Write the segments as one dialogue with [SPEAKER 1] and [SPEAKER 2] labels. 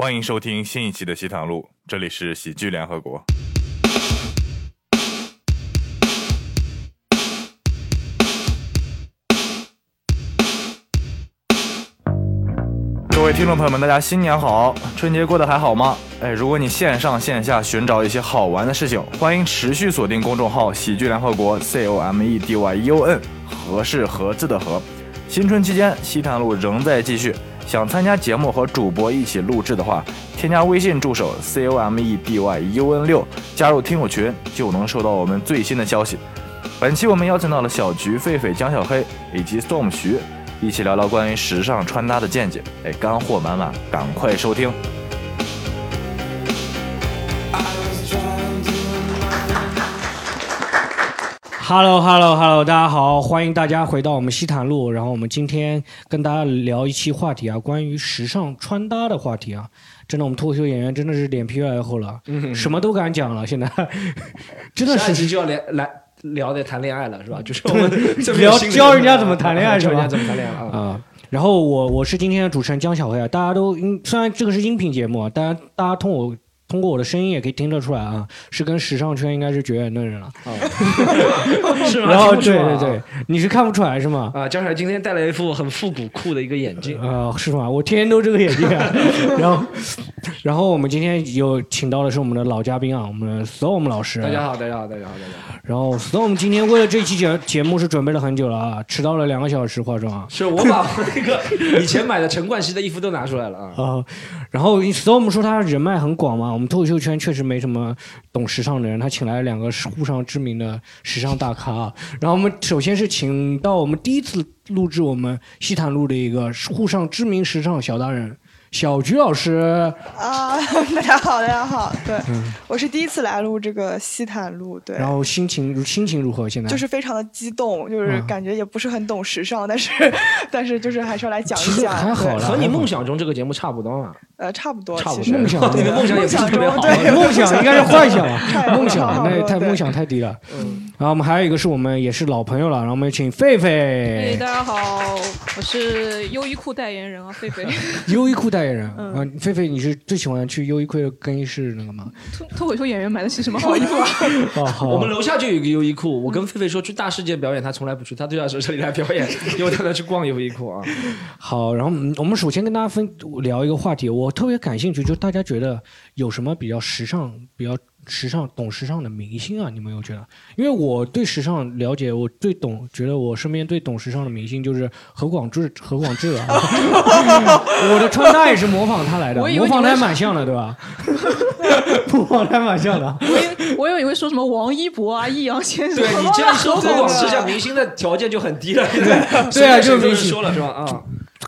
[SPEAKER 1] 欢迎收听新一期的《西塘路》，这里是喜剧联合国。各位听众朋友们，大家新年好！春节过得还好吗？哎，如果你线上线下寻找一些好玩的事情，欢迎持续锁定公众号“喜剧联合国 ”（C O M E D Y U N），和是和字的和。新春期间，西探路仍在继续。想参加节目和主播一起录制的话，添加微信助手 C O M E D Y U N 六，加入听友群就能收到我们最新的消息。本期我们邀请到了小菊、狒狒、江小黑以及 Storm 徐，一起聊聊关于时尚穿搭的见解，哎，干货满满，赶快收听。
[SPEAKER 2] h e l l o h e l l o h e l l o 大家好，欢迎大家回到我们西坦路。然后我们今天跟大家聊一期话题啊，关于时尚穿搭的话题啊。真的，我们脱口秀演员真的是脸皮越来越厚了，
[SPEAKER 3] 嗯
[SPEAKER 2] 什么都敢讲了。现在真的
[SPEAKER 3] 下一
[SPEAKER 2] 是嗯
[SPEAKER 3] 集就要来来聊得谈恋爱了，是吧？就是我们这边
[SPEAKER 2] 聊
[SPEAKER 3] 有新的啊
[SPEAKER 2] 教人家怎么谈恋爱是 吧
[SPEAKER 3] 教人家 怎么谈恋爱
[SPEAKER 2] 啊、
[SPEAKER 3] 啊？
[SPEAKER 2] 然后我我是今天的主持人江小黑啊，大家都嗯，虽然这个是音频节目啊，大家大家通我通过我的声音也可以听得出来啊，是跟时尚圈应该是绝缘的人了。
[SPEAKER 3] 哦 是吗？
[SPEAKER 2] 然后
[SPEAKER 3] 听不出
[SPEAKER 2] 对
[SPEAKER 3] 来
[SPEAKER 2] 对
[SPEAKER 3] 啊
[SPEAKER 2] 对，你是看不出来是吗？
[SPEAKER 3] 啊，江小姐今天戴了一副很复古酷的一个眼镜，
[SPEAKER 2] 啊，是吗？我天天都这个眼睛啊。 然后，然后我们今天有请到的是我们的老嘉宾啊，我们的 Storm 老师。啊
[SPEAKER 3] 大家好，大家好，大家好，大家好。
[SPEAKER 2] 然后 Storm 今天为了这期节节目是准备了很久了啊，迟到了两个小时化妆啊。
[SPEAKER 3] 是我把我那个以前买的陈冠希的衣服都拿出来了啊。
[SPEAKER 2] 啊、然后 Storm 说他人脉很广嘛，我们脱口秀圈确实没什么懂时尚的人，他请来了两个沪上知名的时尚大咖啊。然后我们首先是请到我们第一次录制我们西坦路的一个沪上知名时尚小达人小菊老师。
[SPEAKER 4] 啊， 大家好，大家好，对，我是第一次来录这个西坦路，对，
[SPEAKER 2] 嗯然后心情如心情如何？现在
[SPEAKER 4] 就是非常的激动，就是
[SPEAKER 2] 嗯
[SPEAKER 4] 感觉也不是很懂时尚，但是但是就是还是要来讲
[SPEAKER 2] 其
[SPEAKER 4] 一
[SPEAKER 2] 实
[SPEAKER 4] 下，
[SPEAKER 2] 还好
[SPEAKER 4] 对
[SPEAKER 2] 啦
[SPEAKER 3] 啊和你梦想中这个节目差不多嘛，
[SPEAKER 4] 呃，差不多，
[SPEAKER 3] 差不
[SPEAKER 4] 其
[SPEAKER 3] 多。
[SPEAKER 4] 实
[SPEAKER 2] 梦想
[SPEAKER 3] 你的梦想也不是特别好
[SPEAKER 4] 梦想中。 对
[SPEAKER 2] 哦梦想应该是幻想 啊
[SPEAKER 4] 差不，多
[SPEAKER 2] 梦想那也太
[SPEAKER 4] 差不多对
[SPEAKER 2] 梦想太低了。
[SPEAKER 3] 嗯
[SPEAKER 2] 然后我们还有一个是我们也是老朋友了，然后我们请狒
[SPEAKER 5] 嘿，
[SPEAKER 2] 狒，
[SPEAKER 5] 大家好，我是优衣库代言人啊，狒狒。
[SPEAKER 2] 优衣库代言人
[SPEAKER 5] 嗯
[SPEAKER 2] 啊，狒狒你是最喜欢去优衣库的更衣室那个吗？
[SPEAKER 5] 脱 脱口秀演员买得起什么好衣服啊？
[SPEAKER 2] 哦，好
[SPEAKER 3] 我们楼下就有一个优衣库，我跟狒狒说去大世界表演，他从来不去，他就要说这里来表演，因为他要去逛优衣 库啊。
[SPEAKER 2] 好，然后嗯我们首先跟大家分聊一个话题，我特别感兴趣，就大家觉得有什么比较时尚、比较时尚、懂时尚的明星啊？你们有觉得？因为我对时尚了解，我最懂，觉得我身边最懂时尚的明星就是何广智，何广智啊。啊 我的穿搭也是模仿他来的，
[SPEAKER 5] 我以为
[SPEAKER 2] 模仿
[SPEAKER 5] 你
[SPEAKER 2] 他
[SPEAKER 5] 会
[SPEAKER 2] 还蛮像的，对 吧？模仿他还蛮像的。
[SPEAKER 5] 我以为我以为你会说什么王一博啊、易烊千玺
[SPEAKER 3] 对
[SPEAKER 5] 啊。
[SPEAKER 3] 你这样 说，
[SPEAKER 5] 何
[SPEAKER 3] 何
[SPEAKER 5] 广
[SPEAKER 3] 广
[SPEAKER 5] 智
[SPEAKER 3] 智像明星的条件就很低了，对对
[SPEAKER 2] 对啊就是
[SPEAKER 3] 是
[SPEAKER 2] 明星
[SPEAKER 3] 说了是吧？啊，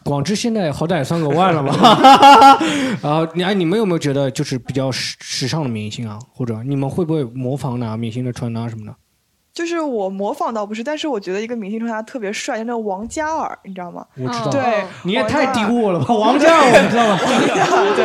[SPEAKER 2] 广智现在好歹也算个万了吧？ 然后你哎，你们有没有觉得就是比较时时尚的明星啊？或者你们会不会模仿哪个明星的穿搭什么的？
[SPEAKER 4] 就是我模仿倒不是，但是我觉得一个明星穿搭特别帅，叫那个王嘉尔，你知道吗？
[SPEAKER 2] 我知
[SPEAKER 5] 嗯
[SPEAKER 2] 道，
[SPEAKER 4] 哦对，
[SPEAKER 2] 你也
[SPEAKER 4] 王
[SPEAKER 2] 太
[SPEAKER 4] 嘉
[SPEAKER 2] 低
[SPEAKER 4] 尔
[SPEAKER 2] 估我了吧？王嘉尔，我不知道吧？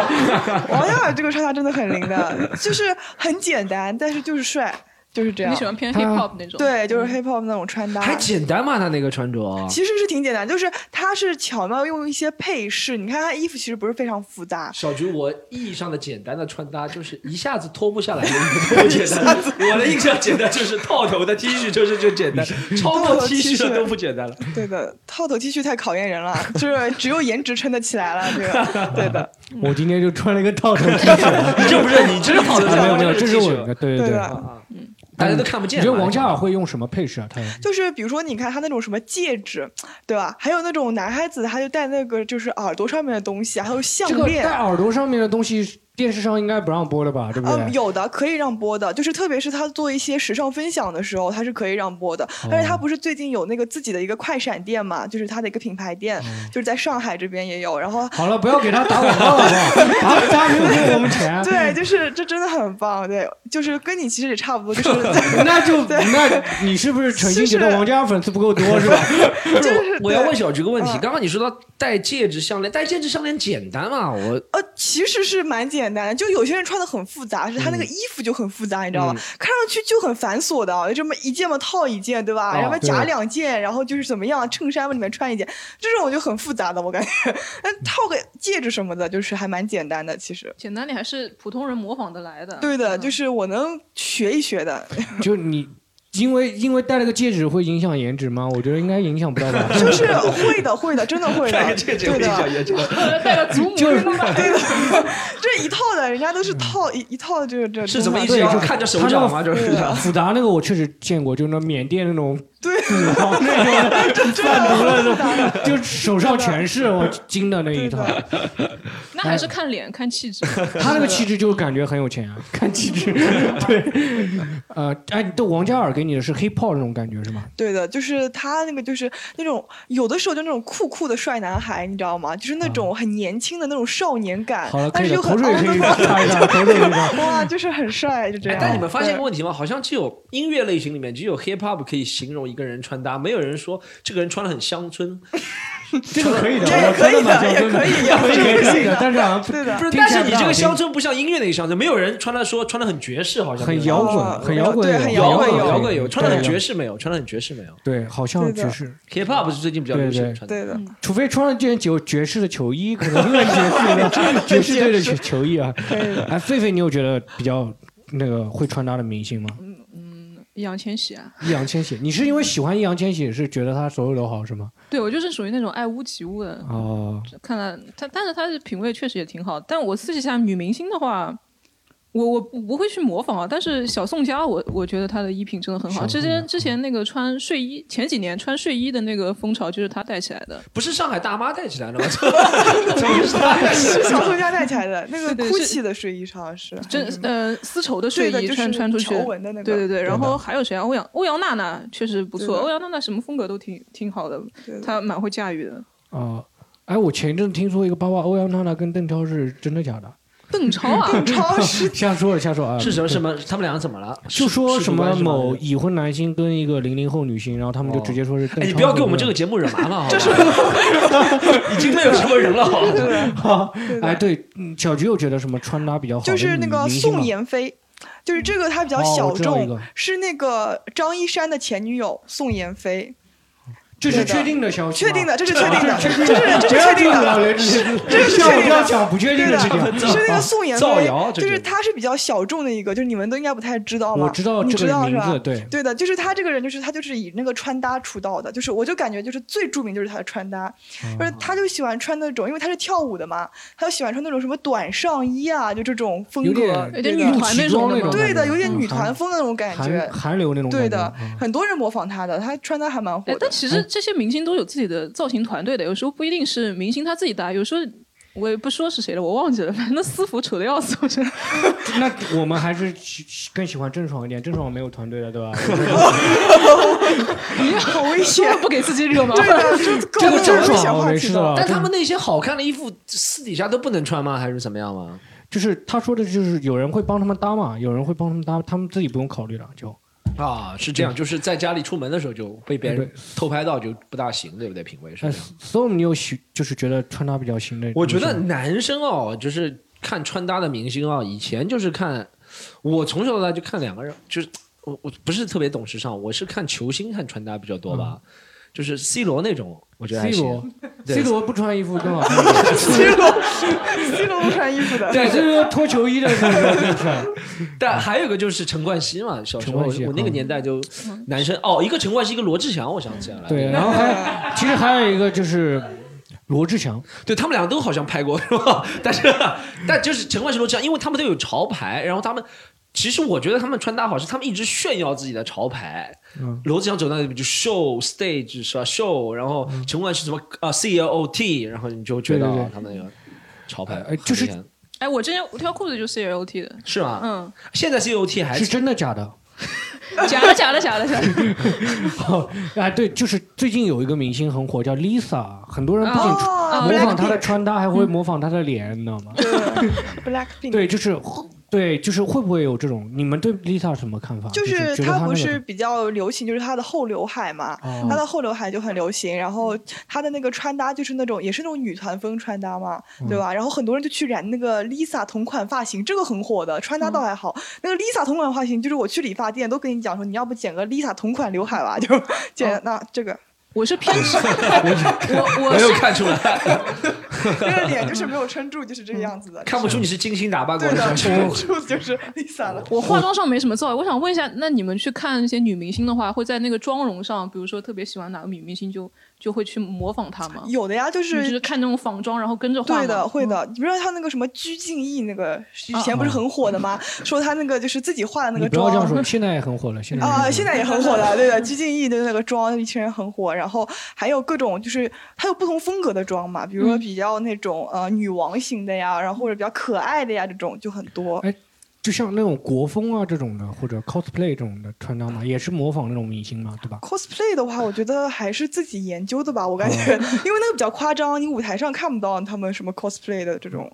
[SPEAKER 4] 王嘉尔啊这个穿搭真的很灵的， 就是很简单，但是就是帅，就是这样
[SPEAKER 5] 你喜。欢偏
[SPEAKER 2] 他
[SPEAKER 5] hip hop 那种？嗯
[SPEAKER 4] 对，就是 hip hop 那种穿搭，
[SPEAKER 3] 还简单嘛，他那个穿着。
[SPEAKER 4] 啊其实是挺简单，就是它是巧妙用一些配饰。你看它衣服其实不是非常复杂，
[SPEAKER 3] 小菊，我意义上的简单的穿搭就是一下子脱不下来的 那种简单。我的印象简单就是套头的 T 恤，就是就简 单，超过 T 恤的都不简单了。
[SPEAKER 4] 对的，套头 T 恤太考验人了，就是只有颜值撑得起来了。这 个，对的，
[SPEAKER 2] 我今天就穿了一个套头 T 恤，啊
[SPEAKER 3] 你这不是你这是套头
[SPEAKER 2] 没有
[SPEAKER 3] 的，
[SPEAKER 2] 没有，这是
[SPEAKER 3] T
[SPEAKER 2] 我
[SPEAKER 3] 恤
[SPEAKER 2] 的，对对
[SPEAKER 4] 对
[SPEAKER 2] 对。
[SPEAKER 4] 的
[SPEAKER 3] 啊，大家都看不
[SPEAKER 2] 你
[SPEAKER 3] 见
[SPEAKER 2] 觉
[SPEAKER 3] 嘛。
[SPEAKER 2] 得王嘉尔会用什么配饰啊？他
[SPEAKER 4] 就是比如说，你看他那种什么戒指，对吧？还有那种男孩子，他就戴那个就是耳朵上面的东西，还有项
[SPEAKER 2] 这个
[SPEAKER 4] 链。
[SPEAKER 2] 戴耳朵上面的东西，电视上应该不让播的吧？对不对
[SPEAKER 4] 嗯，？有的可以让播的，就是特别是他做一些时尚分享的时候，他是可以让播的。但
[SPEAKER 2] 哦
[SPEAKER 4] 是他不是最近有那个自己的一个快闪店嘛，就是他的一个品牌店，就是在上海这边也有。然后
[SPEAKER 2] 嗯好了，不要给他打广告 好不好？他他没有给我们钱，
[SPEAKER 4] 对，就是这真的很棒，对，就是跟你其实也差不 多，就是
[SPEAKER 2] 那就
[SPEAKER 4] 对
[SPEAKER 2] 那你是不是诚心觉
[SPEAKER 4] 就
[SPEAKER 2] 得
[SPEAKER 4] 是
[SPEAKER 2] 王嘉尔粉丝不够多是吧？
[SPEAKER 3] 不是
[SPEAKER 4] 就是
[SPEAKER 3] 我我要问小菊个问题，
[SPEAKER 4] 嗯
[SPEAKER 3] 刚刚你说到戴戒指项链，戴戒指项链简单嘛？我
[SPEAKER 4] 呃，其实是蛮简简单的，就有些人穿的很复杂，
[SPEAKER 3] 嗯
[SPEAKER 4] 是他那个衣服就很复杂，你知道吧？看上去就很繁琐的啊，就这么一件嘛套一件，对吧？
[SPEAKER 2] 啊
[SPEAKER 4] 然后
[SPEAKER 2] 对
[SPEAKER 4] 夹两件，然后就是怎么样，衬衫嘛里面穿一件，这种就很复杂的，我感觉。
[SPEAKER 3] 嗯
[SPEAKER 4] 那套个戒指什么的，就是还蛮简单的，其实。
[SPEAKER 5] 简单点还是普通人模仿得来的。
[SPEAKER 4] 对的，就是是我能学一学的，
[SPEAKER 2] 就你因为因为戴了个戒指会影响颜值吗？我觉得应该影响不到吧。
[SPEAKER 4] 就是会的，会的，真的会
[SPEAKER 3] 戴
[SPEAKER 4] 的，
[SPEAKER 3] 个戒指
[SPEAKER 4] 对
[SPEAKER 3] 会影响
[SPEAKER 4] 的，
[SPEAKER 3] 颜值。
[SPEAKER 5] 带个祖 母
[SPEAKER 2] 就是
[SPEAKER 5] 是吧？
[SPEAKER 4] 这一套的，人家都是套一一套，这这
[SPEAKER 3] 是怎么意思？
[SPEAKER 2] 对
[SPEAKER 4] 啊
[SPEAKER 3] 要
[SPEAKER 2] 就
[SPEAKER 3] 看着手掌吗？
[SPEAKER 2] 他
[SPEAKER 3] 就是
[SPEAKER 2] 复杂那个我确实见过，就那缅甸那种
[SPEAKER 4] 对
[SPEAKER 2] 古王那种的贩毒的那种，就手上全是我惊的那一套。
[SPEAKER 5] 那还是看脸看气 质。
[SPEAKER 2] 他那个气质就感觉很有钱啊，看气质。 对，呃，哎，对，王嘉尔给你的是黑炮那种感觉是吗？
[SPEAKER 4] 对的，就是他那个就是那种有的时候就那种酷酷的帅男孩，你知道吗？就是那种很年轻的那种少年感，
[SPEAKER 2] 啊好了，可
[SPEAKER 4] 但
[SPEAKER 2] 以
[SPEAKER 4] 是
[SPEAKER 2] 了，
[SPEAKER 4] 又
[SPEAKER 2] 口
[SPEAKER 4] 很哦
[SPEAKER 2] 水可以擦一擦，口水可以擦。
[SPEAKER 4] 哇，就是很帅，就这
[SPEAKER 3] 哎
[SPEAKER 4] 样。
[SPEAKER 3] 但你们发现一个
[SPEAKER 4] 哦对
[SPEAKER 3] 问题吗？好像只有音乐类型里面只有 hip hop 可以形容一个人穿搭，没有人说这个人穿的很乡村。
[SPEAKER 2] 这个可 以的，
[SPEAKER 4] 这也可以的
[SPEAKER 2] 我真蛮想问
[SPEAKER 4] 也可以
[SPEAKER 2] 这个可
[SPEAKER 4] 的也可
[SPEAKER 2] 以
[SPEAKER 4] 以
[SPEAKER 2] 的
[SPEAKER 4] 的，
[SPEAKER 2] 但是好像不
[SPEAKER 4] 对的
[SPEAKER 3] 不是，
[SPEAKER 2] 听
[SPEAKER 3] 但
[SPEAKER 2] 起来
[SPEAKER 3] 是你
[SPEAKER 2] 不
[SPEAKER 3] 这
[SPEAKER 2] 好
[SPEAKER 3] 个
[SPEAKER 2] 听
[SPEAKER 3] 乡村不像音乐那个乡村，没有人穿的说穿的很爵士，好像没有
[SPEAKER 2] 很摇滚，
[SPEAKER 4] 哦
[SPEAKER 2] 很摇滚，
[SPEAKER 4] 对很
[SPEAKER 3] 摇
[SPEAKER 4] 滚
[SPEAKER 3] 摇
[SPEAKER 4] 摇
[SPEAKER 3] 滚
[SPEAKER 4] 滚
[SPEAKER 3] 有，穿的很
[SPEAKER 2] 对
[SPEAKER 3] 爵士没有？穿的很爵士没有
[SPEAKER 2] 对，好像
[SPEAKER 4] 对
[SPEAKER 2] 爵
[SPEAKER 4] 的
[SPEAKER 2] 士，
[SPEAKER 3] ？hip hop 是最近比较流行
[SPEAKER 2] 对
[SPEAKER 3] 的
[SPEAKER 2] 对
[SPEAKER 3] 穿搭。
[SPEAKER 4] 对的，
[SPEAKER 2] 除非穿了这件球爵士的球衣，可能会 很爵士的爵士队的球球衣啊。
[SPEAKER 4] 可以的。
[SPEAKER 2] 哎，狒狒，你有觉得比较那个会穿搭的明星吗？
[SPEAKER 5] 易烊千玺啊，
[SPEAKER 2] 易烊千玺，你是因为喜欢易烊千玺，是觉得他所有都好是吗？
[SPEAKER 5] 对我就是属于那种爱屋及乌的。
[SPEAKER 3] 嗯
[SPEAKER 2] 哦，
[SPEAKER 5] 看了他，但是他的品味确实也挺好。但我私底下女明星的话，我我不不会去模仿啊。但是小宋佳我，我觉得她的衣品真的很好。
[SPEAKER 2] 小宋
[SPEAKER 5] 之
[SPEAKER 2] 佳
[SPEAKER 5] 前之前那个穿睡衣，前几年穿睡衣的那个风潮就是她带起来的。
[SPEAKER 3] 不是上海大妈带起来的吗？ 怎么是大
[SPEAKER 4] 是小宋佳带起来的那个
[SPEAKER 5] 对对是
[SPEAKER 4] GUCCI 的睡衣，好像是
[SPEAKER 5] 真呃丝绸的睡
[SPEAKER 4] 对
[SPEAKER 5] 衣
[SPEAKER 4] 的，就
[SPEAKER 5] 穿
[SPEAKER 4] 是
[SPEAKER 5] 穿出去
[SPEAKER 4] 条，纹的那个，
[SPEAKER 5] 对对对。然
[SPEAKER 2] 对的
[SPEAKER 5] 后还有谁啊？欧阳欧阳娜娜确实不
[SPEAKER 4] 对
[SPEAKER 5] 错，
[SPEAKER 4] 的
[SPEAKER 5] 欧阳娜娜什么风格都挺挺好的，
[SPEAKER 4] 对的
[SPEAKER 5] 她蛮会驾驭的。
[SPEAKER 2] 哦，哎，我前一阵听说一个八卦，欧阳娜娜跟邓超是真的假的？
[SPEAKER 5] 邓超啊，
[SPEAKER 4] 超 市
[SPEAKER 2] 瞎说了，瞎说啊！
[SPEAKER 3] 是什么什
[SPEAKER 2] 么？
[SPEAKER 3] 么？他们两个怎么了？
[SPEAKER 2] 就说什么
[SPEAKER 3] 世俗关系吗
[SPEAKER 2] 某已婚男星跟一个零零后女星，然后他们就直接说是邓超。
[SPEAKER 3] 哎，你不要给我们这个节目惹麻烦，好吧？ 已经没有什么 人了，好吧？
[SPEAKER 2] 个。
[SPEAKER 4] 对啊的，对的
[SPEAKER 2] 啊哎，对，嗯小菊有觉得什么穿搭比较好的
[SPEAKER 4] 就
[SPEAKER 2] 女？
[SPEAKER 4] 是那个
[SPEAKER 2] 明星吗啊
[SPEAKER 4] 宋妍霏。就是这个，她比较
[SPEAKER 2] 哦
[SPEAKER 4] 小
[SPEAKER 2] 我知道一
[SPEAKER 4] 众，
[SPEAKER 2] 个
[SPEAKER 4] 是那个张一山的前女友宋妍霏，
[SPEAKER 2] 这是
[SPEAKER 4] 对的
[SPEAKER 2] 确定的消息吗，
[SPEAKER 4] 确定的，这是确定的，这是这
[SPEAKER 2] 不
[SPEAKER 4] 是
[SPEAKER 2] 要
[SPEAKER 4] 确
[SPEAKER 2] 这
[SPEAKER 4] 定
[SPEAKER 2] 样
[SPEAKER 4] 的
[SPEAKER 2] 聊，人，
[SPEAKER 4] 这是
[SPEAKER 2] 像我这
[SPEAKER 4] 确定
[SPEAKER 2] 样
[SPEAKER 4] 的
[SPEAKER 2] 讲不确定的
[SPEAKER 4] 对的，
[SPEAKER 2] 事情。啊
[SPEAKER 4] 是那个宋妍
[SPEAKER 3] 造
[SPEAKER 4] 霏
[SPEAKER 3] 谣，这
[SPEAKER 4] 就是
[SPEAKER 3] 是
[SPEAKER 4] 她是比较小众的一个，就是你们都应该不太知道吧？
[SPEAKER 2] 我知道
[SPEAKER 4] 你
[SPEAKER 2] 这
[SPEAKER 4] 知
[SPEAKER 2] 个
[SPEAKER 4] 道是
[SPEAKER 2] 名字，
[SPEAKER 4] 吧？
[SPEAKER 2] 对，
[SPEAKER 4] 对的，就是她这个人，就是她就是以那个穿搭出道的，就是我就感觉就是最著名就是她的穿搭，
[SPEAKER 2] 哦
[SPEAKER 4] 就是她就喜欢穿那种，因为她是跳舞的嘛，她就喜欢穿那种什么短上衣啊，就这种风
[SPEAKER 2] 有
[SPEAKER 4] 格
[SPEAKER 2] 点，
[SPEAKER 5] 有
[SPEAKER 4] 对
[SPEAKER 5] 点
[SPEAKER 4] 的
[SPEAKER 5] 女团那种的嘛。
[SPEAKER 4] 对的，有点
[SPEAKER 2] 嗯
[SPEAKER 4] 女
[SPEAKER 2] 韩
[SPEAKER 4] 团风的那种感
[SPEAKER 2] 韩
[SPEAKER 4] 觉，
[SPEAKER 2] 韩流那种感觉。
[SPEAKER 4] 对的
[SPEAKER 2] 嗯，
[SPEAKER 4] 很多人模仿她的，她穿搭还蛮火
[SPEAKER 5] 哎，
[SPEAKER 4] 的嗯
[SPEAKER 5] 但。其实这些明星都有自己的造型团队的，有时候不一定是明星他自己搭，有时候。我也不说是谁了，我忘记了。反正那私服丑的要死，我觉得。
[SPEAKER 2] 那我们还是喜更喜欢郑爽一点，郑爽没有团队的，对吧？
[SPEAKER 4] 好危险，
[SPEAKER 5] 不给自己惹毛
[SPEAKER 4] 对的，就
[SPEAKER 2] 这
[SPEAKER 4] 搞
[SPEAKER 2] 个
[SPEAKER 4] 得
[SPEAKER 2] 郑
[SPEAKER 4] 我都想
[SPEAKER 2] 爽
[SPEAKER 4] 话
[SPEAKER 2] 没事
[SPEAKER 4] 题的
[SPEAKER 2] 的
[SPEAKER 4] 了。
[SPEAKER 2] 啊，
[SPEAKER 3] 但
[SPEAKER 2] 这
[SPEAKER 3] 他们那些好看的衣服私底下都不能穿吗？还是怎么样吗？
[SPEAKER 2] 就是他说的，就是有人会帮他们搭嘛，有人会帮他们搭，他们自己不用考虑了，就
[SPEAKER 3] 啊，是这样，就是在家里出门的时候就被别人
[SPEAKER 2] 哎对
[SPEAKER 3] 偷拍到，就不大行，对不对？品味是
[SPEAKER 2] 呃
[SPEAKER 3] 这样。
[SPEAKER 2] ，Storm，你有喜就是觉得穿搭比较行的女生？
[SPEAKER 3] 我觉得男生哦，就是看穿搭的明星哦，以前就是看，我从小到大就看两个人，就是我我不是特别懂时尚，我是看球星看穿搭比较多吧，就是 C 罗那种，我觉得还
[SPEAKER 2] 嗯 C
[SPEAKER 3] 行。
[SPEAKER 2] 罗
[SPEAKER 3] 对
[SPEAKER 2] ，C 罗不穿衣服更好 看，
[SPEAKER 4] C 罗 ，C 罗不穿衣服的，
[SPEAKER 2] 对，C 罗脱球衣的那个更帅。
[SPEAKER 3] 但还有一个就是陈冠希嘛，小时
[SPEAKER 2] 陈
[SPEAKER 3] 候
[SPEAKER 2] 冠希
[SPEAKER 3] 我那个
[SPEAKER 2] 嗯
[SPEAKER 3] 年代就男生哦，一个陈冠希，一个罗志祥，我想起来了。
[SPEAKER 2] 对，然后还 其实还有一个就是罗志祥，
[SPEAKER 3] 对他们两个都好像拍过，是吧？ 但是但就是陈冠希、罗志祥，因为他们都有潮牌，然后他们其实我觉得他们穿搭好是他们一直炫耀自己的潮牌。
[SPEAKER 2] 嗯
[SPEAKER 3] 罗志祥走到那里就 show stage 是吧？show，然后陈冠希什么啊 C L O T，然后你就觉得
[SPEAKER 2] 嗯
[SPEAKER 3] 哦
[SPEAKER 2] 对对对
[SPEAKER 3] 他们那个潮牌
[SPEAKER 2] 呃就是
[SPEAKER 3] 很厉害
[SPEAKER 5] 哎，我之前我条裤子就是 L O T 的，
[SPEAKER 3] 是吗？
[SPEAKER 5] 嗯，
[SPEAKER 3] 现在 C L O T 还
[SPEAKER 2] 是真的假的？
[SPEAKER 5] 假的假的假的假的。
[SPEAKER 2] 哦，哎，对，就是最近有一个明星很火，叫 Lisa，很
[SPEAKER 4] 啊
[SPEAKER 2] 多人不仅
[SPEAKER 5] 哦
[SPEAKER 2] 模仿她的穿搭，还会模仿她的脸，你知道吗？
[SPEAKER 4] 对嗯 Blackpink，
[SPEAKER 2] 对，就是对，就是会不会有这种？你们对 Lisa 什么看法？
[SPEAKER 4] 就是是
[SPEAKER 2] 觉得
[SPEAKER 4] 她
[SPEAKER 2] 那
[SPEAKER 4] 不
[SPEAKER 2] 个
[SPEAKER 4] 是比较流行，就是她的后刘海嘛，
[SPEAKER 2] 哦
[SPEAKER 4] 她的后刘海就很流行。然后她的那个穿搭就是那种也是那种女团风穿搭嘛，对吧？然后很多人就去染那个 Lisa 同款发型，这个很火的，穿搭倒还好。那个 Lisa 同款发型，就是我去理发店都跟你讲说，你要不剪个 Lisa 同款刘海吧，就是剪、那这个
[SPEAKER 5] 我 是偏执，我我我
[SPEAKER 3] 没有
[SPEAKER 5] 是
[SPEAKER 3] 看出来，
[SPEAKER 4] 这个脸就是没有撑住，就是这个样子的。
[SPEAKER 3] 看不出你是精心打扮过
[SPEAKER 4] 对啊的，
[SPEAKER 3] 是吧
[SPEAKER 4] 撑住就是 Lisa 了。
[SPEAKER 5] 我化妆上没什么造诣，我想问一下，那你们去看一些女明星的话，会在那个妆容上，比如说特别喜欢哪个女明星就，就会去模仿她吗？
[SPEAKER 4] 有的呀，就
[SPEAKER 5] 啊你
[SPEAKER 4] 是
[SPEAKER 5] 就是看那种仿妆，然后跟着画吗。嗯
[SPEAKER 4] 对的，会的。你不知道他那个什么鞠婧祎那个以
[SPEAKER 5] 啊
[SPEAKER 4] 前不是很火的吗？说他那个就是自己化的那
[SPEAKER 2] 你
[SPEAKER 4] 个
[SPEAKER 2] 不要这样
[SPEAKER 4] 妆。
[SPEAKER 2] 说，现在也很火了，现在也很
[SPEAKER 4] 啊、
[SPEAKER 2] 火
[SPEAKER 4] 现在也很火的，对的，鞠婧祎的那个妆，一群人很火。然后还有各种，就是它有不同风格的妆嘛，比如说
[SPEAKER 5] 嗯
[SPEAKER 4] 比较那种、呃女王型的呀，然后或者比较可爱的呀，这种就很多。
[SPEAKER 2] 哎就像那种国风啊这种的，或者 cosplay 这种的穿搭嘛，
[SPEAKER 3] 嗯
[SPEAKER 2] 也是模仿那种明星嘛，对吧？
[SPEAKER 4] cosplay 的话，我觉得还是自己研究的吧，我感觉，
[SPEAKER 2] 哦
[SPEAKER 4] 因为那个比较夸张，你舞台上看不到他们什么 cosplay 的这种。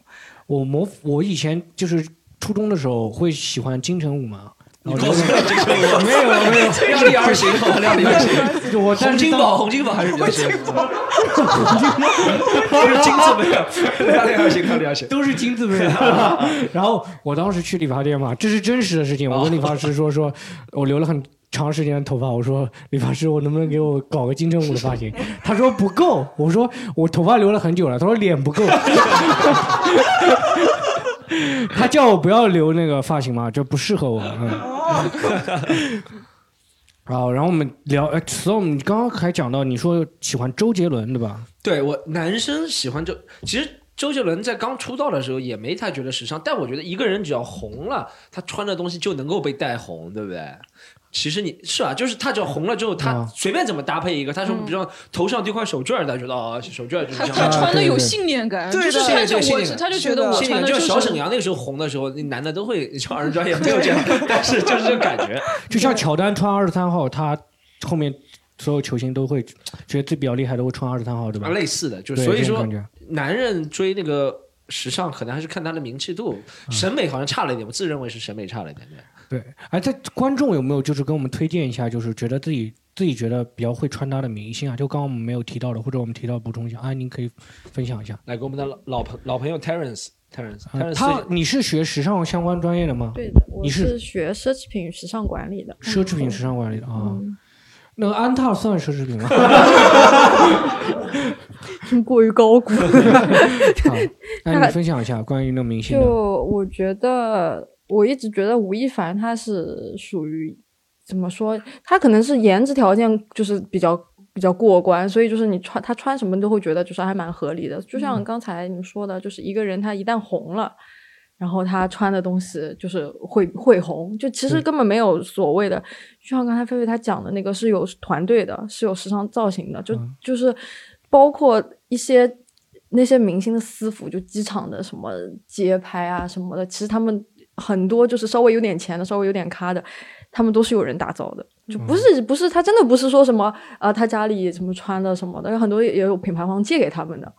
[SPEAKER 2] 我模我以前就是初中的时候会喜欢金城武嘛，
[SPEAKER 3] 哦
[SPEAKER 2] 然后就 没有没有，
[SPEAKER 3] 量力而行，好 吧量力而行。
[SPEAKER 2] 就我
[SPEAKER 3] 洪
[SPEAKER 2] 但是
[SPEAKER 3] 金
[SPEAKER 2] 当
[SPEAKER 3] 宝，洪金宝还是比较适合。就是金字辈儿，量力而行，量力而行。
[SPEAKER 2] 都是金字辈的。 然后我当时去理发店嘛，这是真实的事情。我跟理发师说 说，我留了很长时间的头发，我说理发师，我能不能给我搞个金城武的发 型？他说不够。我说我头发留了很久了。他说脸不够。 他叫我不要留那个发型嘛，就不适合我。嗯。好，然后我们聊，哎，所以我们刚刚还讲到，你说喜欢周杰伦对吧？
[SPEAKER 3] 对我男生喜欢周，其实周杰伦在刚出道的时候也没太觉得时尚，但我觉得一个人只要红了，他穿的东西就能够被带红，对不对？其实你是啊，就是他只要红了之后，他
[SPEAKER 2] 嗯
[SPEAKER 3] 随便怎么搭配一个，他说比如说头上丢块手绢儿，大家觉得哦，手绢儿就是
[SPEAKER 5] 还
[SPEAKER 3] 这
[SPEAKER 5] 还
[SPEAKER 3] 样。
[SPEAKER 5] 嗯穿的有
[SPEAKER 2] 对对
[SPEAKER 5] 信念感，
[SPEAKER 4] 对
[SPEAKER 5] 就是
[SPEAKER 4] 的
[SPEAKER 5] 看着
[SPEAKER 3] 对对
[SPEAKER 5] 我
[SPEAKER 3] 信念
[SPEAKER 5] 他就觉得我
[SPEAKER 3] 心里
[SPEAKER 5] 穿的
[SPEAKER 3] 就是小沈阳那个时候红的时候，那男的都会，像二人转也没有这样，但是就是这感觉。
[SPEAKER 2] 就像乔丹穿二十三号，他后面所有球星都会觉得最比较厉害的会穿二十三号，对吧？
[SPEAKER 3] 啊类似的，就
[SPEAKER 2] 对
[SPEAKER 3] 所以
[SPEAKER 2] 这种
[SPEAKER 3] 说
[SPEAKER 2] 感觉
[SPEAKER 3] 男人追那个时尚，可能还是看他的名气度，
[SPEAKER 2] 嗯
[SPEAKER 3] 审美好像差了一点，我自认为是审美差了一点。对，
[SPEAKER 2] 对。哎，这观众有没有就是跟我们推荐一下，就是觉得自己自己觉得比较会穿搭的明星啊？就刚刚我们没有提到的，或者我们提到补充一下，啊，您可以分享一下。
[SPEAKER 3] 来给我们的老老朋老朋友 Terence，Terence，Terence，、
[SPEAKER 2] 啊他你是学时尚相关专业的吗？
[SPEAKER 6] 对的，我
[SPEAKER 2] 你是
[SPEAKER 6] 是学奢侈品时尚管理的。
[SPEAKER 2] 奢侈品时尚管理的啊
[SPEAKER 6] 嗯。
[SPEAKER 2] 那个安踏算奢侈品吗？
[SPEAKER 6] 尚 过于高估。
[SPEAKER 2] 那你分享一下关于那个明星的
[SPEAKER 6] 就我觉得，我一直觉得吴亦凡他是属于怎么说？他可能是颜值条件就是比较比较过关，所以就是你穿他穿什么都会觉得就是还蛮合理的。就
[SPEAKER 2] 嗯
[SPEAKER 6] 像刚才你们说的，就是一个人他一旦红了。然后他穿的东西就是会会红，就其实
[SPEAKER 2] 对
[SPEAKER 6] 根本没有所谓的，就像刚才菲菲她讲的那个是有团队的，是有时尚造型的，就、
[SPEAKER 2] 嗯
[SPEAKER 6] 就是包括一些那些明星的私服，就机场的什么街拍啊什么的，其实他们很多就是稍微有点钱的，稍微有点咖的，他们都是有人打造的，就不是、不是他真的不是说什么啊、他家里什么穿的什么的，有很多也有品牌方借给他们的。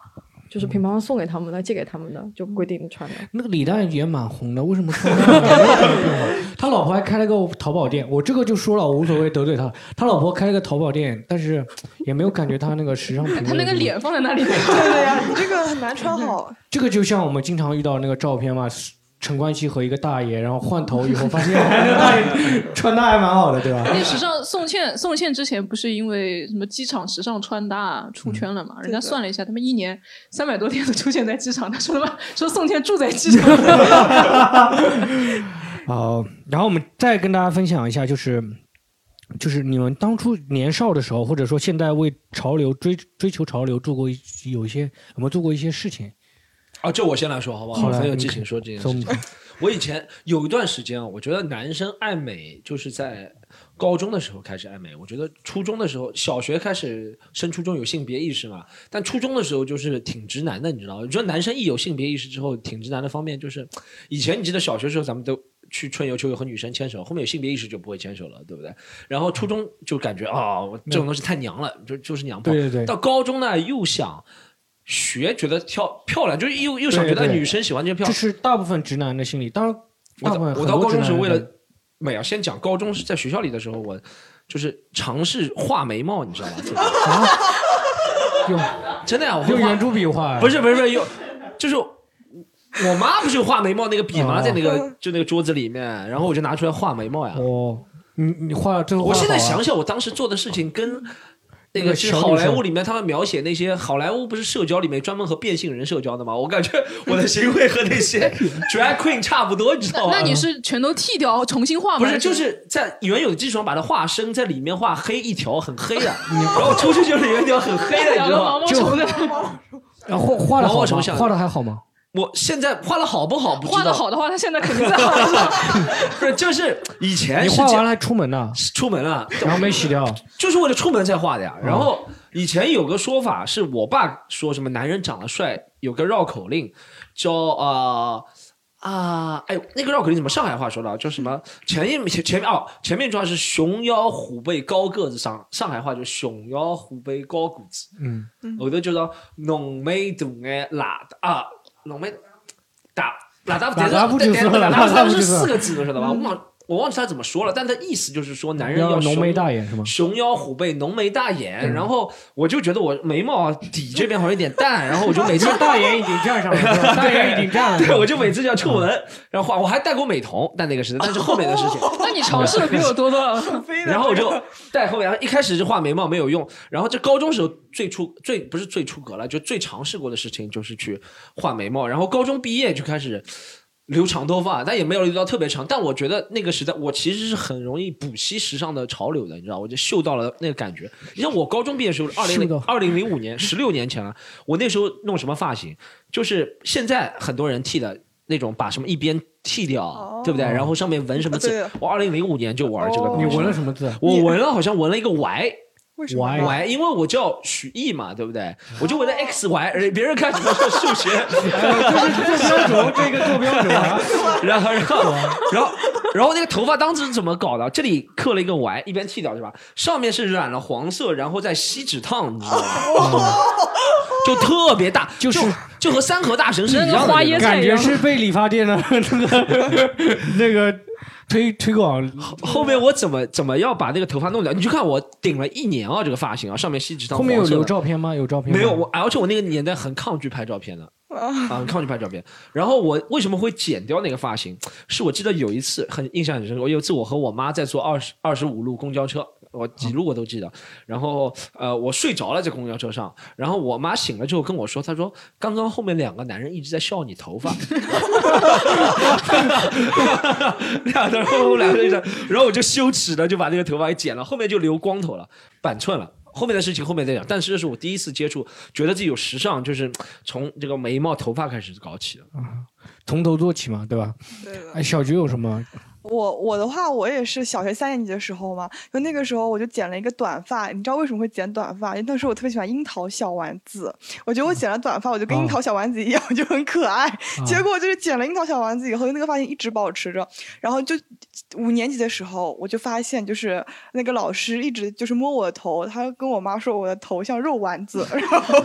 [SPEAKER 6] 就是品牌方送给他们的，借给他们的，就规定穿的。
[SPEAKER 2] 那个李诞也蛮红的，为什么穿搭没有特别好？ 他老婆还开了个淘宝店，我这个就说了，我无所谓得罪他。他老婆开了个淘宝店，但是也没有感觉他那个时尚品味。
[SPEAKER 5] 他哎那个，脸放在那里，
[SPEAKER 4] 对的呀，你这个很难穿好。
[SPEAKER 2] 这个就像我们经常遇到那个照片嘛，陈冠希和一个大爷，然后换头以后发现 那个大爷穿搭还蛮好的，对
[SPEAKER 3] 啊
[SPEAKER 2] 吧？
[SPEAKER 5] 那时尚宋茜，宋茜之前不是因为什么机场时尚穿搭、啊、出圈了嘛？
[SPEAKER 3] 嗯
[SPEAKER 5] 人家算了一下，他们一年三百多天都出现在机场。他说他妈说宋茜住在 机场，
[SPEAKER 2] 好，然后我们再跟大家分享一下，就是就是你们当初年少的时候，或者说现在为潮流追追求潮流做过一有一些有没有做过一些事情？
[SPEAKER 3] 啊，就我先来说好不
[SPEAKER 2] 好
[SPEAKER 3] 好？
[SPEAKER 2] 嘞
[SPEAKER 3] 很有
[SPEAKER 2] 你
[SPEAKER 3] 激
[SPEAKER 2] 可以
[SPEAKER 3] 情说这件事
[SPEAKER 2] 所以我
[SPEAKER 3] 情
[SPEAKER 2] 们。
[SPEAKER 3] 我以前有一段时间啊，我觉得男生爱美就是在高中的时候开始爱美。我觉得初中的时候，小学开始升初中有性别意识嘛，但初中的时候就是挺直男的，你知道吗？我觉得男生一有性别意识之后，挺直男的方面就是，以前你记得小学时候咱们都。去春游、秋游和女生牵手，后面有性别意识就不会牵手了，对不对？然后初中就感觉啊、我这种东西太娘了，就就是娘炮。
[SPEAKER 2] 对对对
[SPEAKER 3] 到高中呢，又想学，觉得漂漂亮，就是又又想觉
[SPEAKER 2] 对
[SPEAKER 3] 得
[SPEAKER 2] 对
[SPEAKER 3] 女生喜欢这些漂
[SPEAKER 2] 这
[SPEAKER 3] 亮。
[SPEAKER 2] 是大部分直男的心理。当然，
[SPEAKER 3] 我
[SPEAKER 2] 大
[SPEAKER 3] 到
[SPEAKER 2] 部分
[SPEAKER 3] 我
[SPEAKER 2] 很
[SPEAKER 3] 到
[SPEAKER 2] 多
[SPEAKER 3] 高
[SPEAKER 2] 直
[SPEAKER 3] 中
[SPEAKER 2] 男
[SPEAKER 3] 时候
[SPEAKER 2] 都
[SPEAKER 3] 为
[SPEAKER 2] 这
[SPEAKER 3] 了
[SPEAKER 2] 样
[SPEAKER 3] 美啊，先讲高中是在学校里的时候，我就是尝试画眉毛，你知道吧？真的
[SPEAKER 2] 用
[SPEAKER 3] 真的呀，我会
[SPEAKER 2] 用
[SPEAKER 3] 画
[SPEAKER 2] 啊圆珠笔画，
[SPEAKER 3] 不是不是不是用，就是我妈不是有画眉毛那个笔吗？
[SPEAKER 2] 哦
[SPEAKER 3] 在那个就那个桌子里面，然后我就拿出来画眉毛呀。
[SPEAKER 2] 哦，你你画最后
[SPEAKER 3] 我
[SPEAKER 2] 画得
[SPEAKER 3] 现在
[SPEAKER 2] 好啊
[SPEAKER 3] 想想，我当时做的事情跟那
[SPEAKER 2] 那
[SPEAKER 3] 个
[SPEAKER 2] 个
[SPEAKER 3] 就是
[SPEAKER 2] 小女
[SPEAKER 3] 好莱
[SPEAKER 2] 生
[SPEAKER 3] 坞里面他们描写那些好莱坞不是社交里面专门和变性人社交的吗？我感觉我的行为和那
[SPEAKER 2] 哎
[SPEAKER 3] 些 drag queen 差不多，你知道吗？
[SPEAKER 5] 那你是全都剃掉重新画吗？
[SPEAKER 3] 不是就是在原有的基础上把它画深，在里面画黑一条很黑 的，然后出去就是有一条很黑的，你
[SPEAKER 5] 两
[SPEAKER 3] 知
[SPEAKER 5] 个
[SPEAKER 3] 道吗
[SPEAKER 5] 毛？毛虫的，
[SPEAKER 2] 然后呃画的
[SPEAKER 3] 往
[SPEAKER 2] 好
[SPEAKER 3] 我手
[SPEAKER 2] 吗？
[SPEAKER 3] 上
[SPEAKER 2] 画的还好吗？
[SPEAKER 3] 我现在画的好不好不知道，
[SPEAKER 5] 画的好的话，他现在肯定在画了。
[SPEAKER 3] 不是就是以前哎
[SPEAKER 2] 你
[SPEAKER 3] 是
[SPEAKER 2] 画
[SPEAKER 3] 这
[SPEAKER 2] 完
[SPEAKER 3] 样
[SPEAKER 2] 了还出门呢，
[SPEAKER 3] 是出门了，
[SPEAKER 2] 然后没洗掉，
[SPEAKER 3] 就是为了出门才画的呀。
[SPEAKER 2] 嗯
[SPEAKER 3] 然后以前有个说法是我爸说什么男人长得帅有个绕口令，叫啊啊哎那个绕口令怎么上海话说的啊？叫什
[SPEAKER 2] 嗯
[SPEAKER 3] 么前一前前面哦前面一句话是熊腰虎背高个子上上海话就熊腰虎背高个子，
[SPEAKER 2] 嗯，
[SPEAKER 3] 后头就到浓眉大眼喇啊浓眉大喇叭
[SPEAKER 2] 喇叭不就说了
[SPEAKER 3] 喇叭
[SPEAKER 2] 喇叭不
[SPEAKER 3] 是
[SPEAKER 2] 就说
[SPEAKER 3] 四
[SPEAKER 2] 了嗯
[SPEAKER 3] 个字的，知道吧？我忘我忘记他怎么说了，但他意思就是说男人
[SPEAKER 2] 要
[SPEAKER 3] 熊
[SPEAKER 2] 浓眉大眼是吗？，
[SPEAKER 3] 熊腰虎背，浓眉大眼，然后我就觉得我眉毛啊底这边好像有点 淡，然后我就每次
[SPEAKER 2] 大眼已经站上了，是吧大眼已经站
[SPEAKER 3] 对
[SPEAKER 2] 了，
[SPEAKER 3] 我就每次就要出门，然后画，我还戴过美瞳，但那个是但是后面的事情，
[SPEAKER 5] 那你尝试的比我多多了。
[SPEAKER 4] 飞的
[SPEAKER 3] 然后我就戴后面，然后一开始是画眉毛没有用，然后这高中时候最出最不是最出格了，就最尝试过的事情就是去画眉毛，然后高中毕业就开始。留长头发，但也没有留到特别长。但我觉得那个时代，我其实是很容易补吸时尚的潮流的，你知道，我就嗅到了那个感觉。你像我高中毕业的时候，二零
[SPEAKER 2] 嗅
[SPEAKER 3] 零
[SPEAKER 2] 到
[SPEAKER 3] 二零零五年，十六年前了，我那时候弄什么发型，就是现在很多人剃的那种，把什么一边剃掉，
[SPEAKER 4] 哦
[SPEAKER 3] 对不对？然后上面纹什么字
[SPEAKER 4] 对？
[SPEAKER 3] 我二零零五年就玩这个东
[SPEAKER 4] 哦
[SPEAKER 3] 西
[SPEAKER 2] 你
[SPEAKER 3] 了。
[SPEAKER 2] 纹了什么字？
[SPEAKER 3] 我纹了，好像纹了一个 Y
[SPEAKER 4] 为什么
[SPEAKER 2] 我哎
[SPEAKER 3] Y，因为我叫许毅嘛，对不对？我就纹了 X Y，别人看起来像数学，
[SPEAKER 2] 做标准，这个做标准啊，
[SPEAKER 3] 然后然后然后然后那个头发当时是怎么搞的？这里刻了一个 Y，一边剃掉是吧？上面是染了黄色，然后再锡纸烫，你知道吗？就特别大，
[SPEAKER 2] 就是
[SPEAKER 3] 就就和三河大神是一样的
[SPEAKER 5] 那个花
[SPEAKER 3] 那种
[SPEAKER 5] 椰
[SPEAKER 2] 感觉是被理发店的 那 个那个推推广，
[SPEAKER 3] 后面我怎么怎么要把那个头发弄掉？你就看我顶了一年啊，这个发型啊，上面锡纸烫，
[SPEAKER 2] 后面有
[SPEAKER 3] 黄色的
[SPEAKER 2] 留照片吗？有照片吗
[SPEAKER 3] 没有，我而且我那个年代很抗拒拍照片的，啊， 很抗拒拍照片。然后我为什么会剪掉那个发型？是我记得有一次很印象很深刻，我有一次我和我妈在坐二十二十五路公交车，我几路我都记得。然后呃，我睡着了在公交车上，然后我妈醒了之后跟我说，她说刚刚后面两个男人一直在笑你头发， 两个后两个人，然后我就羞耻的就把那个头发给剪了，后面就留光头了，板寸了。后面的事情后面再讲，但是这是我第一次接触，觉得自己有时尚，就是从这个眉毛、头发开始搞起的。
[SPEAKER 2] 从头做起嘛，对吧？
[SPEAKER 4] 对的
[SPEAKER 2] 哎，小菊有什么？
[SPEAKER 4] 我我的话，我也是小学三年级的时候嘛，就那个时候我就剪了一个短发。你知道为什么会剪短发？因为那时候我特别喜欢樱桃小丸子，我觉得我剪了短发，我就跟樱
[SPEAKER 2] 哦
[SPEAKER 4] 桃小丸子一样，我就很可爱。结果就是剪了樱桃小丸子以后，那个发型一直保持着。然后就五年级的时候，我就发现就是那个老师一直就是摸我的头，他跟我妈说我的头像肉丸子， 然后然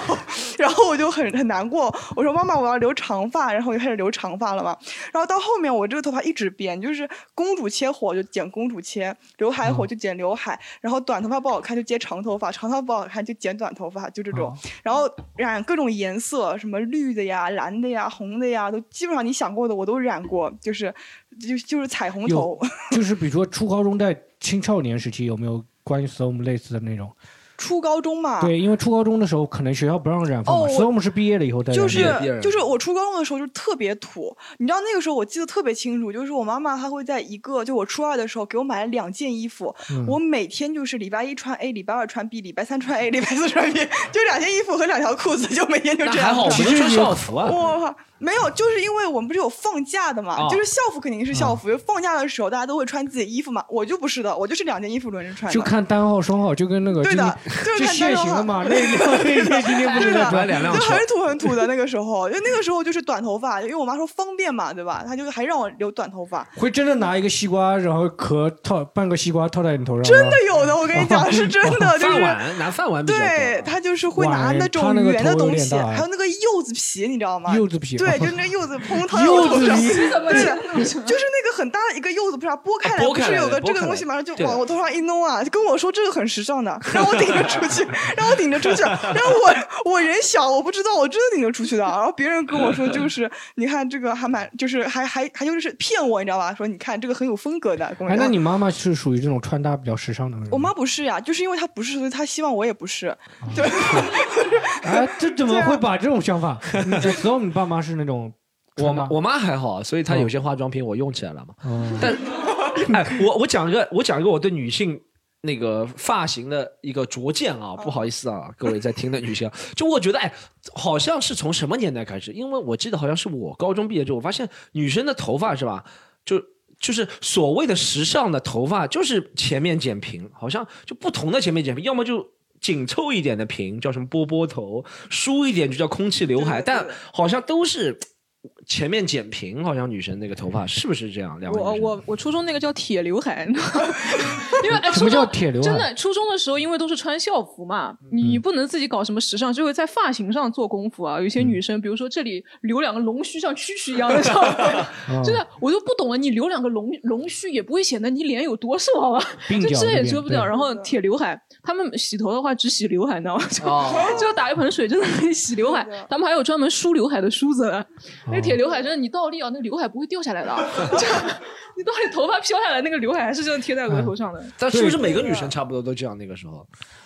[SPEAKER 4] 后然后我就很很难过，我说妈妈我要留长发，然后我就开始留长发了嘛。然后到后面我这个头发一直编，就是公主切火就剪公主切，刘海
[SPEAKER 2] 嗯
[SPEAKER 4] 火就剪刘海，然后短头发不好看就接长头发，长头发不好看就剪短头发，就这种。
[SPEAKER 2] 哦
[SPEAKER 4] 然后染各种颜色，什么绿的呀、蓝的呀、红的呀，都基本上你想过的我都染过，就是就就是彩虹头
[SPEAKER 2] 有。就是比如说初高中在青少年时期有没有关于 SOM 类似的那种？
[SPEAKER 4] 初高中嘛，
[SPEAKER 2] 对，因为初高中的时候可能学校不让染发嘛
[SPEAKER 4] 啊哦我
[SPEAKER 2] ，SOM 是毕业了以后再染
[SPEAKER 4] 就
[SPEAKER 2] 的。
[SPEAKER 4] 是
[SPEAKER 3] 第二
[SPEAKER 4] 就是我初高中的时候就特别土，你知道那个时候我记得特别清楚，就是我妈妈她会在一个就我初二的时候给我买了两件衣服，
[SPEAKER 2] 嗯
[SPEAKER 4] 我每天就是礼拜一穿 A，礼拜二穿 B，礼拜三穿 A，礼拜四穿 B，就两件衣服和两条裤子，就每天就
[SPEAKER 3] 那
[SPEAKER 4] 这
[SPEAKER 3] 还
[SPEAKER 4] 样
[SPEAKER 3] 好，我
[SPEAKER 4] 穿。
[SPEAKER 3] 们
[SPEAKER 2] 其实
[SPEAKER 3] 穿
[SPEAKER 2] 有
[SPEAKER 3] 校服啊。
[SPEAKER 4] 我靠，没有，就是因为我们不是有放假的嘛，
[SPEAKER 3] 啊
[SPEAKER 4] 就是校服肯定是校服，就放假的时候大家都会穿自己衣服嘛，我就不是的，我就是两件衣服轮着穿的。
[SPEAKER 2] 就看单号双号，就跟那个
[SPEAKER 4] 对
[SPEAKER 2] 就
[SPEAKER 4] 的就 是
[SPEAKER 2] 就
[SPEAKER 4] 看单
[SPEAKER 2] 现
[SPEAKER 4] 人
[SPEAKER 2] 行了
[SPEAKER 4] 化。
[SPEAKER 2] 嘛？那那那那今天不
[SPEAKER 4] 是
[SPEAKER 2] 能再
[SPEAKER 4] 的，
[SPEAKER 2] 穿
[SPEAKER 3] 两辆
[SPEAKER 4] 就
[SPEAKER 3] 车
[SPEAKER 4] 很土很土的那个时候，因为那个时候就是短头发，因为我妈说方便嘛，对吧？她就还让我留短头发，
[SPEAKER 2] 会真的拿一个西瓜，然后壳套半个西瓜套在你头上吗？哦
[SPEAKER 4] 真的有的，我跟你讲是真的，就
[SPEAKER 3] 饭
[SPEAKER 4] 是。
[SPEAKER 3] 碗拿饭碗比较多
[SPEAKER 4] 对他就是会拿
[SPEAKER 2] 啊哇哎
[SPEAKER 4] 那
[SPEAKER 2] 他
[SPEAKER 4] 种
[SPEAKER 2] 那个
[SPEAKER 4] 圆的
[SPEAKER 2] 头有
[SPEAKER 4] 东
[SPEAKER 2] 点
[SPEAKER 4] 西，
[SPEAKER 2] 大哎
[SPEAKER 4] 还有那个柚子皮，你知道吗？
[SPEAKER 2] 柚子皮，哦
[SPEAKER 4] 对，就是那柚子 蓬头
[SPEAKER 2] 柚
[SPEAKER 4] 头
[SPEAKER 2] 子
[SPEAKER 4] 上，
[SPEAKER 2] 皮
[SPEAKER 4] 对
[SPEAKER 5] 怎么
[SPEAKER 4] 的
[SPEAKER 5] 讲呢
[SPEAKER 4] 就是那个很大的一个柚子不是啊剥开
[SPEAKER 3] 啊
[SPEAKER 4] 来，
[SPEAKER 3] 剥
[SPEAKER 4] 不
[SPEAKER 3] 开
[SPEAKER 4] 是
[SPEAKER 3] 来
[SPEAKER 4] 有
[SPEAKER 3] 的
[SPEAKER 4] 个
[SPEAKER 3] 剥
[SPEAKER 4] 这个
[SPEAKER 3] 开
[SPEAKER 4] 东
[SPEAKER 3] 来
[SPEAKER 4] 西
[SPEAKER 3] 的
[SPEAKER 4] 马上就
[SPEAKER 3] 对的
[SPEAKER 4] 往我头上一弄啊，就跟我说这个很时尚的，让我顶着出去，让我顶着出去，然后我我人小，我不知道，我真的顶着出去的啊。然后别人跟我说就是，你看这个还蛮，就是还还还就是骗我，你知道吧？说你看这个很有风格的，跟我
[SPEAKER 2] 哎，
[SPEAKER 4] 讲
[SPEAKER 2] 那你妈妈是属于这种穿搭比较时尚的人 吗？
[SPEAKER 4] 我妈不是呀、就是因为她不是，所以她希望我也不是。对，
[SPEAKER 2] 哎，这怎么
[SPEAKER 4] 对啊
[SPEAKER 2] 会把嗯这种想法？你所有你爸妈是 那种
[SPEAKER 3] 我
[SPEAKER 2] 穿搭
[SPEAKER 3] 妈我妈还好，所以她有些化妆品我用起来了嘛。
[SPEAKER 7] 哦
[SPEAKER 2] 嗯
[SPEAKER 3] 但 哎，我我讲一个，我讲一个我对女性那个发型的一个拙见啊，不好意思啊，各位在听的女性啊，就我觉得哎，好像是从什么年代开始？因为我记得好像是我高中毕业之后，我发现女生的头发是吧，就。就是所谓的时尚的头发，就是前面剪平，好像就不同的前面剪平，要么就紧凑一点的平，叫什么波波头，梳一点就叫空气刘海，
[SPEAKER 4] 对对
[SPEAKER 3] 但
[SPEAKER 4] 对
[SPEAKER 3] 好像都是前面剪平，好像女生那个头发是不是这样？两位
[SPEAKER 5] 我
[SPEAKER 3] 女生
[SPEAKER 5] 我我初中那个叫铁刘海，你知道吗因为哎
[SPEAKER 2] 什么
[SPEAKER 5] 初中
[SPEAKER 2] 叫铁刘海嗯
[SPEAKER 5] 真的，初中的时候因为都是穿校服嘛，你你不能自己搞什么时尚，就会在发型上做功夫啊。有一
[SPEAKER 2] 嗯
[SPEAKER 5] 些女生，比如说这里留两个龙须，像蛐蛐一样的，知
[SPEAKER 2] 哦
[SPEAKER 5] 道吗真的我都不懂了。啊你留两个龙龙须也不会显得你脸有多瘦， 好吧？
[SPEAKER 2] 鬓
[SPEAKER 5] 就
[SPEAKER 2] 角
[SPEAKER 5] 遮
[SPEAKER 2] 那
[SPEAKER 5] 也
[SPEAKER 2] 边
[SPEAKER 5] 遮不
[SPEAKER 2] 对
[SPEAKER 5] 掉。然后铁刘海，他们洗头的话只洗刘海，你知道吗？就
[SPEAKER 3] 哦，
[SPEAKER 5] 就打一盆水，真的可以洗刘海
[SPEAKER 4] 是的。
[SPEAKER 5] 他们还有专门梳刘海的梳子的，那
[SPEAKER 2] 哦
[SPEAKER 5] 个铁刘海真的，你倒立啊，那个刘海不会掉下来的啊。就你倒立，头发飘下来，那个刘海还是真的贴在额头上的。
[SPEAKER 3] 但是不是每个女生差不多都这样？那个时候，嗯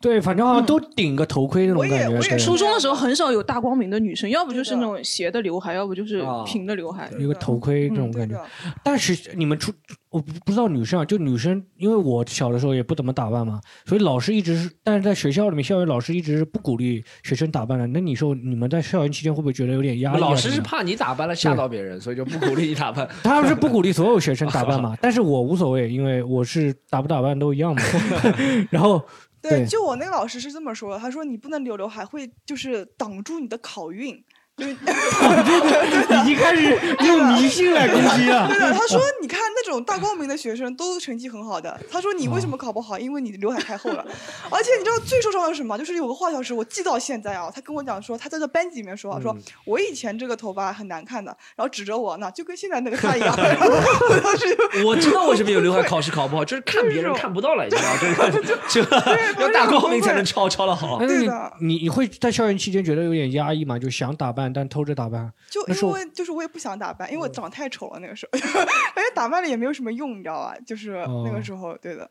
[SPEAKER 2] 对，反正好像都顶个头盔那种
[SPEAKER 4] 我也
[SPEAKER 2] 感觉，
[SPEAKER 4] 我也
[SPEAKER 2] 对
[SPEAKER 4] 是
[SPEAKER 5] 初中的时候很少有大光明的女生，要不就是
[SPEAKER 4] 对的
[SPEAKER 5] 那种斜的刘海，要不就是
[SPEAKER 3] 啊
[SPEAKER 5] 平的刘海。
[SPEAKER 2] 有个头盔
[SPEAKER 3] 嗯
[SPEAKER 2] 那种
[SPEAKER 4] 对
[SPEAKER 2] 感觉。
[SPEAKER 4] 的，
[SPEAKER 2] 但是你们出，我不不知道女生啊，就女生，因为我小的时候也不怎么打扮嘛，所以老师一直是，但是在学校里面，校园老师一直是不鼓励学生打扮的。那你说你们在校园期间会不会觉得有点压力、啊？
[SPEAKER 3] 老师是，怕你打扮了吓到别人，所以就不鼓励你打扮。
[SPEAKER 2] 他们是不鼓励所有学生打扮嘛，但是我无所谓，因为我是打不打扮都一样嘛。 然后对
[SPEAKER 4] 对，就我那个老师是这么说的，他说你不能留刘海，会就是挡住你的考运。就是
[SPEAKER 2] 已经开始用迷信来攻击啊了。
[SPEAKER 4] 对的，他说你看那种大光明的学生都成绩很好的，他说你为什么考不好？因为你的刘海太厚了。
[SPEAKER 2] 哦
[SPEAKER 4] 而且你知道最受伤的是什么？就是有个化学老师，我记到现在啊，他跟我讲说，他在这班级里面
[SPEAKER 2] 嗯
[SPEAKER 4] 说啊，说我以前这个头发很难看的，然后指着我呢，就跟现在那个他一样。然后我当时就
[SPEAKER 3] 我知道为什么有刘海考试考不好，就是看别人看不到了，你知道 吗？就是就 要大光明才能抄，抄的好。
[SPEAKER 2] 那
[SPEAKER 4] 对
[SPEAKER 2] 你
[SPEAKER 4] 的
[SPEAKER 2] 你你会在校园期间觉得有点压抑嘛？就想打扮，但偷着打扮。
[SPEAKER 4] 就
[SPEAKER 2] 那是
[SPEAKER 4] 因
[SPEAKER 2] 我嗯
[SPEAKER 4] 为就是我也不想打扮，因为我长得太丑了那个时候， 而且打扮了也没有什么用，你知道吧？就是那
[SPEAKER 2] 哦
[SPEAKER 4] 个时候，对的，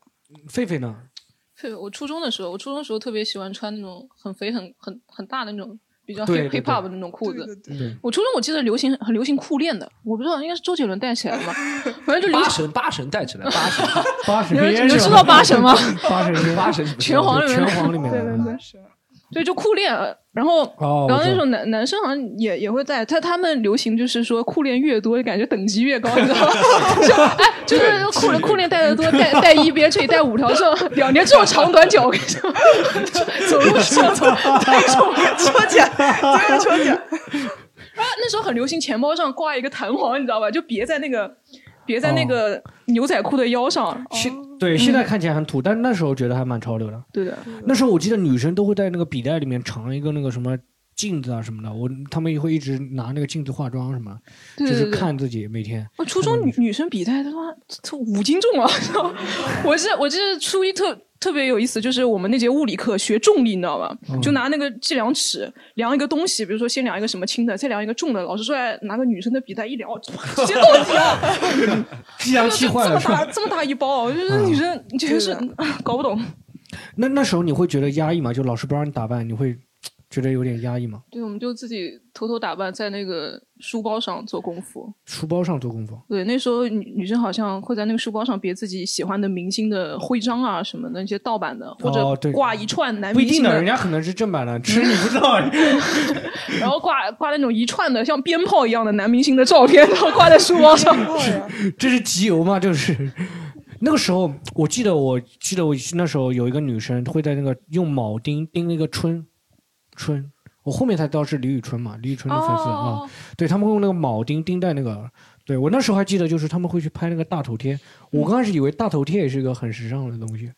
[SPEAKER 2] 狒狒呢？
[SPEAKER 5] 对，我初中的时候，我初中的时候特别喜欢穿那种很肥、很很很大的那种比较
[SPEAKER 2] 对
[SPEAKER 5] hip
[SPEAKER 2] 对
[SPEAKER 5] hip hop 的那种裤
[SPEAKER 4] 对
[SPEAKER 5] 子
[SPEAKER 4] 对。对。
[SPEAKER 3] 嗯
[SPEAKER 5] 我初中我记得流行很流行裤链的，我不知道应该是周杰伦带起来 的吧，反正就流
[SPEAKER 3] 八
[SPEAKER 5] 行。
[SPEAKER 3] 神八神带起来，八神
[SPEAKER 2] 八十
[SPEAKER 5] 你们
[SPEAKER 2] 天
[SPEAKER 5] 你们
[SPEAKER 2] 是
[SPEAKER 5] 知
[SPEAKER 2] 吧
[SPEAKER 5] 道八神吗？
[SPEAKER 2] 八神天
[SPEAKER 3] 八神 是不是
[SPEAKER 5] 拳皇里面
[SPEAKER 2] 拳
[SPEAKER 5] 的
[SPEAKER 2] 皇里面的。嗯
[SPEAKER 4] 当时
[SPEAKER 5] 对，就酷恋，呃然后、
[SPEAKER 2] 哦我
[SPEAKER 5] 然后那
[SPEAKER 2] 知道
[SPEAKER 5] 种男男生好像也也会在，他他们流行就是说酷恋越多，感觉等级越高，你知道吗？ 就哎，就是酷酷恋带的多，带带一边这里带五条 这种，两年这种长短 脚，我跟你说，走路是 这种带一 种。
[SPEAKER 4] 秋姐，真是秋姐，
[SPEAKER 5] 然后那时候很流行钱包上挂一个弹簧，你知道吧？就别在那个别在那个牛仔裤的腰上。哦嗯
[SPEAKER 2] 现哦对现在看起来很土，但那时候觉得还蛮潮流的。
[SPEAKER 5] 对的，
[SPEAKER 2] 那时候我记得女生都会在那个笔袋里面藏一个那个什么镜子啊什么的，我她们也会一直拿那个镜子化妆什么，
[SPEAKER 5] 对
[SPEAKER 2] 就
[SPEAKER 5] 对
[SPEAKER 2] 是
[SPEAKER 5] 对。
[SPEAKER 2] 看自己每 天。
[SPEAKER 5] 我哦初中女女生比赛，他妈这五斤重啊！ 知道吗我是我这是初一特特别有意思，就是我们那节物理课学重力，你知道吧？
[SPEAKER 2] 哦
[SPEAKER 5] 就拿那个计量尺量一个东西，比如说先量一个什么轻的，再量一个重的。老师说哎拿个女生的笔袋一量，我直接到底了，
[SPEAKER 2] 计量器
[SPEAKER 5] 这
[SPEAKER 2] 坏
[SPEAKER 5] 么
[SPEAKER 2] 了是吧
[SPEAKER 5] 大？啊 这么大一包，啊我觉
[SPEAKER 2] 嗯
[SPEAKER 5] 得女生就是搞不懂。
[SPEAKER 2] 那那时候你会觉得压抑吗？就老师不让你打扮，你会觉得有点压抑吗？
[SPEAKER 5] 对，我们就自己偷偷打扮，在那个书包上做功夫。
[SPEAKER 2] 书包上做功夫，
[SPEAKER 5] 对，那时候女女生好像会在那个书包上别自己喜欢的明星的徽章啊什么的，那些盗版的，或
[SPEAKER 2] 哦
[SPEAKER 5] 者
[SPEAKER 2] 对
[SPEAKER 5] 挂一串男
[SPEAKER 2] 不一
[SPEAKER 5] 明
[SPEAKER 2] 定
[SPEAKER 5] 星
[SPEAKER 2] 的，人 家可能是正版的，只是你不知道。
[SPEAKER 5] 然后挂挂那种一串的像鞭 炮一样的男明星的照片，然后挂在书包上。
[SPEAKER 4] 然后呀
[SPEAKER 2] 这是集邮吗？就是那个时候我记得，我记得我那时候有一个女生会在那个用铆钉钉了一个春春，我后面才知道是李宇春嘛，李宇春的粉丝啊、
[SPEAKER 5] 哦
[SPEAKER 2] 对他们会用那个铆钉钉在那个。对我那时候还记得，就是他们会去拍那个大头贴。我刚开始以为大头贴也是一个很时尚的东西。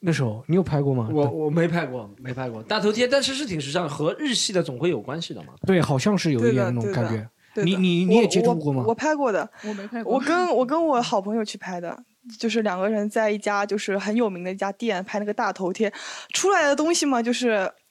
[SPEAKER 2] 那时候你有拍过吗？
[SPEAKER 3] 我我没拍过，没拍过大头贴，但是是挺时尚，和日系的总会有关系的嘛。
[SPEAKER 2] 对，好像是有一
[SPEAKER 4] 对
[SPEAKER 2] 点
[SPEAKER 4] 的
[SPEAKER 2] 那种
[SPEAKER 4] 对
[SPEAKER 2] 感
[SPEAKER 4] 的
[SPEAKER 2] 觉。
[SPEAKER 4] 对
[SPEAKER 2] 你
[SPEAKER 4] 的
[SPEAKER 2] 你你
[SPEAKER 4] 我
[SPEAKER 2] 也接触
[SPEAKER 4] 我
[SPEAKER 2] 过吗
[SPEAKER 4] 我拍过的，
[SPEAKER 5] 我没拍过，
[SPEAKER 4] 我跟我跟我好朋友去拍的，就是两个人在一家就是很有名的一家店拍那个大头贴，出来的东西嘛，就是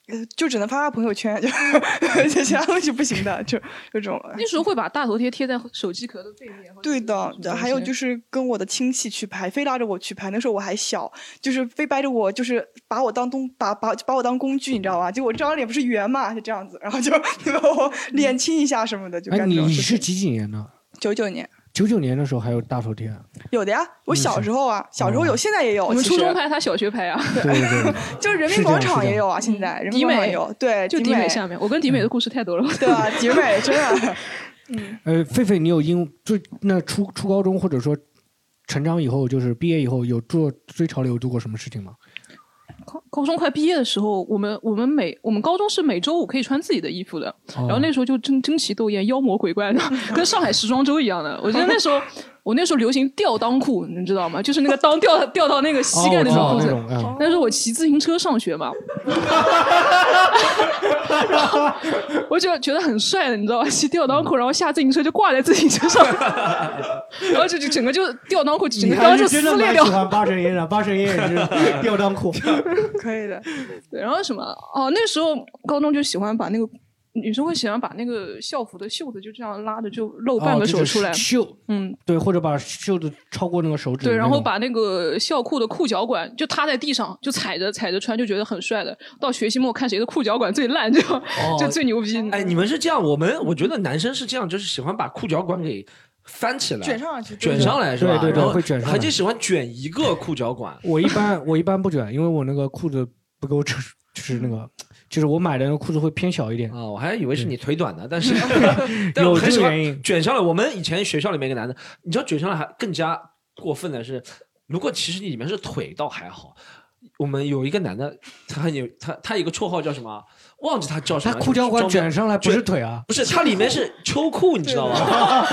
[SPEAKER 4] 呃就只能发发朋友圈，就 就其他东西不行的，就就这种。
[SPEAKER 5] 那时候会把大头贴贴在手机壳的背面。或者是
[SPEAKER 4] 对
[SPEAKER 5] 什么
[SPEAKER 4] 的
[SPEAKER 5] 东，西
[SPEAKER 4] 对还有就是跟我的亲戚去拍，非拉着我去拍。那时候我还小，就是非掰着我，就是把我当东把把把我当工具，你知道吗？就我这张脸不是圆嘛，就这样子，然后就 你把我脸亲一下什么的，就
[SPEAKER 2] 哎，
[SPEAKER 4] 干
[SPEAKER 2] 你
[SPEAKER 4] 这种
[SPEAKER 2] 你
[SPEAKER 4] 事
[SPEAKER 2] 是
[SPEAKER 4] 情。
[SPEAKER 2] 几几年的？
[SPEAKER 4] 九九年
[SPEAKER 2] 九九年的时候还有大头贴啊，
[SPEAKER 4] 有的呀，
[SPEAKER 2] 嗯
[SPEAKER 4] 我小
[SPEAKER 2] 是哦
[SPEAKER 4] 时候啊，小时候有，现在也有。
[SPEAKER 5] 我们
[SPEAKER 4] 其
[SPEAKER 5] 初
[SPEAKER 4] 实
[SPEAKER 5] 中拍，他小学拍啊，
[SPEAKER 2] 对 对 对，
[SPEAKER 4] 就是人
[SPEAKER 2] 是这样
[SPEAKER 4] 民广
[SPEAKER 2] 是
[SPEAKER 4] 场
[SPEAKER 2] 这
[SPEAKER 4] 也
[SPEAKER 2] 样
[SPEAKER 4] 有啊，现在 人
[SPEAKER 5] 迪
[SPEAKER 4] 民广场
[SPEAKER 5] 美
[SPEAKER 4] 也有，对，
[SPEAKER 5] 就
[SPEAKER 4] 迪呃
[SPEAKER 5] 迪美下面，我跟迪美的故事太多了。
[SPEAKER 4] 对啊，迪美真的
[SPEAKER 5] 嗯，
[SPEAKER 2] 呃，狒狒，你有因最那初初高中或者说成长以后，就是毕业以后有做追潮流做过什么事情 吗？
[SPEAKER 5] 高高中快毕业的时候，我们我们每我们高中是每周五可以穿自己的衣服的，
[SPEAKER 2] 然
[SPEAKER 5] 然后那时候就争争奇斗艳、妖魔鬼怪 的，跟上海时装周一样的。我觉得那时候我那时候流行吊裆裤，你知道吗？就是那个裆掉掉到那个膝盖
[SPEAKER 2] 哦、
[SPEAKER 5] 那种裤
[SPEAKER 2] 那
[SPEAKER 5] 子。
[SPEAKER 2] 种，嗯，
[SPEAKER 5] 那时候我骑自行车上 学嘛，然后我就觉得很帅的，你知道吧？骑吊裆裤，然后下自行车就挂在自行 车上，然后就就整个就吊裆裤，整个裆就撕裂掉。
[SPEAKER 2] 欢八神烟的，八神烟 也是吊裆裤。
[SPEAKER 4] 可以的。
[SPEAKER 5] 对，然后什么？哦，那时候高中就喜欢把那个女生会喜欢把那个校服的袖子就这样拉着，哦就露半个手出
[SPEAKER 2] 哦
[SPEAKER 5] 来。
[SPEAKER 2] 袖
[SPEAKER 5] 嗯，
[SPEAKER 2] 对，或者把袖子超过那个手指那种，
[SPEAKER 5] 对，然后把那个校裤的裤脚管就踏在地上，就踩着踩着穿，就觉得很帅的。到学期末看谁的裤脚管最烂， 就、哦
[SPEAKER 2] 哦
[SPEAKER 5] 就最牛逼。
[SPEAKER 3] 哎，你们是这样，我们我觉得男生是这样，就是喜欢把裤脚管给翻起来，
[SPEAKER 4] 卷上去，
[SPEAKER 3] 卷上来是吧？
[SPEAKER 2] 对对对
[SPEAKER 3] 然后
[SPEAKER 2] 会卷上来
[SPEAKER 3] 还就喜欢卷一个裤脚管。
[SPEAKER 2] 我一般我一般不卷，因为我那个裤子不够撑， 就是那个就是我买的那个裤子会偏小一点。
[SPEAKER 3] 啊、我还以为是你腿短呢，但是 但
[SPEAKER 2] 有
[SPEAKER 3] 我很
[SPEAKER 2] 这
[SPEAKER 3] 喜
[SPEAKER 2] 个
[SPEAKER 3] 欢
[SPEAKER 2] 原因
[SPEAKER 3] 卷上来。我们以前学校里面一个男的，你知道卷上来还更加过分的是，如果其实你里面是腿倒还好，我们有一个男的，他很有他他有一个绰号叫什么？忘记他叫什
[SPEAKER 2] 他
[SPEAKER 3] 么？
[SPEAKER 2] 裤脚
[SPEAKER 3] 装
[SPEAKER 2] 管
[SPEAKER 3] 扮
[SPEAKER 2] 卷上来不是腿啊，
[SPEAKER 3] 不是，它里 面是秋裤，你知道吗？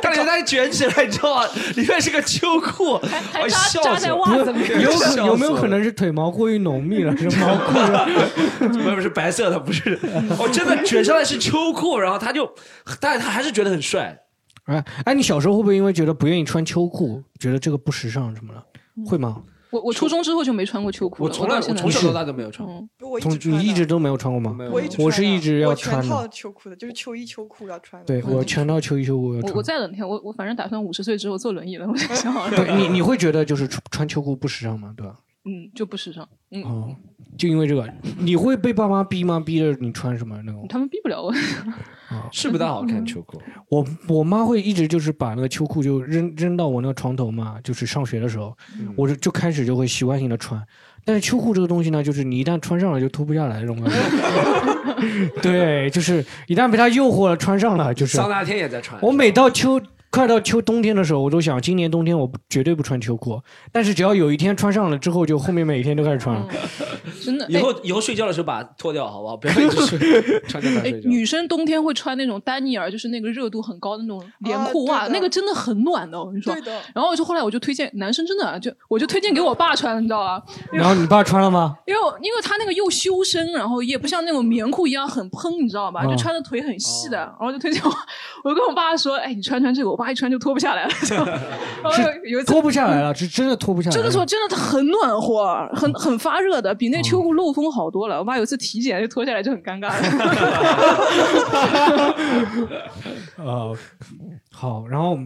[SPEAKER 3] 它里面它卷起来，你知道吗？里面是个秋裤，
[SPEAKER 5] 还
[SPEAKER 3] 哎
[SPEAKER 5] 扎
[SPEAKER 3] 笑
[SPEAKER 5] 扎
[SPEAKER 3] 死
[SPEAKER 5] 在
[SPEAKER 3] 我
[SPEAKER 5] 袜子里
[SPEAKER 3] 了
[SPEAKER 2] 有可
[SPEAKER 3] 笑
[SPEAKER 2] 有没有
[SPEAKER 3] 死我
[SPEAKER 2] 可
[SPEAKER 3] 了
[SPEAKER 2] 能是腿毛过于浓密了，是毛裤了？
[SPEAKER 3] 不是是白色的，不 是，哦，真的卷上来是秋裤，然后他就，但是他还是觉得很帅。
[SPEAKER 2] 哎哎，你小时候会不会因为觉得不愿意穿秋裤，觉得这个不时尚什么的，会吗？
[SPEAKER 5] 我我初中之后就没穿过秋裤
[SPEAKER 3] 我
[SPEAKER 5] 了，
[SPEAKER 3] 从来
[SPEAKER 5] 到
[SPEAKER 3] 我
[SPEAKER 5] 现在
[SPEAKER 3] 从小到大都没有穿，
[SPEAKER 5] 嗯，
[SPEAKER 4] 我一
[SPEAKER 2] 从
[SPEAKER 4] 直穿
[SPEAKER 2] 你一
[SPEAKER 4] 的
[SPEAKER 2] 直都没有穿过吗
[SPEAKER 3] 没？有
[SPEAKER 4] 我一直
[SPEAKER 5] 啊
[SPEAKER 2] 我
[SPEAKER 4] 穿
[SPEAKER 2] 是一
[SPEAKER 4] 的
[SPEAKER 2] 直要
[SPEAKER 4] 我
[SPEAKER 2] 穿
[SPEAKER 4] 全
[SPEAKER 2] 的
[SPEAKER 4] 套秋裤的，就是秋衣秋裤要穿的。
[SPEAKER 2] 对我全套秋衣秋裤要
[SPEAKER 5] 嗯我我
[SPEAKER 2] 穿。
[SPEAKER 5] 再两天，我我反正打算五十岁之后坐轮椅了，我就想好了，
[SPEAKER 2] 对你你会觉得就是穿穿秋裤不时尚吗？对吧？
[SPEAKER 5] 嗯，就不时尚，嗯，
[SPEAKER 2] 哦，就因为这个，你会被爸妈逼吗？逼着你穿什么那种？
[SPEAKER 5] 他们嗯逼不了我，
[SPEAKER 3] 是不大好看秋裤。
[SPEAKER 2] 我我妈会一直就是把那个秋裤就扔扔到我那个床头嘛，就是上学的时候，
[SPEAKER 3] 嗯
[SPEAKER 2] 我就就开始就会习惯性的穿。但是秋裤这个东西呢，就是你一旦穿上了就脱不下来那种感觉。 对，就是一旦被它诱惑了，穿上了就是。
[SPEAKER 3] 桑拿天也在穿。
[SPEAKER 2] 我每到秋快到秋冬天的时候，我都想今年冬天我不绝对不穿秋裤。但是只要有一天穿上了之后，就后面每天都开始穿了。
[SPEAKER 5] 嗯真的。
[SPEAKER 3] 以
[SPEAKER 5] 哎
[SPEAKER 3] 后以后睡觉的时候把它脱掉，好不好？不要一直睡穿着它
[SPEAKER 5] 哎
[SPEAKER 3] 睡，觉。
[SPEAKER 5] 女生冬天会穿那种丹尼尔，就是那个热度很高的那种连裤袜，
[SPEAKER 4] 啊对的
[SPEAKER 5] 那个真的很暖的，我跟你说
[SPEAKER 4] 对。的，
[SPEAKER 5] 然后我就后来我就推荐男生真的啊就我就推荐给我爸穿，你知道吧？
[SPEAKER 2] 然后你爸穿了 吗？
[SPEAKER 5] 因为我因为他那个又修身，然后也不像那种棉裤一样很蓬，你知道吧？
[SPEAKER 2] 嗯哦
[SPEAKER 5] 就穿的腿很细的，然后就推荐我。我跟我爸说，哎，你穿穿这个，我爸一穿就脱不下来了。 就然后哦有有一次
[SPEAKER 2] 脱不下来了，是真的脱不下来了。嗯
[SPEAKER 5] 这个时候真的很暖和，很很发热的，比那秋裤漏风好多了。我爸有一次体检就脱下来就很尴尬了。
[SPEAKER 2] 嗯 呃，好，然后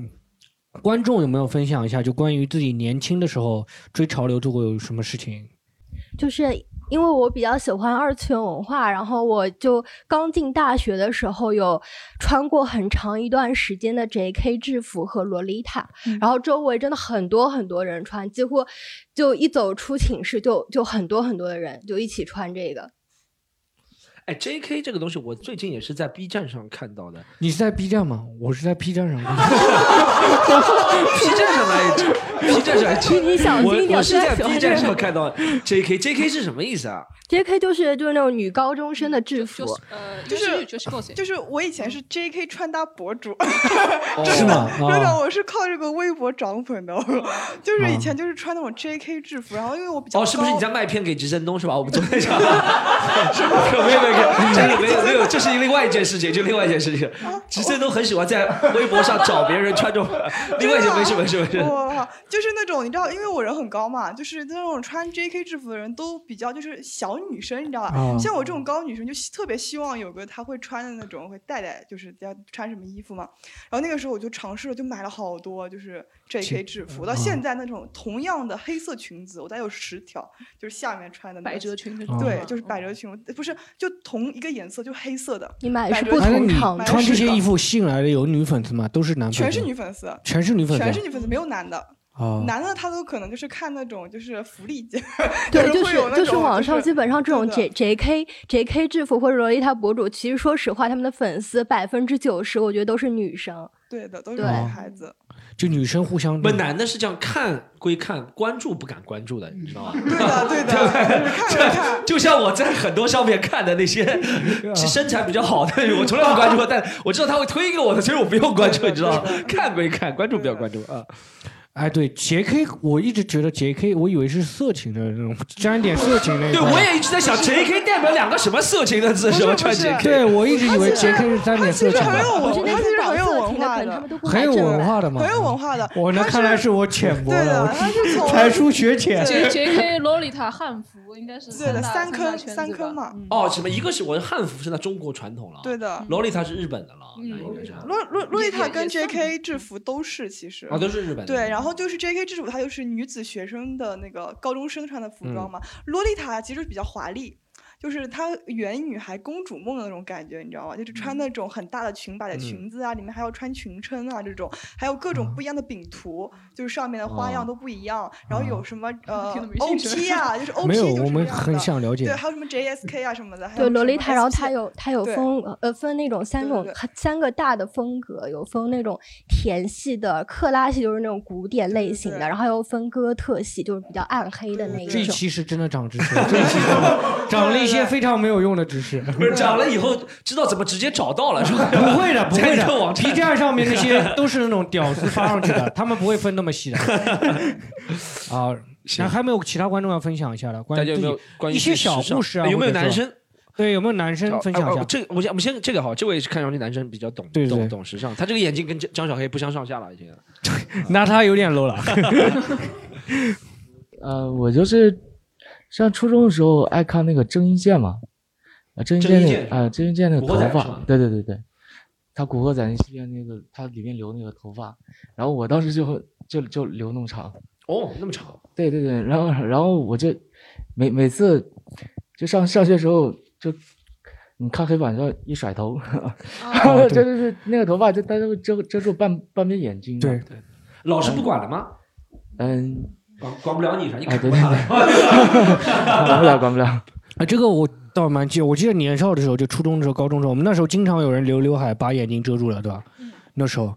[SPEAKER 2] 观众有没有分享一下，就关于自己年轻的时候追潮流做过有什么事情？
[SPEAKER 8] 就是因为我比较喜欢二次元文化，然后我就刚进大学的时候有穿过很长一段时间的 J.K. 制服和洛丽塔，
[SPEAKER 5] 嗯
[SPEAKER 8] 然后周围真的很多很多人穿，几乎就一走出寝室就就很多很多的人就一起穿这个。
[SPEAKER 3] 哎，J.K. 这个东西，我最近也是在 B 站上看到的。
[SPEAKER 2] 你是 在 B 站吗？我是在 P 站上看。
[SPEAKER 3] B 站上来，B 站上来，
[SPEAKER 8] 你小心一
[SPEAKER 3] 我
[SPEAKER 8] 点
[SPEAKER 3] 我是在
[SPEAKER 8] 不要
[SPEAKER 3] B 站上看到 J.K. J.K. 是什么意思啊？
[SPEAKER 8] J.K. 就是就是那种女高中生的制服，
[SPEAKER 5] 嗯就是呃，就
[SPEAKER 4] 就
[SPEAKER 5] 是是就是 嗯
[SPEAKER 4] 就是我以前是 JK 穿搭博主，
[SPEAKER 2] 是吗？
[SPEAKER 4] 真的，
[SPEAKER 2] 啊，
[SPEAKER 4] 我是靠这个微博涨粉的。 就是以前就是穿那种 JK 制服，然后因为我比较
[SPEAKER 3] 哦，是不是
[SPEAKER 4] 高
[SPEAKER 3] 你在卖片给直升东是吧？我们昨天讲，没有没有没有，这个没有没有，这是另外一件事情，就另外一件事情。直升东很喜欢在微博上找别人穿着， 另外一件没事没事没 事。
[SPEAKER 4] 我就是那种你知道，因为我人很高嘛，就是那种穿 JK 制服的人都比较就是小女生，你知道吧？
[SPEAKER 2] 啊
[SPEAKER 4] 像我这种高女生，就希特别希望有个她会穿的那种，会带带，就是要穿什么衣服嘛。然后那个时候我就尝试了，就买了好多就是 JK 制
[SPEAKER 2] 嗯
[SPEAKER 4] 服，到现在那种同样的黑色裙子，我大概有十条，就是下面穿的那
[SPEAKER 5] 百
[SPEAKER 4] 个
[SPEAKER 5] 褶。裙这
[SPEAKER 2] 啊
[SPEAKER 5] 种，
[SPEAKER 4] 对，就是百褶裙，不是就同一个颜色，就黑色的，
[SPEAKER 8] 你买的是
[SPEAKER 4] 百褶
[SPEAKER 8] 不
[SPEAKER 4] 裙
[SPEAKER 2] 哎，那
[SPEAKER 8] 同
[SPEAKER 2] 你
[SPEAKER 8] 场的
[SPEAKER 4] 买。
[SPEAKER 2] 穿这些
[SPEAKER 4] 是的
[SPEAKER 2] 衣服吸引来的有女粉丝吗？都是男粉丝吗，
[SPEAKER 4] 全是女粉丝，
[SPEAKER 2] 全是女粉丝啊，
[SPEAKER 4] 全是女粉丝，没有男的。
[SPEAKER 2] 啊，
[SPEAKER 4] 男的他都可能就是看那种就是福利节，
[SPEAKER 8] 对，就
[SPEAKER 4] 会有那
[SPEAKER 8] 就
[SPEAKER 4] 种
[SPEAKER 8] 是网上基本上这种
[SPEAKER 4] 对
[SPEAKER 8] J J
[SPEAKER 4] 的
[SPEAKER 8] K J K 制服或者洛丽塔博主，其实说实话，他们的粉丝百分之九十，我觉得都是女生。
[SPEAKER 4] 对的都是
[SPEAKER 8] 对
[SPEAKER 4] 女孩
[SPEAKER 2] 哦
[SPEAKER 4] 子，
[SPEAKER 2] 就女生互相
[SPEAKER 3] 我们男的是这样看归看，关注不敢关注的，你知道吗？
[SPEAKER 4] 嗯 对 的对的，看了看，
[SPEAKER 3] 就像我在很多上面看的那 些
[SPEAKER 2] 啊
[SPEAKER 3] 身材比较好的，我从来不关注过，但我知道他会推给我的，所以我不用关注，你知道 吗？看归看，关注不要关注啊。
[SPEAKER 2] 哎，对杰 K，我一直觉得杰 K，我以为是色情的那种，沾点色情那一
[SPEAKER 3] 对，
[SPEAKER 2] 块。
[SPEAKER 3] 我也一直在想，J.K. 代表两个什么色情的字？
[SPEAKER 4] 不是
[SPEAKER 3] 什么穿
[SPEAKER 4] 不是
[SPEAKER 3] J.K.？
[SPEAKER 2] 对我一直以为杰 K 是沾点
[SPEAKER 4] 他其
[SPEAKER 2] 色
[SPEAKER 4] 实
[SPEAKER 2] 情
[SPEAKER 4] 很
[SPEAKER 2] 的，
[SPEAKER 4] 有
[SPEAKER 8] 我是
[SPEAKER 4] 文，
[SPEAKER 8] 那
[SPEAKER 4] 他其
[SPEAKER 8] 些
[SPEAKER 4] 实很
[SPEAKER 8] 搞
[SPEAKER 4] 有
[SPEAKER 8] 色
[SPEAKER 4] 文
[SPEAKER 8] 情的，
[SPEAKER 4] 化
[SPEAKER 8] 可能他
[SPEAKER 4] 的
[SPEAKER 8] 们，都不
[SPEAKER 2] 很
[SPEAKER 8] 买
[SPEAKER 2] 有
[SPEAKER 8] 正
[SPEAKER 2] 文
[SPEAKER 8] 版
[SPEAKER 2] 化的嘛。
[SPEAKER 4] 很有文化的。
[SPEAKER 2] 我那
[SPEAKER 4] 他
[SPEAKER 2] 看来是我浅薄
[SPEAKER 4] 对
[SPEAKER 2] 了，
[SPEAKER 4] 的，
[SPEAKER 2] 我
[SPEAKER 4] 他是从
[SPEAKER 2] 才疏学 浅。
[SPEAKER 5] J J K Lolita 汉服应该是
[SPEAKER 4] 对的
[SPEAKER 5] 大
[SPEAKER 4] 三
[SPEAKER 5] 大
[SPEAKER 4] 坑
[SPEAKER 5] 圈
[SPEAKER 4] 三
[SPEAKER 5] 子吧
[SPEAKER 4] 坑嘛
[SPEAKER 5] 嗯
[SPEAKER 3] 哦，什么？一个是我的汉服是那中国传统了，
[SPEAKER 4] 对啊的。
[SPEAKER 3] 洛丽塔是日本的了，
[SPEAKER 5] 嗯
[SPEAKER 3] 那应该是啊，
[SPEAKER 4] 洛洛洛丽塔跟
[SPEAKER 5] 也也
[SPEAKER 4] J.K. 制服都是其实。
[SPEAKER 3] 都是日本的。
[SPEAKER 4] 对，然后就是 J.K. 制服，它就是女子学生的那个高中生穿的服装嘛。洛丽塔其实比较华丽，就是它圆女孩公主梦的那种感觉，你知道吗？就是穿那种很大的裙摆的裙子啊，里面还要穿裙撑啊这种，还有各种不一样的饼图，就是上面的花样都不一样。然后有 什么呃
[SPEAKER 5] 听得没兴趣
[SPEAKER 4] O.P. 啊，就是 O.P.
[SPEAKER 2] 没有，
[SPEAKER 4] 就是
[SPEAKER 2] 我们
[SPEAKER 4] 这样
[SPEAKER 2] 很
[SPEAKER 4] 的
[SPEAKER 2] 想了
[SPEAKER 4] 对，
[SPEAKER 2] 解。
[SPEAKER 4] 还有什么 J.S.K. 啊什么的，还有
[SPEAKER 8] 对
[SPEAKER 4] 什么
[SPEAKER 8] 洛丽塔，然后
[SPEAKER 4] SP
[SPEAKER 8] 它有它有
[SPEAKER 4] 对
[SPEAKER 8] 分呃分那种三
[SPEAKER 4] 对
[SPEAKER 8] 种
[SPEAKER 4] 对
[SPEAKER 8] 三个大的风格，有分那种甜系的，克拉系就是那种古典类型的，
[SPEAKER 4] 对
[SPEAKER 8] 然后还有分哥特系，就是比较暗黑的那一
[SPEAKER 2] 这一
[SPEAKER 8] 种。
[SPEAKER 2] 期是真的长知识 了，这一期真的长了一些非常没有用的知识。
[SPEAKER 3] 不是长了以后知道怎么直接找到了是吧？
[SPEAKER 2] 啊 不会 的，不会
[SPEAKER 3] 在这个
[SPEAKER 2] 的
[SPEAKER 3] 网。站
[SPEAKER 2] B 站上面那 些都是那种屌丝发上去的，他们不会分那么细的。啊，那还没有其他观众要分享一下的，
[SPEAKER 3] 大
[SPEAKER 2] 关
[SPEAKER 3] 家有
[SPEAKER 2] 于
[SPEAKER 3] 没
[SPEAKER 2] 自己
[SPEAKER 3] 有关于
[SPEAKER 2] 一些小
[SPEAKER 3] 时尚
[SPEAKER 2] 故事啊
[SPEAKER 3] 有没有
[SPEAKER 2] 或者
[SPEAKER 3] 男
[SPEAKER 2] 说
[SPEAKER 3] 生？
[SPEAKER 2] 对有没有男生分享一
[SPEAKER 3] 哦哦
[SPEAKER 2] 下？
[SPEAKER 3] 这个我先我们先这个好，这位是看上去男生比较懂
[SPEAKER 2] 对对对
[SPEAKER 3] 懂懂时尚，他这个眼镜跟张张小黑不相上下了已经。
[SPEAKER 2] 那他有点 low 了。
[SPEAKER 7] 呃，我就是上初中的时候爱看那个郑伊健嘛，啊，郑伊
[SPEAKER 3] 郑
[SPEAKER 7] 健
[SPEAKER 3] 伊
[SPEAKER 7] 那
[SPEAKER 3] 健
[SPEAKER 7] 个啊，郑伊健那个
[SPEAKER 3] 古惑
[SPEAKER 7] 头
[SPEAKER 3] 仔是
[SPEAKER 7] 发
[SPEAKER 3] 吗，
[SPEAKER 7] 对对对对，他《古惑仔》那系列那个他里面留那个头发，然后我当时就就就留那么长，
[SPEAKER 3] 哦，那么长，
[SPEAKER 7] 对对对，然后然后我就每每次就上上学时候就。你看黑板上一甩头，
[SPEAKER 5] 哦
[SPEAKER 7] 然后
[SPEAKER 2] 哦对
[SPEAKER 7] 这就是那个头发就它就会遮遮住半半边眼睛嘛。
[SPEAKER 2] 对
[SPEAKER 3] 老师不管了吗？
[SPEAKER 7] 嗯，
[SPEAKER 3] 管管不了你啥，你
[SPEAKER 7] 哎
[SPEAKER 3] 管不
[SPEAKER 7] 对
[SPEAKER 3] 了
[SPEAKER 7] 管不了，管不了。
[SPEAKER 2] 啊，这个我倒蛮记，我记得年少的时候，就初中的时候、高中的时候，我们那时候经常有人留刘海把眼睛遮住了，对吧？
[SPEAKER 3] 嗯
[SPEAKER 2] 那时候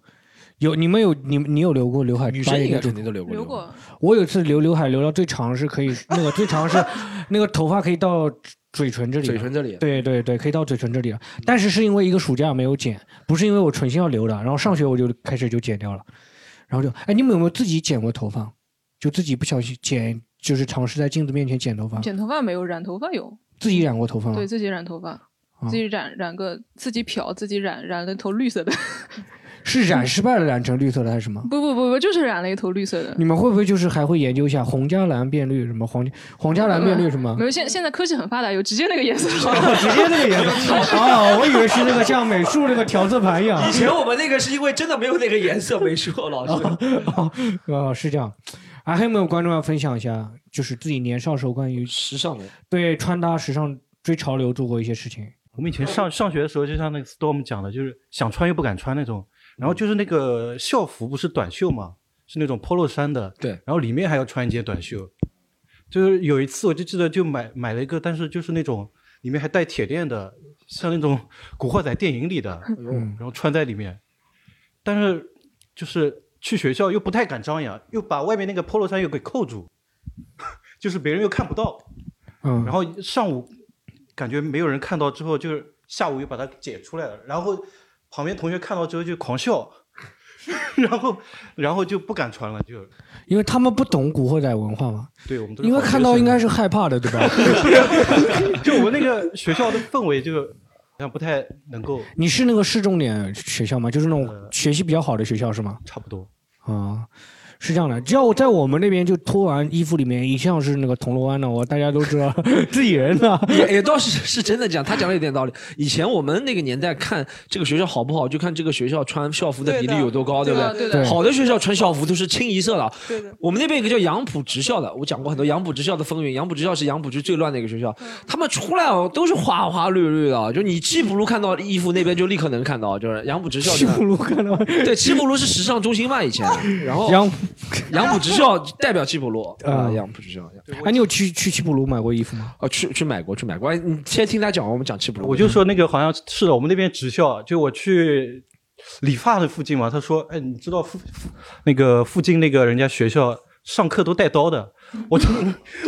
[SPEAKER 2] 有你们有你你有留过刘海
[SPEAKER 3] 女
[SPEAKER 2] 把
[SPEAKER 3] 生
[SPEAKER 2] 眼
[SPEAKER 3] 应该
[SPEAKER 2] 睛
[SPEAKER 3] 肯
[SPEAKER 2] 遮住？
[SPEAKER 3] 定都留过。
[SPEAKER 5] 留。过
[SPEAKER 2] 我有一次留刘海留到最长是可以，那个最 长是那个头发可以到嘴唇这里的，
[SPEAKER 3] 嘴唇这里，
[SPEAKER 2] 对对对，可以到嘴唇这里了。但是是因为一个暑假没有剪，不是因为我存心要留的。然后上学我就开始就剪掉了，然后就哎，你们有没有自己剪过头发？就自己不小心剪，就是尝试在镜子面前剪头发，
[SPEAKER 5] 剪头发没有，染头发有，
[SPEAKER 2] 自己染过头发吗
[SPEAKER 5] 对？自己染头发，
[SPEAKER 2] 啊
[SPEAKER 5] 自己染染个自己漂，自己染染了头绿色的，
[SPEAKER 2] 是染失败了，染成绿色的还是什么？
[SPEAKER 5] 不不不不，就是染了一头绿色的
[SPEAKER 2] 你。们会不会就是还会研究一下红加蓝变绿什么黄黄加蓝变绿什么
[SPEAKER 5] 没？有，现现在科技很发达，有直接那个颜色的。
[SPEAKER 2] 哦，直接那个 颜色啊！我以为是那个像美术那个调色盘一样。
[SPEAKER 3] 以前我们那个是因为真的没有那个颜色，没说 老师。
[SPEAKER 2] 哦，是这样。啊，还有没有观众要分享一下，就是自己年少时候关于
[SPEAKER 3] 时尚的，
[SPEAKER 2] 对穿搭、时尚、追潮流做过一些事情？
[SPEAKER 9] 我们以前上上学的时候，就像那个 Storm 讲的，就是想穿又不敢穿那种。然后就是那个校服不是短袖嘛，是那种 polo 衫的，
[SPEAKER 3] 对
[SPEAKER 9] 然后里面还要穿一件短袖。就是有一次我就记得就买买了一个，但是就是那种里面还带铁链的，像那种古惑仔电影里的，
[SPEAKER 3] 哎呦
[SPEAKER 9] 然后穿在里面。但是就是去学校又不太敢张扬，又把外面那个 polo 衫又给扣住， 就是别人又看不到。
[SPEAKER 2] 嗯
[SPEAKER 9] 然后上午感觉没有人看到之后，就是下午又把它解出来了，然后旁边同学看到之后就狂笑， 然后然后就不敢穿了，就
[SPEAKER 2] 因为他们不懂古惑仔文化嘛，
[SPEAKER 9] 对我们都是
[SPEAKER 2] 因为
[SPEAKER 9] 好学
[SPEAKER 2] 看到
[SPEAKER 9] 生
[SPEAKER 2] 应该是害怕的，对吧？
[SPEAKER 9] 就我们那个学校的氛围就好像不太能够，
[SPEAKER 2] 你是那个市重点学校吗？就是那种学习比较好的学校是吗？
[SPEAKER 9] 呃差不多。
[SPEAKER 2] 啊、是这样的，只要在我们那边就脱完衣服里面，一向是那个铜锣湾的，我大家 都知道自己人啊的。
[SPEAKER 3] 也也倒是是真的讲，他讲的有点道理。以前我们那个年代看这个学校好不好，就看这个学校穿校服的比例有多高，
[SPEAKER 4] 对
[SPEAKER 3] 不
[SPEAKER 4] 的
[SPEAKER 3] 对？
[SPEAKER 4] 对的对的
[SPEAKER 3] 好的学校穿校服都是清一色的。
[SPEAKER 4] 对的
[SPEAKER 3] 我们那边有个叫杨浦职校的，我讲过很多杨浦职校的风云。杨浦职校是杨浦区最乱的一个学校，
[SPEAKER 4] 嗯
[SPEAKER 3] 他们出来哦都是花花绿绿的，就你七浦路看到衣服那边就立刻能看到，就是杨浦职校真的。
[SPEAKER 2] 不如看到
[SPEAKER 3] 对，七浦路是时尚中心嘛以前，然后
[SPEAKER 2] 杨，
[SPEAKER 3] 杨浦职校代表七浦路
[SPEAKER 2] 啊
[SPEAKER 3] 啊，杨浦职校。
[SPEAKER 2] 哎，你有去去西普鲁买过衣服吗？
[SPEAKER 3] 哦，去去买过，去买过。哎你先听他讲，我们讲七浦路。
[SPEAKER 9] 我就说那个好像是的，我们那边职校，啊就我去理发的附近嘛，他说，哎，你知道附附那个附近那个人家学校上课都带刀的，我就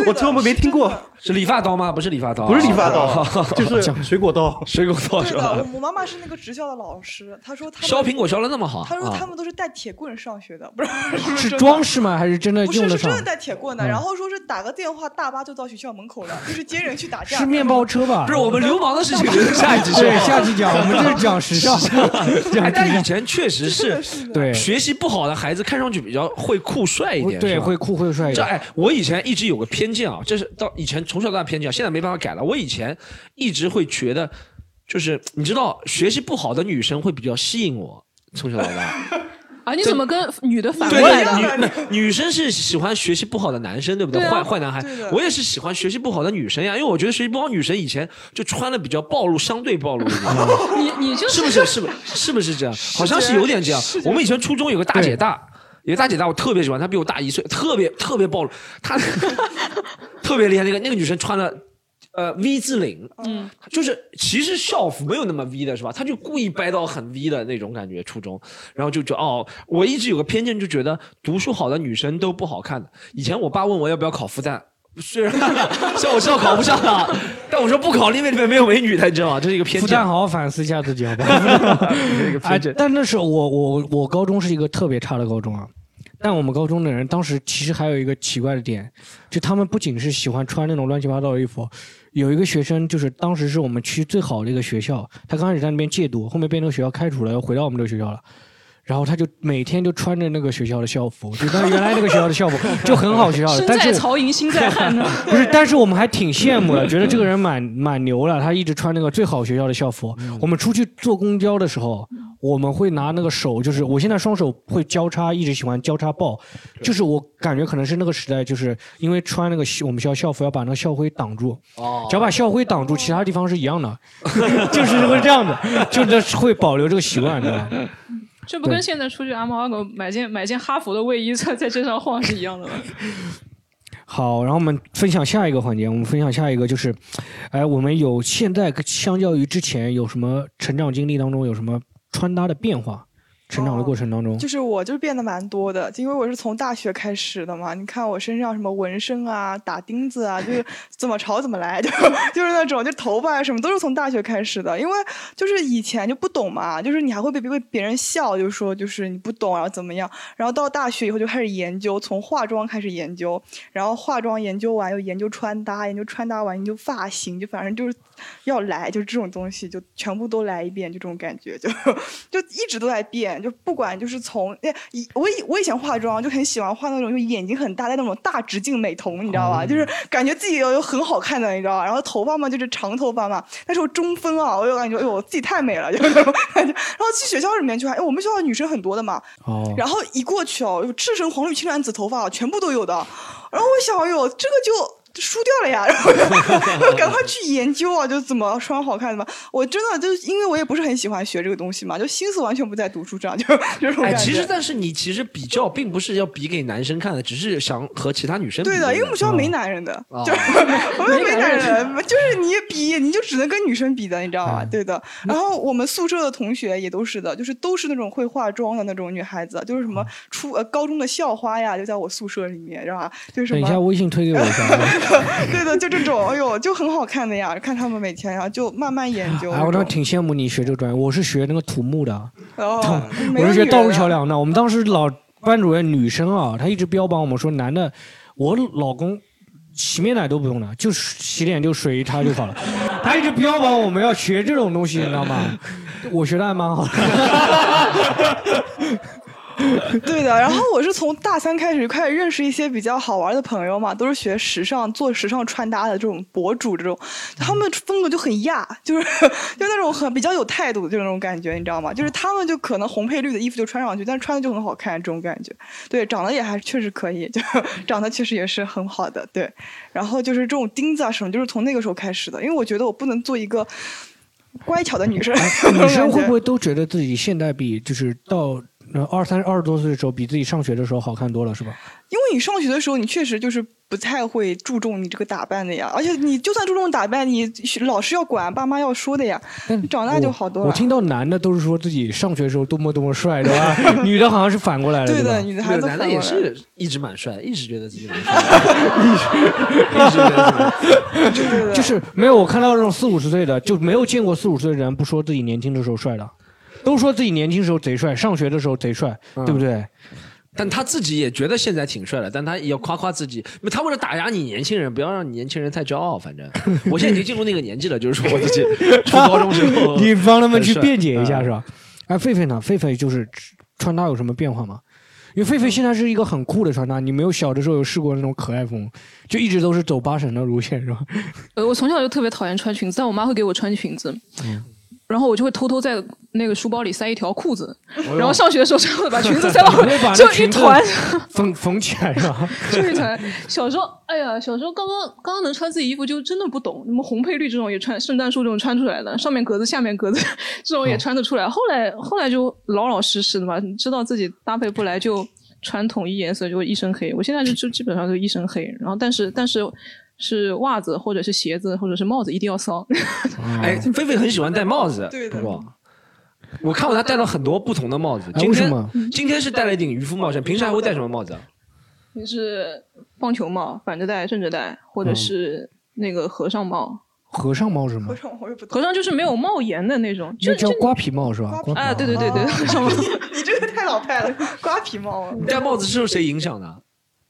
[SPEAKER 9] 我从来没听过，
[SPEAKER 3] 是理发刀吗？不是理发刀，哦
[SPEAKER 9] 不是理发刀， 就是水果刀，
[SPEAKER 3] 水果
[SPEAKER 2] 哦
[SPEAKER 3] 刀
[SPEAKER 4] 对
[SPEAKER 3] 是
[SPEAKER 4] 的，
[SPEAKER 3] 吧？
[SPEAKER 4] 我我妈妈是那个职校的老师，她说他们
[SPEAKER 3] 削苹果削的那么好，
[SPEAKER 4] 她说
[SPEAKER 3] 啊
[SPEAKER 4] 他们都是带铁棍上学的，不是是不
[SPEAKER 2] 哦是
[SPEAKER 4] 真的
[SPEAKER 2] 装饰吗？还是真的
[SPEAKER 4] 不是
[SPEAKER 2] 用得
[SPEAKER 4] 是
[SPEAKER 2] 上
[SPEAKER 4] 真？的带铁棍的，
[SPEAKER 2] 嗯
[SPEAKER 4] 然后说是打个电话，大巴就到学校门口了，就是接人去打架。
[SPEAKER 2] 是面包车 吧？
[SPEAKER 3] 不是我们流氓的事 情，留着下一集说
[SPEAKER 2] 对，。下期讲我们这是讲 时尚，
[SPEAKER 3] 哎
[SPEAKER 2] 讲时
[SPEAKER 3] 但以
[SPEAKER 2] 尚，
[SPEAKER 3] 前确实是
[SPEAKER 2] 对
[SPEAKER 3] 学习不好的孩子看上去比较会酷帅一点，
[SPEAKER 2] 对
[SPEAKER 3] 是吧
[SPEAKER 2] 会酷会帅一
[SPEAKER 3] 这
[SPEAKER 2] 点。
[SPEAKER 3] 哎，我以前一直有个偏见啊，这是到以前从小到大偏见，啊现在没办法改了。我以前一直会觉得，就是你知道，学习不好的女生会比较吸引我，从小到大。
[SPEAKER 5] 啊，你怎么跟女的反过
[SPEAKER 3] 对
[SPEAKER 5] 来了？
[SPEAKER 3] 女女女生是喜欢学习不好的男生，对不对？
[SPEAKER 5] 对啊
[SPEAKER 3] 坏坏男孩
[SPEAKER 4] 对的，
[SPEAKER 3] 我也是喜欢学习不好的女生呀，因为我觉得学习不好女生以前就穿的比较暴露，相对暴露一点。
[SPEAKER 5] 你你就是
[SPEAKER 3] 不是？是不是？是不是这样？好像是有点这样。我们以前初中有个大姐大，有个大姐大，我特别喜欢，她比我大一岁，特别特别暴露，她 特别厉害。那个那个女生穿了。呃，V 字领，嗯，就是其实校服没有那么 V 的是吧？她就故意掰到很 V 的那种感觉，初中，然后就觉得哦，我一直有个偏见，就觉得读书好的女生都不好看的。以前我爸问我要不要考复旦， 虽然虽然我知道考不上啊，但我说不考，因为里面没有美女的，你知道吗？这是一个偏
[SPEAKER 2] 复
[SPEAKER 3] 见
[SPEAKER 2] 旦。好好反思一下自己，好 不好？哎，但那时候我我我高中是一个特别差的高中啊。但我们高中的人当时其实还有一个奇怪的点，就他们不仅是喜欢穿那种乱七八糟的衣服，有一个学生就是当时是我们区最好的一个学校，他刚开始在那边戒毒，后面被那个学校开除了，又回到我们这个学校了。然后他就每天就穿着那个学校的校服，就他原来那个学校的校服， 就很好学校的，
[SPEAKER 5] 身
[SPEAKER 2] 但
[SPEAKER 5] 在
[SPEAKER 2] 是
[SPEAKER 5] 曹营心在 汉呢。
[SPEAKER 2] 不是，但是我们还挺羡慕的，觉得这个人蛮蛮牛了，他一直穿那个最好学校的校服。我们出去坐公交的时候，我们会拿那个手，就是我现在双手会交叉，一直喜欢交叉抱，就是我感觉可能是那个时代，就是因为穿那个校我们学校校服要把那个校徽挡住，
[SPEAKER 3] 哦
[SPEAKER 2] 只要把校徽挡住，其他地方是一样的， 就是会这样的，就是会保留这个习惯，你知道吗？
[SPEAKER 5] 这不跟现在出去阿猫阿狗买件买件哈佛的卫衣在在街上晃是一样的吗？
[SPEAKER 2] 好，然后我们分享下一个环节，我们分享下一个就是，哎，我们有现在跟相较于之前有什么成长经历当中有什么穿搭的变化？成长的过程当中，
[SPEAKER 4] 哦就是我就是变得蛮多的，因为我是从大学开始的嘛。你看我身上什么纹身啊、打钉子啊，就是怎么潮怎么来， 就就是那种就头发啊什么都是从大学开始的。因为就是以前就不懂嘛，就是你还会被被别人笑，就说就是你不懂然后怎么样。然后到大学以后就开始研究，从化妆开始研究，然后化妆研究完又研究穿搭，研究穿搭完研究发型，就反正就是要来，就是这种东西就全部都来一遍，就这种感觉就。就一直都在变，就不管就是从那以我以我以前化妆就很喜欢画那种就眼睛很大的那种大直径美瞳，你知道吧？就是感觉自己有有很好看的，你知道吧？然后头发嘛就是长头发嘛，那时候中分啊，我就感觉哎呦我自己太美了，就是那种感觉。然后去学校里面去还，哎我们学校女生很多的嘛，
[SPEAKER 2] 哦，
[SPEAKER 4] 然哦后一过去哦，有赤橙黄绿青蓝紫头发、全部都有的。然后我想，哎呦，这个就这输掉了呀， 然后我赶快去研究啊，就怎么穿好看怎么。我真的就因为我也不是很喜欢学这个东西嘛，就心思完全不在读书上， 就这种
[SPEAKER 3] 哎，
[SPEAKER 4] 感觉。
[SPEAKER 3] 其实但是你其实比较并不是要比给男生看的，只是想和其他女生比嗯
[SPEAKER 4] 对的，因为我
[SPEAKER 2] 啊
[SPEAKER 4] 们学校没男人的，
[SPEAKER 2] 哦
[SPEAKER 4] 就是 我们没男人， 就是你比你就只能跟女生比的，你知道吗？
[SPEAKER 2] 嗯
[SPEAKER 4] 对的。然后我们宿舍的同学也都是的，就是都是那种会化妆的那种女孩子，啊就是什么
[SPEAKER 2] 嗯
[SPEAKER 4] 初呃高中的校花呀，就在我宿舍里面，知道吧？就是
[SPEAKER 2] 等一
[SPEAKER 4] 什
[SPEAKER 2] 下
[SPEAKER 4] 么。
[SPEAKER 2] 微信推给我一下。
[SPEAKER 4] 对的，就这种，哎呦，就很好看的呀！看他们每天，然后就慢慢研究。
[SPEAKER 2] 哎，我倒挺羡慕你学这个专业，我是学那个土木的，
[SPEAKER 4] 哦，没
[SPEAKER 2] 我是
[SPEAKER 4] 有
[SPEAKER 2] 学
[SPEAKER 4] 女
[SPEAKER 2] 道路
[SPEAKER 4] 人
[SPEAKER 2] 桥
[SPEAKER 4] 啊
[SPEAKER 2] 梁的。我们当时老班主任女生啊，她一直标榜我们说男的，我老公洗面奶都不用了，就洗脸就水一擦就好了。她一直标榜我们要学这种东西，你知道吗？我学的还蛮好的。
[SPEAKER 4] 对的，然后我是从大三开始开始认识一些比较好玩的朋友嘛，都是学时尚、做时尚穿搭的这种博主，这种他
[SPEAKER 2] 嗯
[SPEAKER 4] 们风格就很亚，就是 就那种很比较有态度的就那种感觉，你知道吗？
[SPEAKER 2] 嗯
[SPEAKER 4] 就是他们就可能红配绿的衣服就穿上去，但穿的就很好看，这种感觉。对，长得也还确实可以，就 长得确实也是很好的。对，然后就是这种钉子啊什么，就是从那个时候开始的，因为我觉得我不能做一个乖巧的女 生，
[SPEAKER 2] 哎女生会不
[SPEAKER 4] 会？
[SPEAKER 2] 会都觉得自己现在比就是到呃二三二十多岁的时候比自己上学的时候好看多了，是吧？
[SPEAKER 4] 因为你上学的时候，你确实就是不太会注重你这个打扮的呀，而且你就算注重打扮，你学老师要管，爸妈要说的呀。你长大就好多
[SPEAKER 2] 嗯我
[SPEAKER 4] 了。
[SPEAKER 2] 听到男的都是说自己上学的时候多么多么帅，对 吧？女的好像是反过来了，
[SPEAKER 4] 对
[SPEAKER 2] 吧
[SPEAKER 4] 的，？女孩
[SPEAKER 3] 有
[SPEAKER 4] 子
[SPEAKER 3] 男的
[SPEAKER 4] 反
[SPEAKER 3] 也
[SPEAKER 4] 过来
[SPEAKER 3] 是一直蛮帅，一直觉得自己蛮帅， 一直一直觉得自己蛮帅。
[SPEAKER 2] 就是没有，我看到那种四五十岁的，就没有见过四五十岁的人不说自己年轻的时候帅的，都说自己年轻时候贼帅，上学的时候贼帅，
[SPEAKER 3] 嗯
[SPEAKER 2] 对不对？
[SPEAKER 3] 但他自己也觉得现在挺帅了，但他也要夸夸自己。不他为了打压你年轻人，不要让你年轻人太骄傲。反正 我现在已经进入那个年纪了，就是说我 自己 初高中时候，
[SPEAKER 2] 你帮他们去辩解一
[SPEAKER 3] 很帅嗯
[SPEAKER 2] 下是吧？ 哎，狒狒呢？狒狒就是穿搭有什么变化吗？因为狒狒现在是一个很酷的穿搭，你没有小的时候有试过那种可爱风，就一直都是走八神的路 线是吧？
[SPEAKER 5] 呃，我从小就特别讨厌穿裙子，但我妈会给我穿裙子，然后我就会偷偷在那个书包里塞一条裤子，然后上学的时候就会把裙子塞到
[SPEAKER 2] 哎 你会把那
[SPEAKER 5] 就一
[SPEAKER 2] 裙子
[SPEAKER 5] 团，
[SPEAKER 2] 缝缝起来 是吧？
[SPEAKER 5] 就一团。小时候，哎呀，小时候刚刚刚刚能穿自己衣服，就真的不懂。什么红配绿这种也穿，圣诞树这种穿出来的，上面格子下面格子这种也穿得出来。后来 后来就老老实实的嘛，知道自己搭配不来就穿统一颜色，就会一身黑。我现在就就基本上就一身黑，然后但是但是。是袜子或者是鞋子或者是帽子一定要骚，
[SPEAKER 3] 哎，
[SPEAKER 2] 嗯
[SPEAKER 3] 菲菲很喜欢戴帽子，
[SPEAKER 4] 对的
[SPEAKER 3] 哇我看过他戴了很多不同的帽子。
[SPEAKER 2] 哎
[SPEAKER 3] 今
[SPEAKER 2] 为什
[SPEAKER 3] 天
[SPEAKER 2] 么
[SPEAKER 3] 今天是戴了一顶渔夫帽衫，平时还会戴什么帽子啊？
[SPEAKER 5] 就是棒球帽、反着戴、正着戴，或者是那个和尚帽。
[SPEAKER 2] 和尚帽是吗
[SPEAKER 4] 我？上我也不懂
[SPEAKER 5] 和。尚就是没有帽檐的那种，就
[SPEAKER 2] 那
[SPEAKER 5] 就
[SPEAKER 2] 叫瓜皮帽是吧？瓜皮
[SPEAKER 5] 啊，
[SPEAKER 2] 帽
[SPEAKER 5] 对对对对， 和尚帽。
[SPEAKER 4] 你这个太老派了，瓜皮帽啊了。
[SPEAKER 3] 你戴帽子是受谁影响的？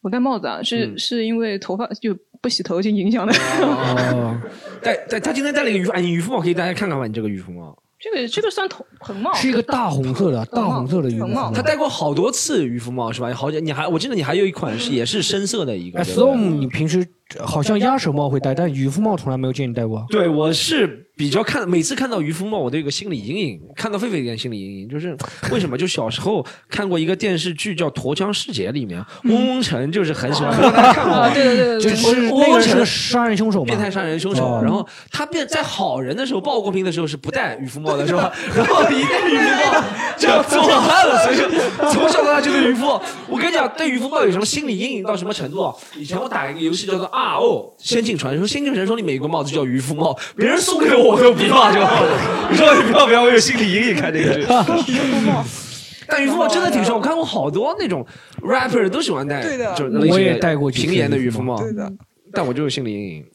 [SPEAKER 5] 我戴帽子啊，是、
[SPEAKER 3] 嗯
[SPEAKER 5] 是因为头发就不洗头就影响的。
[SPEAKER 2] 哦，
[SPEAKER 3] 戴戴他今天戴了一个渔夫，哎，你渔夫帽可以大家看看吧，你这个渔夫帽。
[SPEAKER 5] 这个这个算头盆帽，
[SPEAKER 2] 是一个 大红色的，大红色的羽
[SPEAKER 5] 很茂
[SPEAKER 2] 绒
[SPEAKER 3] 嗯他
[SPEAKER 2] 服。
[SPEAKER 3] 戴过好多次渔夫帽是吧？好几，你还我记得你还有一款是也是深色的一个。
[SPEAKER 2] 哎
[SPEAKER 3] 对不对
[SPEAKER 2] ，Storm，你平时好像鸭舌帽会戴，但渔夫帽从来没有见你戴过。
[SPEAKER 3] 对，我是比较看，每次看到渔夫帽，我都有个心理阴影。看到狒狒有点心理阴影，就是为什么？就小时候看过一个电视剧叫《驼枪世界》，里面
[SPEAKER 2] 嗯
[SPEAKER 3] 翁翁成就是很喜欢
[SPEAKER 2] 哦
[SPEAKER 3] 看
[SPEAKER 5] 啊，
[SPEAKER 3] 我。
[SPEAKER 5] 对对对
[SPEAKER 2] 就
[SPEAKER 5] 对对。
[SPEAKER 2] 是
[SPEAKER 3] 我我
[SPEAKER 2] 那个
[SPEAKER 3] 觉
[SPEAKER 2] 是
[SPEAKER 3] 得
[SPEAKER 2] 个杀人凶手嘛
[SPEAKER 3] 变？态杀人凶手
[SPEAKER 2] 哦，
[SPEAKER 3] 然后他变在好人的时候，鲍国平的时候是不戴渔夫帽的， 是吧？然后一戴渔夫帽就要做案了，所以从小到大就对渔夫帽。我跟你讲，对渔夫帽有什么心理阴影到什么程度啊？以前我打一个游戏叫做 RO《仙境传说》，《仙境传说》里面有个帽子叫渔夫帽，别人送给我我都不要这个帽子，你说你不要不要，我有心理阴影看这个剧。但渔夫帽真的挺帅，我看过好多那种 rapper 都喜欢戴，
[SPEAKER 4] 对的
[SPEAKER 3] 就是那些
[SPEAKER 2] 我也戴过几次
[SPEAKER 3] 平沿的渔夫帽，
[SPEAKER 4] 对的，
[SPEAKER 3] 但我就是心理阴影。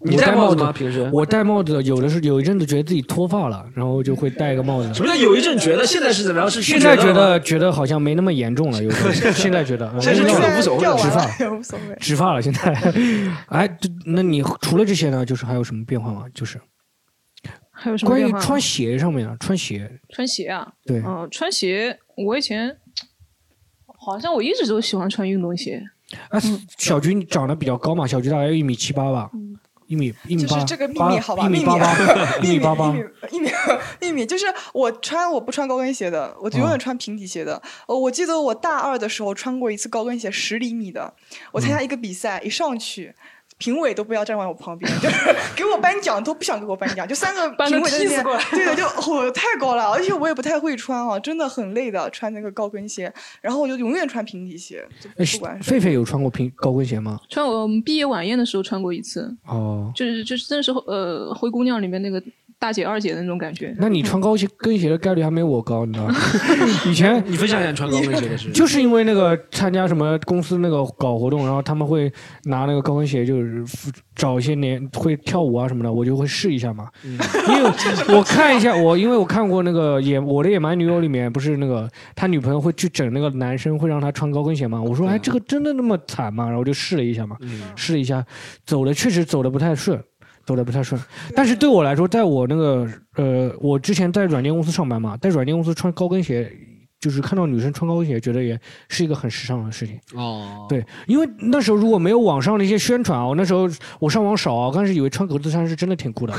[SPEAKER 2] 我
[SPEAKER 3] 你
[SPEAKER 2] 戴
[SPEAKER 3] 戴帽
[SPEAKER 2] 帽
[SPEAKER 3] 子
[SPEAKER 2] 子
[SPEAKER 3] 吗？平时？
[SPEAKER 2] 我戴帽子，有的是有一阵子觉得自己脱发了，然后就会戴个帽
[SPEAKER 3] 什
[SPEAKER 2] 子。
[SPEAKER 3] 么叫有一阵觉得？现在是怎么样？是
[SPEAKER 2] 现在觉
[SPEAKER 3] 吗
[SPEAKER 2] 得觉得好像没那么严重了，有时候现在觉得，嗯
[SPEAKER 3] 现在是觉得无所谓了
[SPEAKER 4] 掉完
[SPEAKER 2] 吃
[SPEAKER 4] 了
[SPEAKER 2] 饭
[SPEAKER 4] 也无所谓。
[SPEAKER 2] 植发了。现在，哎，这那你除了这些呢，就是还有什么变化吗？就是
[SPEAKER 5] 还有什么
[SPEAKER 2] 关于
[SPEAKER 5] 变化吗
[SPEAKER 2] 穿鞋上面啊，穿鞋，
[SPEAKER 5] 穿鞋啊？
[SPEAKER 2] 对，
[SPEAKER 5] 嗯、穿鞋，我以前好像我一直都喜欢穿运动鞋，
[SPEAKER 2] 哎，
[SPEAKER 4] 嗯
[SPEAKER 2] 小菊你长得比较高嘛，小菊大概有一米七八吧，一米一米
[SPEAKER 4] 就
[SPEAKER 2] 八，
[SPEAKER 4] 是这个秘
[SPEAKER 2] 八
[SPEAKER 4] 密，好吧？
[SPEAKER 2] 一
[SPEAKER 4] 秘
[SPEAKER 2] 米
[SPEAKER 4] 密
[SPEAKER 2] 八八，， 一
[SPEAKER 4] 秘密，
[SPEAKER 2] 米八八
[SPEAKER 4] 秘，密秘密，秘密，就是我穿我不穿高跟鞋的，我永远穿平底鞋的。呃，我记得嗯我大二的时候穿过一次高跟鞋十厘米的，我参加一个比赛，一上去。评委都不要站在我旁边，就是 给我颁奖都不想给我颁奖，就三个
[SPEAKER 5] 搬个
[SPEAKER 4] 评委在那
[SPEAKER 5] 梯子
[SPEAKER 4] 边
[SPEAKER 5] 过来
[SPEAKER 4] 对的，就我、太高了，而且我也不太会穿啊，真的很累的，穿那个高跟鞋，然后我就永远穿平底鞋，就
[SPEAKER 2] 哎
[SPEAKER 4] 不管，是
[SPEAKER 2] 狒狒有穿过平高跟鞋吗？
[SPEAKER 5] 穿我们毕业晚宴的时候穿过一次，
[SPEAKER 2] 哦，
[SPEAKER 5] 就是就是真的是呃《灰姑娘》里面那个大姐二姐的那种感觉。
[SPEAKER 2] 那
[SPEAKER 4] 嗯
[SPEAKER 2] 你穿高鞋跟鞋的概率还没我高，你知 道吗？以前
[SPEAKER 3] 你分享一下穿高跟鞋的事？
[SPEAKER 2] 就是因为那个参加什么公司那个搞活动，然后他们会拿那个高跟鞋，就是找一些年会跳舞啊什么的，我就会试一下嘛。
[SPEAKER 5] 嗯
[SPEAKER 2] 因为我看一下，我因为我看过那个野我的野蛮女友里面，不是那个他女朋友会去整那个男生，会让他穿高跟鞋嘛？我说哎，这个真的那么惨吗？然后我就试了一下嘛，
[SPEAKER 7] 嗯
[SPEAKER 5] 嗯
[SPEAKER 2] 试了一下，走的确实走的不太顺。走的不太顺，但是对我来说，在我那个呃，我之前在软件公司上班嘛，在软件公司穿高跟鞋，就是看到女生穿高跟鞋，觉得也是一个很时尚的事情。
[SPEAKER 3] 哦，
[SPEAKER 2] 对，因为那时候如果没有网上的一些宣传啊，我那时候我上网少啊，我刚开始以为穿格子衫是真的挺酷的。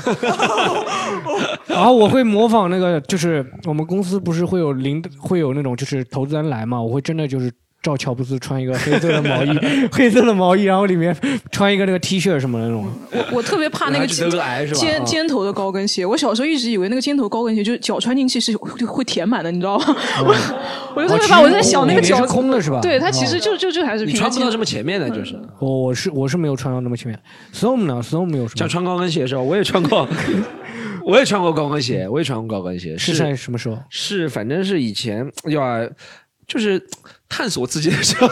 [SPEAKER 2] 然后我会模仿那个，就是我们公司不是会有领会有那种就是投资人来嘛，我会真的就是照乔布斯穿一个黑色的毛衣，黑色的毛衣，然后里面穿一个那个 T 恤什么的那种。
[SPEAKER 5] 我我特别怕那
[SPEAKER 3] 然后
[SPEAKER 5] 个
[SPEAKER 3] 就
[SPEAKER 5] 尖
[SPEAKER 3] 得个癌是吧
[SPEAKER 5] 尖
[SPEAKER 3] 啊
[SPEAKER 5] 尖头的高跟鞋。我小时候一直以为那个尖头高跟鞋就是脚穿进去是会会填满的，你知道吗？
[SPEAKER 3] 啊
[SPEAKER 5] 我我就特别怕，
[SPEAKER 2] 哦
[SPEAKER 5] 我
[SPEAKER 2] 其实
[SPEAKER 5] 在想那个
[SPEAKER 2] 里面
[SPEAKER 5] 脚
[SPEAKER 2] 是空的是吧
[SPEAKER 5] 对，它其实就就就还是
[SPEAKER 3] 哦你
[SPEAKER 5] 平
[SPEAKER 3] 穿不到
[SPEAKER 5] 常
[SPEAKER 3] 这么前面的，就是
[SPEAKER 2] 我我是我是没有穿到那么前面，Storm 呢？Storm 有什
[SPEAKER 3] 像
[SPEAKER 2] 么？
[SPEAKER 3] 穿高跟鞋是吧？我也穿过， 我也穿过高跟鞋，我也穿过高跟鞋，
[SPEAKER 2] 是在什么时候？
[SPEAKER 3] 是，反正是以前要啊就是探索自己的 时候，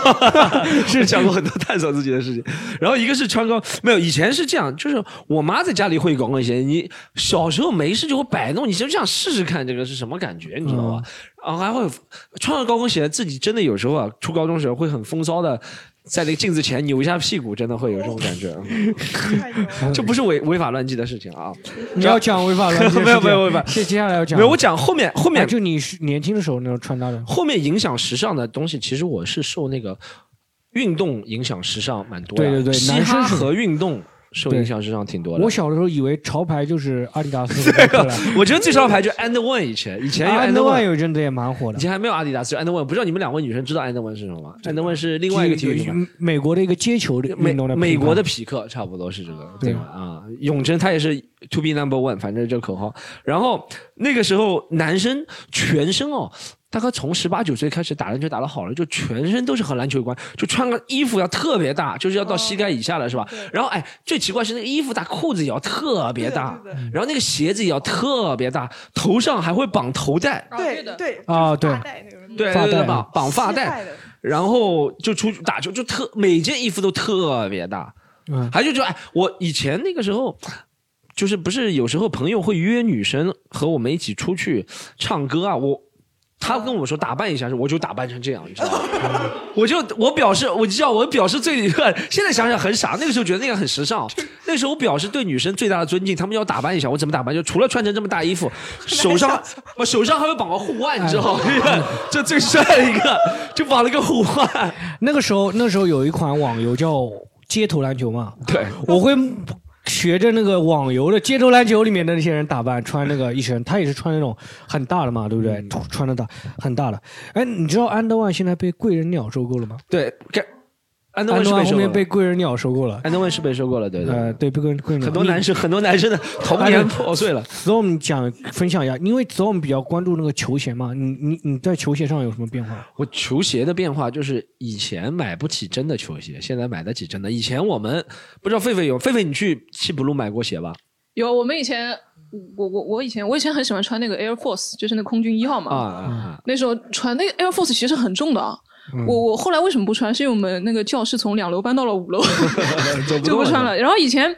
[SPEAKER 3] 是讲过很多探索自己的事情。然后一个是穿高，没有以前是这样，就是我妈在家里会高跟鞋，你小时候没事就会摆弄，你就想试试看这个是什么感觉，
[SPEAKER 2] 嗯
[SPEAKER 3] 你知道吧？然后还会穿上高跟鞋，自己真的有时候啊，初高中时候会很风骚的。在那个镜子前扭一下屁股，真的会有这种感觉，嗯
[SPEAKER 4] 太牛 了。
[SPEAKER 3] 这不是违违法乱纪的事情啊！
[SPEAKER 2] 你要讲 违法乱纪的
[SPEAKER 3] 没有
[SPEAKER 2] 事情
[SPEAKER 3] 没有违法
[SPEAKER 2] 接接下来要讲。
[SPEAKER 3] 没有，我讲后面后面
[SPEAKER 2] 啊就你是年轻的时候那种穿搭的，
[SPEAKER 3] 后面影响时尚的东西，其实我是受那个运动影响时尚蛮多的，啊
[SPEAKER 2] 对对对
[SPEAKER 3] 嘻
[SPEAKER 2] 男生
[SPEAKER 3] 哈
[SPEAKER 2] 是
[SPEAKER 3] 和运动受影响时尚挺多的。
[SPEAKER 2] 我小的时候以为潮牌就是阿迪达 斯和耐克了。
[SPEAKER 3] 我觉得最潮牌就 And One，以前以前有
[SPEAKER 2] 啊
[SPEAKER 3] And
[SPEAKER 2] ，No One
[SPEAKER 3] One，
[SPEAKER 2] 有一阵子也蛮火
[SPEAKER 3] 以
[SPEAKER 2] 的，
[SPEAKER 3] 前还没有阿迪达斯，就 And One。不知道你们两位女生知道 And One 是什么吗？And One 是另外一个体育品牌。
[SPEAKER 2] 美国的一个街球的
[SPEAKER 3] 美
[SPEAKER 2] 运动的
[SPEAKER 3] 美
[SPEAKER 2] 品牌
[SPEAKER 3] 国的匹克差不多是这个
[SPEAKER 2] 对
[SPEAKER 3] 对吧？啊，永贞他也是 To be number one，反正这口号。然后那个时候男生全身哦，大概从十八九岁开始打篮球打得好了，就全身都是和篮球有关，就穿个衣服要特别大，就是要到膝盖以下了，是
[SPEAKER 4] 哦
[SPEAKER 3] 吧？然后哎，最奇怪是那个衣服大，裤子也要特别大
[SPEAKER 4] 对的对，
[SPEAKER 3] 然后那个鞋子也要特别大，头上还会绑头带。
[SPEAKER 4] 对
[SPEAKER 5] 的。
[SPEAKER 4] 对
[SPEAKER 2] 啊
[SPEAKER 4] 就是
[SPEAKER 2] 对
[SPEAKER 4] 发带那种
[SPEAKER 3] 对
[SPEAKER 2] 发
[SPEAKER 3] 对对，
[SPEAKER 2] 带
[SPEAKER 3] 绑 绑发
[SPEAKER 4] 膝盖
[SPEAKER 3] 带
[SPEAKER 4] 的，
[SPEAKER 3] 然后就出去打球，就特每件衣服都特别大，
[SPEAKER 2] 嗯
[SPEAKER 3] 还有就是哎，我以前那个时候。就是不是有时候朋友会约女生和我们一起出去唱歌啊？我他跟我说打扮一下，我就打扮成这样，你知道吗？我就我表示，我知道我表示最 现在想想很傻，那个时候觉得那个很时尚。那时候我表示对女生最大的尊敬，他们要打扮一下，我怎么打扮？就除了穿成这么大衣 服，手上我手上还会绑个护腕，你知道吗？
[SPEAKER 2] 哎
[SPEAKER 3] 这最帅的一个，就绑了个护腕。
[SPEAKER 2] 那个时候，那时候有一款网游叫街头篮球嘛，
[SPEAKER 3] 对，
[SPEAKER 2] 我会学着那个网游的街头篮球里面的那些人打扮，穿那个一身，他也是穿那种很大的嘛，对不对？
[SPEAKER 3] 嗯
[SPEAKER 2] 穿的大很大的。哎，你知道安德万现在被贵人鸟收购了吗？
[SPEAKER 3] 对，该安德万
[SPEAKER 2] 安德
[SPEAKER 3] 是被
[SPEAKER 2] 万
[SPEAKER 3] 收
[SPEAKER 2] 后
[SPEAKER 3] 购了
[SPEAKER 2] 面被贵人鸟收购了。
[SPEAKER 3] 安德万是被收购了，对对。
[SPEAKER 2] 呃，对，被贵人贵人鸟
[SPEAKER 3] 很多男生，很多男生的童
[SPEAKER 2] 哎
[SPEAKER 3] 年
[SPEAKER 2] 对
[SPEAKER 3] 破碎了。
[SPEAKER 2] Storm 讲分享一下，因为 Storm 比较关注那个球鞋嘛，你你你在球鞋上有什么变化？
[SPEAKER 3] 我球鞋的变化就是以前买不起真的球鞋，现在买得起真的。以前我们不知道狒狒有，狒狒你去西普路买过鞋吧？
[SPEAKER 5] 有我们以前，我我我以前我以前很喜欢穿那个 Air Force，就是那个空军一号嘛。
[SPEAKER 3] 啊啊
[SPEAKER 2] 嗯
[SPEAKER 3] 啊！
[SPEAKER 5] 那时候穿那个 Air Force 其实很重的啊。
[SPEAKER 3] 嗯
[SPEAKER 5] 我我后来为什么不穿？是因为我们那个教室从两楼搬到了五楼，就不穿了。然后以前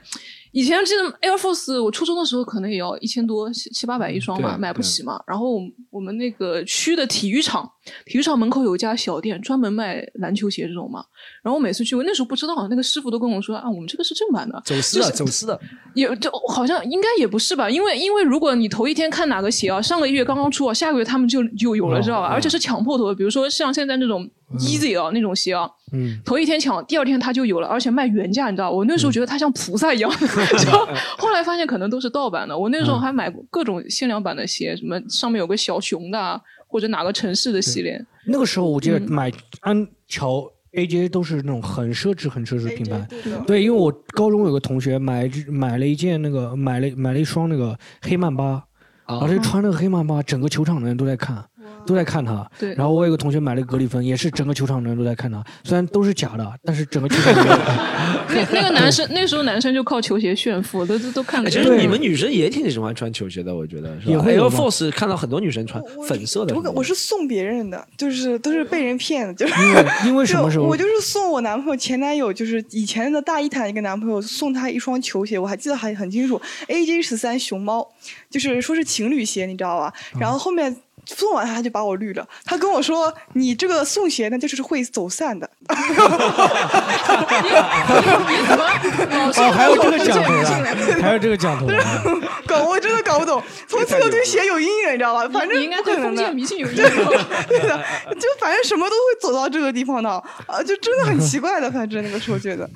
[SPEAKER 5] 以前记得 Air Force，我初中的时候可能也要一千多七七八百一双嘛，
[SPEAKER 3] 对
[SPEAKER 5] 买不起嘛。然后我们我们那个区的体育场，体育场门口有一家小店，专门卖篮球鞋这种嘛。然后我每次去，我那时候不知道，那个师傅都跟我说啊，我们这个是正版的，
[SPEAKER 3] 走私
[SPEAKER 5] 就
[SPEAKER 3] 的，
[SPEAKER 5] 是
[SPEAKER 3] 走私的。
[SPEAKER 5] 也就好像应该也不是吧，因为因为如果你头一天看哪个鞋啊，上个月刚刚出啊，下个月他们就就有了，
[SPEAKER 2] 哦
[SPEAKER 5] 知道吧？而
[SPEAKER 2] 嗯
[SPEAKER 5] 且是抢破头的，比如说像现在那种 Easy 啊、那种鞋啊，
[SPEAKER 2] 嗯，
[SPEAKER 5] 头一天抢，第二天它就有了，而且卖原价，你知道？我那时候觉得它像菩萨 一样，就后来发现可能都是盗版的。我那时候
[SPEAKER 2] 嗯
[SPEAKER 5] 还买过各种限量版的鞋，什么上面有个小熊的、啊，或者哪个城市的系列。
[SPEAKER 2] 那个时候我记得买安乔 AJ 都是那种很奢侈、很奢侈的品牌
[SPEAKER 10] AJ 对的。
[SPEAKER 2] 对，因为我高中有个同学买买了一件那个买了买了一双那个黑曼巴，然后就穿那个黑曼巴，整个球场的人都在看，都在看他。
[SPEAKER 5] 对
[SPEAKER 2] 然后我有个同学买了格里芬，也是整个球场的人都在看他，虽然都是假的，但是整个球场的人
[SPEAKER 5] 那那个男生那时候男生就靠球鞋炫富，都都都看
[SPEAKER 3] 哎
[SPEAKER 5] 得
[SPEAKER 3] 其
[SPEAKER 5] 见。
[SPEAKER 3] 实你们女生也挺喜欢穿球鞋的，我觉得是吧
[SPEAKER 2] 也会有
[SPEAKER 3] Air
[SPEAKER 2] 吗
[SPEAKER 3] Force 看到很多女生穿粉色的。
[SPEAKER 4] 我我是送别人的，就是都是被人骗的，就是
[SPEAKER 2] 因为因为什么时候
[SPEAKER 4] 就我就是送我男朋友前男友，就是以前的大一谈一个男朋友，送他一双球鞋，我还记得还很清楚，AJ 十三熊猫，就是说是情侣鞋，你知道吧？
[SPEAKER 2] 嗯
[SPEAKER 4] 然后后面。送完他他就把我绿了，他跟我说：“你这个送鞋呢，就是会走散的。
[SPEAKER 2] 哦，还有这个 讲头啊，还有这个讲头啊。
[SPEAKER 4] 搞我真的搞不懂，从此我对鞋有阴影，你知道吧？反正
[SPEAKER 5] 你应该
[SPEAKER 4] 不可
[SPEAKER 5] 对
[SPEAKER 4] 能
[SPEAKER 5] 封
[SPEAKER 4] 的
[SPEAKER 5] 建迷信有影
[SPEAKER 4] 对
[SPEAKER 5] 响。
[SPEAKER 4] 对的，就反正什么都会走到这个地方的，啊，就真的很奇怪的，反正那个时候觉得。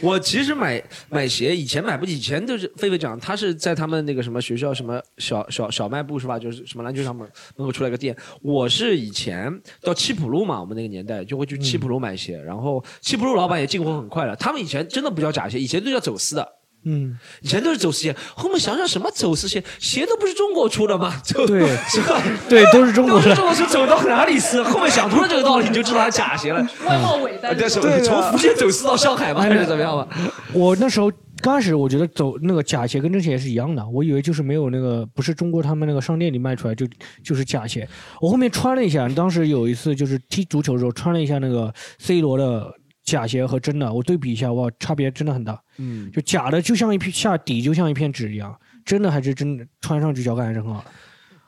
[SPEAKER 3] 我其实买买鞋，以前买不起，以前就是菲菲讲，她是在他们那个什么学校什么小小小卖部是吧？就是什么篮球场门门口出来个店。我是以前到七浦路嘛，我们那个年代就会去七浦路买鞋，然后七浦路老板也进货很快了。他们以前真的不叫假鞋，以前都叫走私的。
[SPEAKER 2] 嗯，
[SPEAKER 3] 以前都是走私鞋，后面想想什么走私鞋，鞋都不是中国出的吗？就
[SPEAKER 2] 对，
[SPEAKER 3] 是吧？
[SPEAKER 2] 对，都是中国
[SPEAKER 3] 都是
[SPEAKER 2] 的。
[SPEAKER 3] 中国出， 走到哪里撕？后面想通了这个道理，你就知道它是假鞋了。
[SPEAKER 5] 外贸伟 大
[SPEAKER 3] 呃这是
[SPEAKER 2] 对啊哎的
[SPEAKER 3] 从福建走私到上海吗？ 还是怎么样吧？
[SPEAKER 2] 我那时候刚开始我觉得走那个假鞋跟真鞋是一样的，我以为就是没有那个不是中国他们那个商店里卖出来就就是假鞋。我后面穿了一下，当时有一次就是踢足球的时候穿了一下那个 C 罗的假鞋和真的，我对比一下，哇，差别真的很大。
[SPEAKER 3] 嗯，
[SPEAKER 2] 就假的就像一片下底就像一片纸一样，真的还是真的穿上去脚感还是很好的。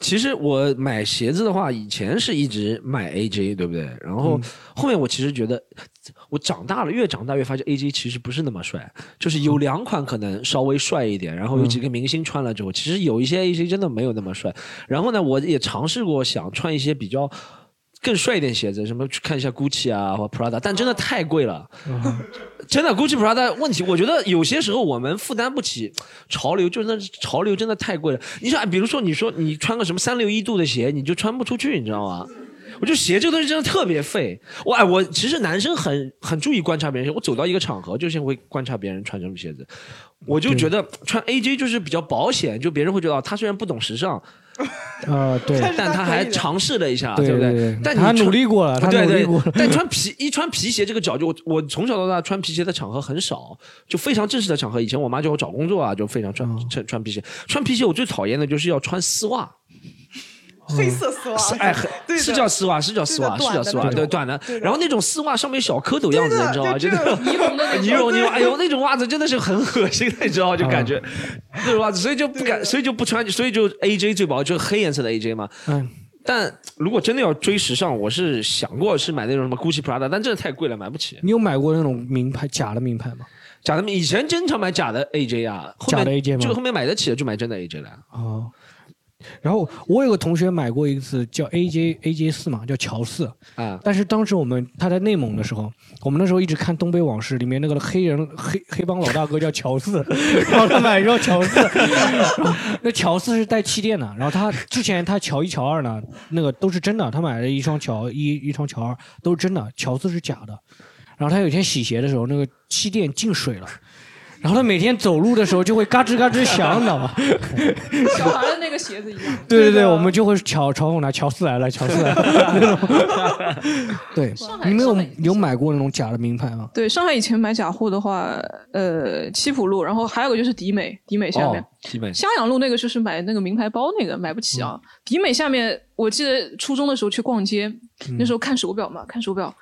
[SPEAKER 3] 其实我买鞋子的话，以前是一直买 AJ，对不对？然后后面我其实觉得，我长大了，越长大越发现 AJ 其实不是那么帅，就是有两款可能稍微帅一点，然后有几个明星穿了之后，其实有一些 AJ 真的没有那么帅。然后呢，我也尝试过想穿一些比较。更帅一点鞋子，什么去看一下 GUCCI 啊或 Prada，但真的太贵了，真的 GUCCI Prada 问题，我觉得有些时候我们负担不起潮流，就是那潮流真的太贵了。你想，比如说你说你穿个什么三六一度的鞋，你就穿不出去，你知道吗？我就鞋这个东西真的特别费。我哎，我其实男生很很注意观察别人，我走到一个场合就先会观察别人穿什么鞋子。我就觉得穿 AJ 就是比较保险，就别人会觉得啊，他虽然不懂时尚，
[SPEAKER 2] 啊，对，
[SPEAKER 3] 但他还尝试了一下，
[SPEAKER 2] 对
[SPEAKER 3] 不
[SPEAKER 2] 对对
[SPEAKER 3] 对
[SPEAKER 2] 对？
[SPEAKER 3] 但你
[SPEAKER 2] 他
[SPEAKER 3] 穿
[SPEAKER 2] 努力过了他
[SPEAKER 3] 对
[SPEAKER 2] 努力
[SPEAKER 3] 对
[SPEAKER 2] 过了。
[SPEAKER 3] 但穿皮一穿皮鞋这个脚就我我从小到大穿皮鞋的场合很少，就非常正式的场合。以前我妈叫我找工作啊，就非常
[SPEAKER 2] 哦
[SPEAKER 3] 穿穿穿皮鞋。穿皮鞋我最讨厌的就是要穿丝袜。
[SPEAKER 4] 黑色丝袜
[SPEAKER 3] 是，哎，很
[SPEAKER 4] 哦对的
[SPEAKER 3] 是叫丝袜，是叫丝袜，
[SPEAKER 4] 对
[SPEAKER 3] 是
[SPEAKER 4] 的
[SPEAKER 3] 叫丝袜，
[SPEAKER 4] 短的
[SPEAKER 3] 对，
[SPEAKER 4] 那种
[SPEAKER 3] 短的
[SPEAKER 4] 对。的
[SPEAKER 3] 然后那种丝袜上面有小蝌蚪样子，
[SPEAKER 4] 对的
[SPEAKER 3] 你知道吗？
[SPEAKER 4] 就
[SPEAKER 3] 就那
[SPEAKER 4] 这 种
[SPEAKER 3] 种尼龙的尼龙，尼龙，哎呦，那种袜子真的是很恶心的，你知道吗？就感 觉那种袜子，所以就不敢，所以就不穿，所以就 AJ 最薄，就是黑颜色的 AJ 嘛。
[SPEAKER 2] 嗯，
[SPEAKER 3] 但如果真的要追时尚，我是想过是买那种什么 GUCCI、Prada，但真的太贵了，买不起。
[SPEAKER 2] 你有买过那种名牌假的名牌吗？
[SPEAKER 3] 假的，以前经常买假的 AJ 啊，后面
[SPEAKER 2] 假的 AJ 吗
[SPEAKER 3] 就后面买得起的就买真的 AJ 了。
[SPEAKER 2] 哦，然后我有个同学买过一次叫 AJ AJ 四嘛，叫乔四
[SPEAKER 3] 啊
[SPEAKER 2] 但是当时我们他在内蒙的时候，我们那时候一直看《东北往事》，里面那个黑人黑黑帮老大哥叫乔四，然后他买一双乔四， 然后那乔四是带气垫的，然后他之前他乔一乔二呢，那个都是真的，他买了一双乔一一双乔二都是真的，乔四是假的。然后他有一天洗鞋的时候，那个气垫进水了。然后他每天走路的时候就会嘎吱嘎吱响，你知道吗？
[SPEAKER 5] 小孩的那个鞋子一样。
[SPEAKER 2] 对对对，我们就会瞧嘲讽他，乔四来了，乔四来了 那种。对，你们有有买过那种假的名牌吗？
[SPEAKER 5] 对，上海以前买假货的话，呃，七浦路，然后还有个就是迪美，迪美下面。
[SPEAKER 3] 哦，基本
[SPEAKER 5] 襄阳路那个就是买那个名牌包，那个买不起
[SPEAKER 2] 嗯
[SPEAKER 5] 啊。迪美下面，我记得初中的时候去逛街，
[SPEAKER 2] 嗯
[SPEAKER 5] 那时候看手表嘛，看手表，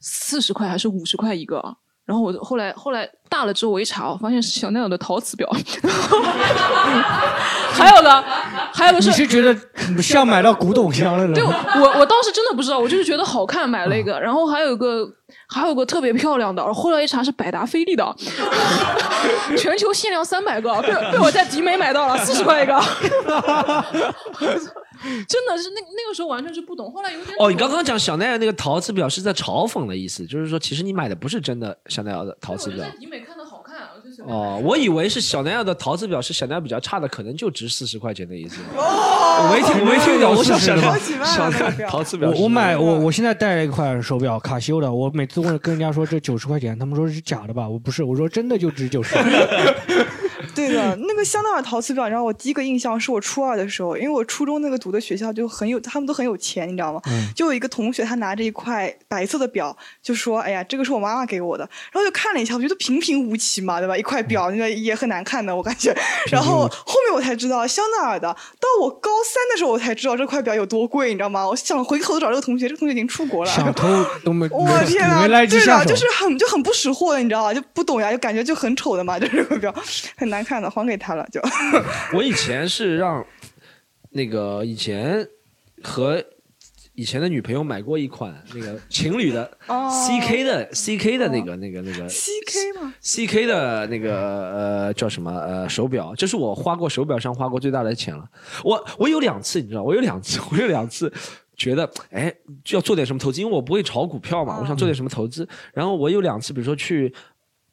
[SPEAKER 5] 四十块还是五十块一个啊。然后我后来后来大了之后，我一查，我发现是香奈儿的 陶瓷表。 还有呢，还有的
[SPEAKER 2] 你是觉得像买到古董箱了呢？
[SPEAKER 5] 对我 我我当时真的不知道，我就是觉得好看买了一个，
[SPEAKER 2] 嗯
[SPEAKER 5] 然后还有一个还有个特别漂亮的，然后后来一查是百达翡丽的， 全球限量三百个，被被我在迪美买到了四十块一个，真的是那那个时候完全是不懂，后来有点
[SPEAKER 3] 哦，你刚刚讲香奈儿那个陶瓷表是在嘲讽的意思，就是说其实你买的不是真的香奈儿的陶瓷
[SPEAKER 5] 我就
[SPEAKER 3] 表
[SPEAKER 5] 在。迪美看的好看，我就觉
[SPEAKER 3] 哦，我以为是小南亚的桃子表示小南亚比较差的，可能就值四十块钱的意思。
[SPEAKER 2] 哦
[SPEAKER 3] 我没听，我没听 懂，我想小南小南亚桃子啊表示
[SPEAKER 2] 我我买
[SPEAKER 3] 啊
[SPEAKER 2] 我我现在戴了一块手表，卡西欧的。我每次问跟人家说这九十块钱，他们说是假的吧？我不是，我说真的就值九十。
[SPEAKER 4] 对的，那个香奈儿陶瓷表，你知道我第一个印象是我初二的时候，因为我初中那个读的学校就很有，他们都很有钱，你知道吗？
[SPEAKER 2] 嗯
[SPEAKER 4] 就有一个同学，他拿着一块白色的表，就说：“哎呀，这个是我妈妈给我的。”然后就看了一下，我觉得平平无奇嘛，对吧？一块表，那个也很难看的，我感觉。然后后面我才知道香奈儿的，到我高三的时候我才知道这块表有多贵，你知道吗？我想回头找这个同学，这个同学已经出国了，
[SPEAKER 2] 想偷都没，
[SPEAKER 4] 我
[SPEAKER 2] 没
[SPEAKER 4] 天啊，
[SPEAKER 2] 没来及
[SPEAKER 4] 对
[SPEAKER 2] 下
[SPEAKER 4] 的，
[SPEAKER 2] 手。
[SPEAKER 4] 就是很就很不识货的，你知道吧？就不懂呀，就感觉就很丑的嘛，就是个表很难看的，还给他了就。
[SPEAKER 3] 我以前是让那个以前和以前的女朋友买过一款那个情侣的 CK 的 CK 的那个那个那个
[SPEAKER 4] CK 吗？
[SPEAKER 3] CK 的那个呃叫什么呃手表，这是我花过手表上花过最大的钱了。我我有两次，你知道，我有两次，我有两次觉得哎就要做点什么投资，因为我不会炒股票嘛，我想做点什么投资。然后我有两次，比如说去。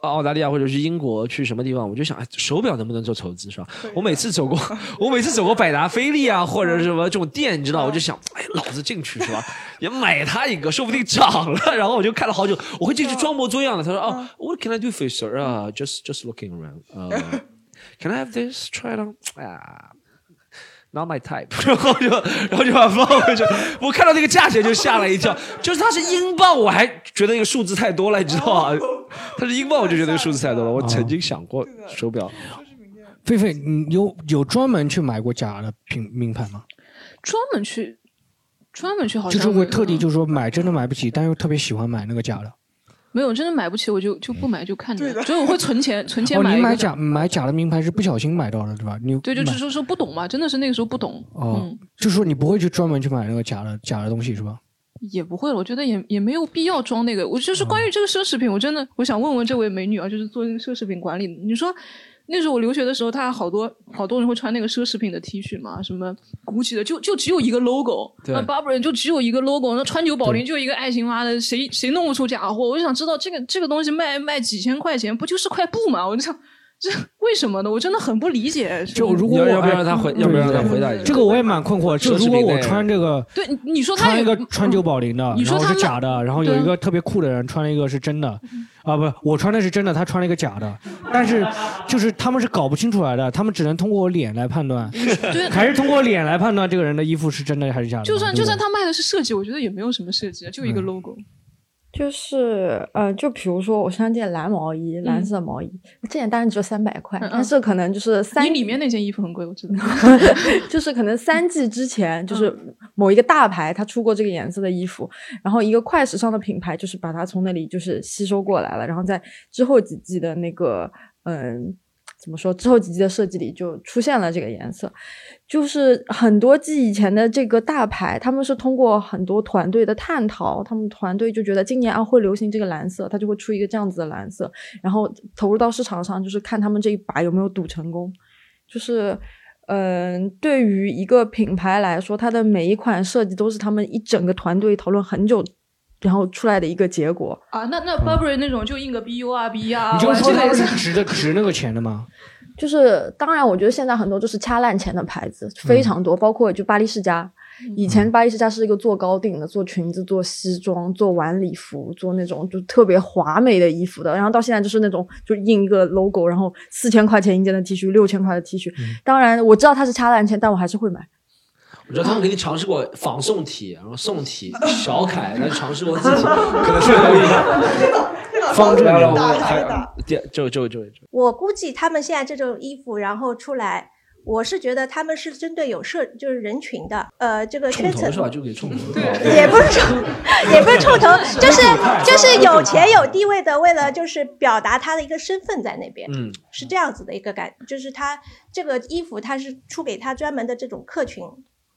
[SPEAKER 3] 澳大利亚或者是英国去什么地方，我就想，哎，手表能不能做投资是吧？我每次走过，我每次走过百达翡丽啊，或者是什么这种店，你知道，我就想，哎，老子进去是吧？也买它一个，说不定涨了。然后我就看了好久，我会进去装模作样的。他说，哦，What can I do for you, sir? 啊、j u s t just looking around. 呃、can I have this? Try it on. 啊。Not my type，然 后就然后就把它放回去。我看到那个价钱就吓了一跳，就是它是英镑，我还觉得那个数字太多了，你知道吗？它是英镑，我就觉得那个数字太多了。我曾经想过手表，
[SPEAKER 2] 狒狒，你有有专门去买过假的品名牌吗？
[SPEAKER 5] 专门去，专门去好像
[SPEAKER 2] 就是我
[SPEAKER 5] 没有
[SPEAKER 2] 特地就是说买，真的买不起，但又特别喜欢买那个假的。
[SPEAKER 5] 没有，真的买不起，我就就不买，就看着，所以我会存钱，存钱
[SPEAKER 2] 哦，
[SPEAKER 5] 买一
[SPEAKER 2] 你
[SPEAKER 5] 个
[SPEAKER 2] 买假买假的名牌是不小心买到的，对吧？你
[SPEAKER 5] 对，就
[SPEAKER 2] 买
[SPEAKER 5] 就是说不懂嘛，真的是那个时候不懂，嗯
[SPEAKER 2] 哦，就是说你不会去专门去买那个假的假的东西是吧？
[SPEAKER 5] 也不会了，我觉得也也没有必要装那个。我就是关
[SPEAKER 2] 嗯
[SPEAKER 5] 于这个奢侈品，我真的我想问问这位美女啊，就是做那个奢侈品管理的，你说那时候我留学的时候，她好多好多人会穿那个奢侈品的 T 恤嘛，什么 GUCCI 的，就就只有一个 logo，
[SPEAKER 2] 对
[SPEAKER 5] 那 Burberry 就只有一个 logo，那川久保玲就一个爱情妈的，谁谁弄不出假货？我就想知道这个这个东西卖卖几千块钱，不就是块布嘛？我就想。这为什么呢？我真的很不理解。是
[SPEAKER 2] 就
[SPEAKER 5] 吧
[SPEAKER 2] 哦如果我
[SPEAKER 3] 要要不要让他回
[SPEAKER 2] 哎
[SPEAKER 3] 要不要让他
[SPEAKER 2] 对对
[SPEAKER 3] 回答
[SPEAKER 2] 对
[SPEAKER 3] 一下
[SPEAKER 2] 这个我也蛮困惑。就如果我穿这个，
[SPEAKER 5] 对，你你说嗯他
[SPEAKER 2] 穿一
[SPEAKER 5] 有
[SPEAKER 2] 个川久保玲的，
[SPEAKER 5] 你说
[SPEAKER 2] 然后
[SPEAKER 5] 他
[SPEAKER 2] 是假的，然后有
[SPEAKER 5] 对啊嗯
[SPEAKER 2] 一个特别酷的人穿了一个是真的，啊不，我穿的是真的，他穿了一个假的，但是就是他们是搞不清楚来的，他们只能通过脸来判断，还是通过脸来判断这个人的衣服是真的还是假的嘛。
[SPEAKER 5] 就算
[SPEAKER 2] 对
[SPEAKER 5] 就
[SPEAKER 2] 不对嗯
[SPEAKER 5] 算他卖的是设计，我觉得也没有什么设计啊，就一个 logo。
[SPEAKER 6] 就是呃，就比如说我身上这件蓝毛衣，蓝色毛衣，这件当然只有三百块，但是可能就是三
[SPEAKER 5] 嗯你里面那件衣服很贵，我知道。 嗯
[SPEAKER 6] 就是可能三季之前，就是某一个大牌它出过这个颜色的衣服，然后一个快时尚的品牌就是把它从那里就是吸收过来了，然后在之后几季的那个嗯。怎么说？之后几季的设计里就出现了这个颜色，就是很多季以前的这个大牌，他们是通过很多团队的探讨，他们团队就觉得今年啊会流行这个蓝色，它就会出一个这样子的蓝色，然后投入到市场上，就是看他们这一把有没有赌成功。就是，嗯、对于一个品牌来说，它的每一款设计都是他们一整个团队讨论很久，然后出来的一个结果。
[SPEAKER 5] 啊，那那 Burberry 那种就印个 BU 啊 BU 啊，
[SPEAKER 2] 嗯你就
[SPEAKER 5] 我
[SPEAKER 2] 是说
[SPEAKER 5] 这
[SPEAKER 2] 他
[SPEAKER 5] 个
[SPEAKER 2] 们
[SPEAKER 5] 也是
[SPEAKER 2] 是值的值那个钱的吗？
[SPEAKER 6] 就是，当然，我觉得现在很多就是掐烂钱的牌子非常多，包括就巴黎世家。以前巴黎世家是一个做高定的，做裙子、做西装、做晚礼服、做那种就特别华美的衣服的，然后到现在就是那种就印一个 logo，然后四千块钱一件的 T 恤，六千块的 T 恤。当然，我知道它是掐烂钱，但我还是会买。
[SPEAKER 3] 我知道他们肯定尝试过仿宋体，然后宋体、小楷，然后尝试过自己，可能是有一
[SPEAKER 2] 方正
[SPEAKER 3] 来了，
[SPEAKER 2] 打
[SPEAKER 3] 我 还第这位这位这位这位
[SPEAKER 10] 我估计他们现在这种衣服，然后出来，我是觉得他们是针对有社就是人群的，呃，这个
[SPEAKER 3] 冲
[SPEAKER 10] 圈层
[SPEAKER 3] 头是吧？就给 冲头，
[SPEAKER 10] 也不是冲，也不是冲 头，就是就是有钱有地位的，为了就是表达他的一个身份在那边，
[SPEAKER 3] 嗯，
[SPEAKER 10] 是这样子的一个感，就是他这个衣服他是出给他专门的这种客群，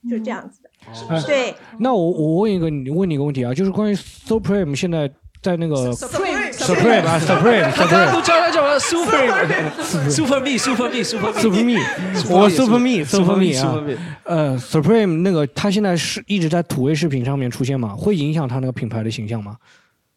[SPEAKER 10] 就是
[SPEAKER 5] 嗯
[SPEAKER 10] 这样子的，
[SPEAKER 2] 哎
[SPEAKER 10] 对，
[SPEAKER 2] 那我我问一个你问你一个问题啊，就是关于 Supreme 现在在那个
[SPEAKER 3] Supreme
[SPEAKER 2] Supreme 啊 Supreme
[SPEAKER 3] 大家都
[SPEAKER 2] Supreme
[SPEAKER 3] 叫他叫他 Super Super Me Super Me Super Me
[SPEAKER 2] Super Me，我 Super Me Super Me 啊，呃 Supreme 那个它现在是一直在土味视频上面出现嘛，会影响它那个品牌的形象吗？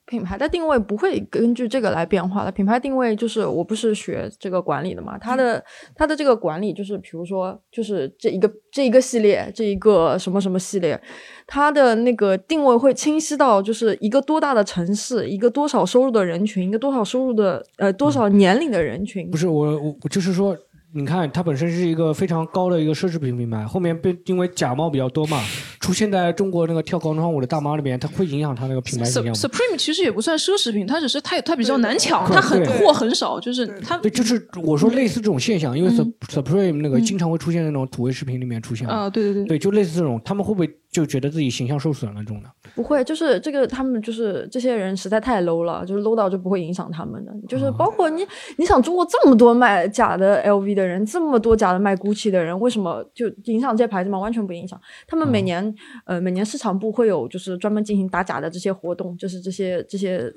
[SPEAKER 6] 品牌的定位不会根据这个来变化的。品牌定位就是，我不是学这个管理的嘛，它
[SPEAKER 5] 嗯
[SPEAKER 6] 的它的这个管理就是，比如说，就是这一个这一个系列，这一个什么什么系列，它的那个定位会清晰到，就是一个多大的城市，一个多少收入的人群，一个多少收入的呃多少
[SPEAKER 5] 嗯
[SPEAKER 6] 年龄的人群。
[SPEAKER 2] 不是我我我就是说，你看它本身是一个非常高的一个奢侈品品牌，后面被因为假冒比较多嘛，出现在中国那个跳广场舞的大妈里面，它会影响它那个品牌形象
[SPEAKER 5] Sup-
[SPEAKER 2] 吗？
[SPEAKER 5] Supreme 其实也不算奢侈品，它只是它它比较难抢，
[SPEAKER 2] 对
[SPEAKER 5] 它很
[SPEAKER 2] 对
[SPEAKER 5] 货很少，就是它
[SPEAKER 2] 对，就是我说类似这种现象，因为 Sup- Supreme 那个
[SPEAKER 5] 嗯
[SPEAKER 2] 经常会出现那种土味视频里面出现嘛
[SPEAKER 6] 哦
[SPEAKER 5] 啊，对对对，
[SPEAKER 2] 对，就类似这种，他们会不会就觉得自己形象受损了这种的？
[SPEAKER 6] 不会，就是这个，他们就是这些人实在太 low 了，就是 low 到就不会影响他们的。就是包括你，你想中国这么多卖假的 LV 的人，这么多假的卖 GUCCI 的人，为什么就影响这些牌子吗？完全不影响。他们每年、呃每年市场部会有就是专门进行打假的这些活动，就是这些这些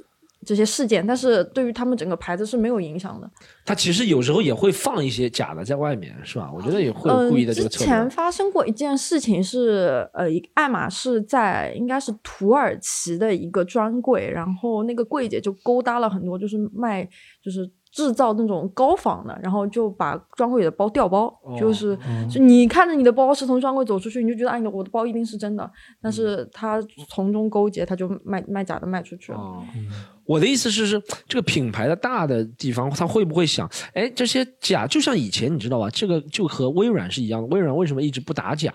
[SPEAKER 6] 这些事件，但是对于他们整个牌子是没有影响的。
[SPEAKER 3] 他其实有时候也会放一些假的在外面，是吧？我觉得也会有
[SPEAKER 6] 嗯，
[SPEAKER 3] 故意的这个
[SPEAKER 6] 之
[SPEAKER 3] 策
[SPEAKER 6] 前
[SPEAKER 3] 略。
[SPEAKER 6] 发生过一件事情是，呃，一爱马仕在应该是土耳其的一个专柜，然后那个柜姐就勾搭了很多就是卖就是制造那种高仿的，然后就把专柜的包调包，
[SPEAKER 3] 哦
[SPEAKER 6] 就是、
[SPEAKER 3] 嗯
[SPEAKER 6] 就你看着你的包是从专柜走出去，你就觉得哎，我的包一定是真的，
[SPEAKER 3] 嗯
[SPEAKER 6] 但是他从中勾结，他就卖卖假的卖出去了。
[SPEAKER 3] 哦我的意思是，是这个品牌的大的地方，他会不会想，哎，这些假就像以前你知道吧？这个就和微软是一样的。微软为什么一直不打假？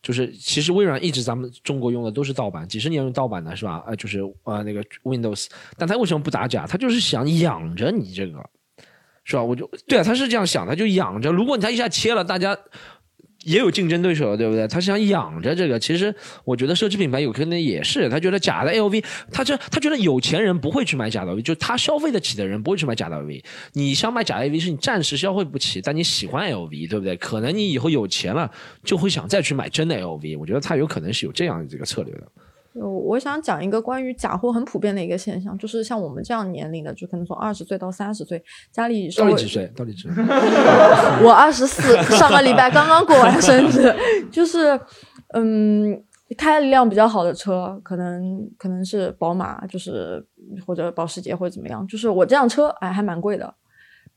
[SPEAKER 3] 就是其实微软一直咱们中国用的都是盗版，几十年用盗版的是吧？呃，就是呃那个 Windows，但他为什么不打假？他就是想养着你这个，是吧？我就对啊，他是这样想，他就养着。如果他一下切了，大家也有竞争对手，对不对？他是想养着这个。其实我觉得奢侈品牌有可能也是，他觉得假的 LV，他这他觉得有钱人不会去买假的 LV，就他消费得起的人不会去买假的 LV。你想买假的 LV 是你暂时消费不起，但你喜欢 LV，对不对？可能你以后有钱了就会想再去买真的 LV。我觉得他有可能是有这样的这个策略的。
[SPEAKER 6] 有，呃我想讲一个关于假货很普遍的一个现象，就是像我们这样年龄的，就可能从二十岁到三十岁，家里稍
[SPEAKER 3] 到
[SPEAKER 6] 微
[SPEAKER 3] 底几岁？到底几岁？
[SPEAKER 6] 我二十四，上个礼拜刚刚过完生日， 就是，嗯，开了一辆比较好的车，可能可能是宝马，就是或者保时捷或者怎么样，就是我这辆车，哎，还蛮贵的，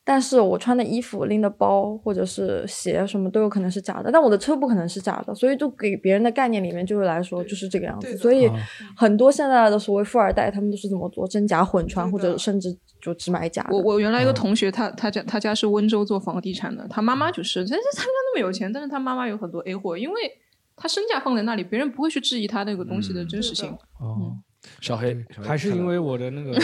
[SPEAKER 6] 但是我穿的衣服、拎的包或者是鞋什么都有可能是假的，但我的车不可能是假的，所以就给别人的概念里面就是来说就是这个样子，所以
[SPEAKER 5] 啊
[SPEAKER 6] 很多现在的所谓富二代，他们都是怎么做真假混穿，或者甚至就只买假的。
[SPEAKER 5] 我我原来一个同学，他他家他家是温州做房地产的，他妈妈就是，但是他们家那么有钱，但是他妈妈有很多 A 货，因为他身价放在那里，别人不会去质疑他那个东西
[SPEAKER 2] 嗯
[SPEAKER 5] 的真实性。
[SPEAKER 2] 哦，
[SPEAKER 3] 小黑，
[SPEAKER 2] 还是因为我的那个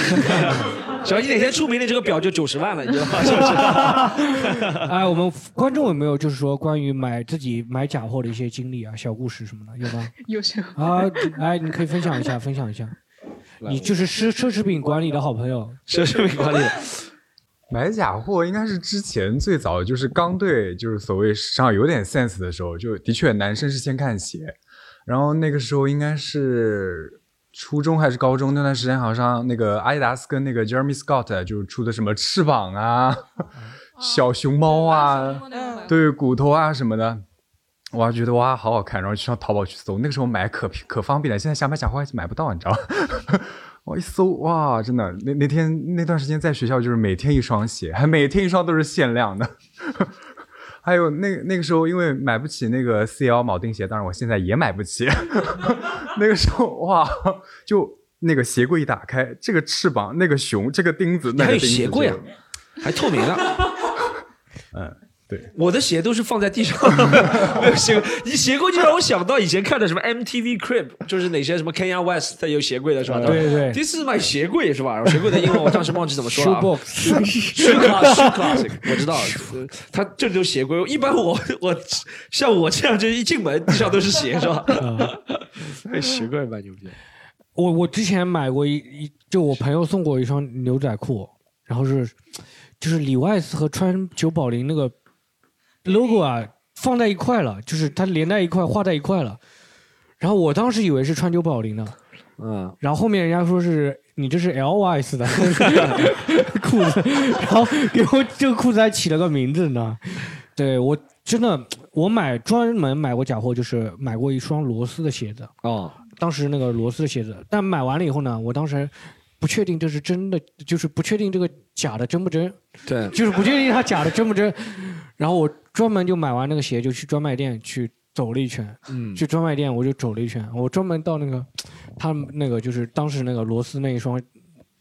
[SPEAKER 3] 小黑哪天出名的这个表就九十万了，你知道吗？是不是？
[SPEAKER 2] 哎，我们观众有没有就是说关于买自己买假货的一些经历啊、小故事什么的，有 吗？
[SPEAKER 5] 有时 候
[SPEAKER 2] 啊，哎，你可以分享一下，分享一下。你就是奢奢侈品管理的好朋友，
[SPEAKER 3] 奢侈品管理。
[SPEAKER 11] 买假货应该是之前最早就是刚对就是所谓时尚有点 sense 的时候，就的确男生是先看鞋，然后那个时候应该是初中还是高中那段时间，好像那个阿迪达斯跟那个 Jeremy Scott 就出的什么翅膀啊、
[SPEAKER 3] 哦
[SPEAKER 11] 小熊猫啊、对骨头啊什么的，哇，觉得哇好好看，然后去上淘宝去搜，那个时候买可可方便了，现在想买假货还买不到，你知道吗？ 我一搜，哇，真的，那那天那段时间在学校就是每天一双鞋，还每天一双都是限量的。 还有那那个时候，因为买不起那个 CL 铆钉鞋，当然我现在也买不起。 那个时候，哇，就那个鞋柜一打开，这个翅膀，那个熊，这个钉子， 那
[SPEAKER 3] 还
[SPEAKER 11] 个
[SPEAKER 3] 有
[SPEAKER 11] 钉子
[SPEAKER 3] 鞋柜啊
[SPEAKER 11] 就，
[SPEAKER 3] 还透明的。
[SPEAKER 11] 嗯，对，
[SPEAKER 3] 我的鞋都是放在地上， 没有鞋。你鞋柜就让我想到以前看的什么 MTV Crib，就是哪些什么 Kanye West 他有鞋柜的是吧？
[SPEAKER 2] 对对对
[SPEAKER 3] ，This is my 鞋柜是吧？然后鞋柜的英文我当时忘记怎么说了啊。
[SPEAKER 2] Shoebox
[SPEAKER 3] Shoe Class- Shoe Classic，我知道，呃他这就是鞋柜。一般我 我像我这样，就是一进门地上都是鞋是吧？
[SPEAKER 2] 嗯
[SPEAKER 3] 哎鞋柜蛮牛逼的。
[SPEAKER 2] 我我之前买过一一，就我朋友送过我一双牛仔裤，然后是就是里外斯和川久保玲那个 logo 啊放在一块了，就是它连在一块画在一块了。然后我当时以为是川久保玲的，
[SPEAKER 3] 嗯，
[SPEAKER 2] 然后后面人家说是你这是 L Y S 的 裤子， 然后给我这个裤子还起了个名字呢。对我真的，我买专门买过假货，就是买过一双罗斯的鞋子。
[SPEAKER 3] 哦，
[SPEAKER 2] 当时那个罗斯的鞋子，但买完了以后呢，我当时不确定这是真的，就是不确定这个假的真不真，
[SPEAKER 3] 对，
[SPEAKER 2] 就是不确定它假的真不真。然后我专门就买完那个鞋，就去专卖店去走了一圈，
[SPEAKER 3] 嗯
[SPEAKER 2] 去专卖店我就走了一圈，我专门到那个他们那个就是当时那个罗斯那一双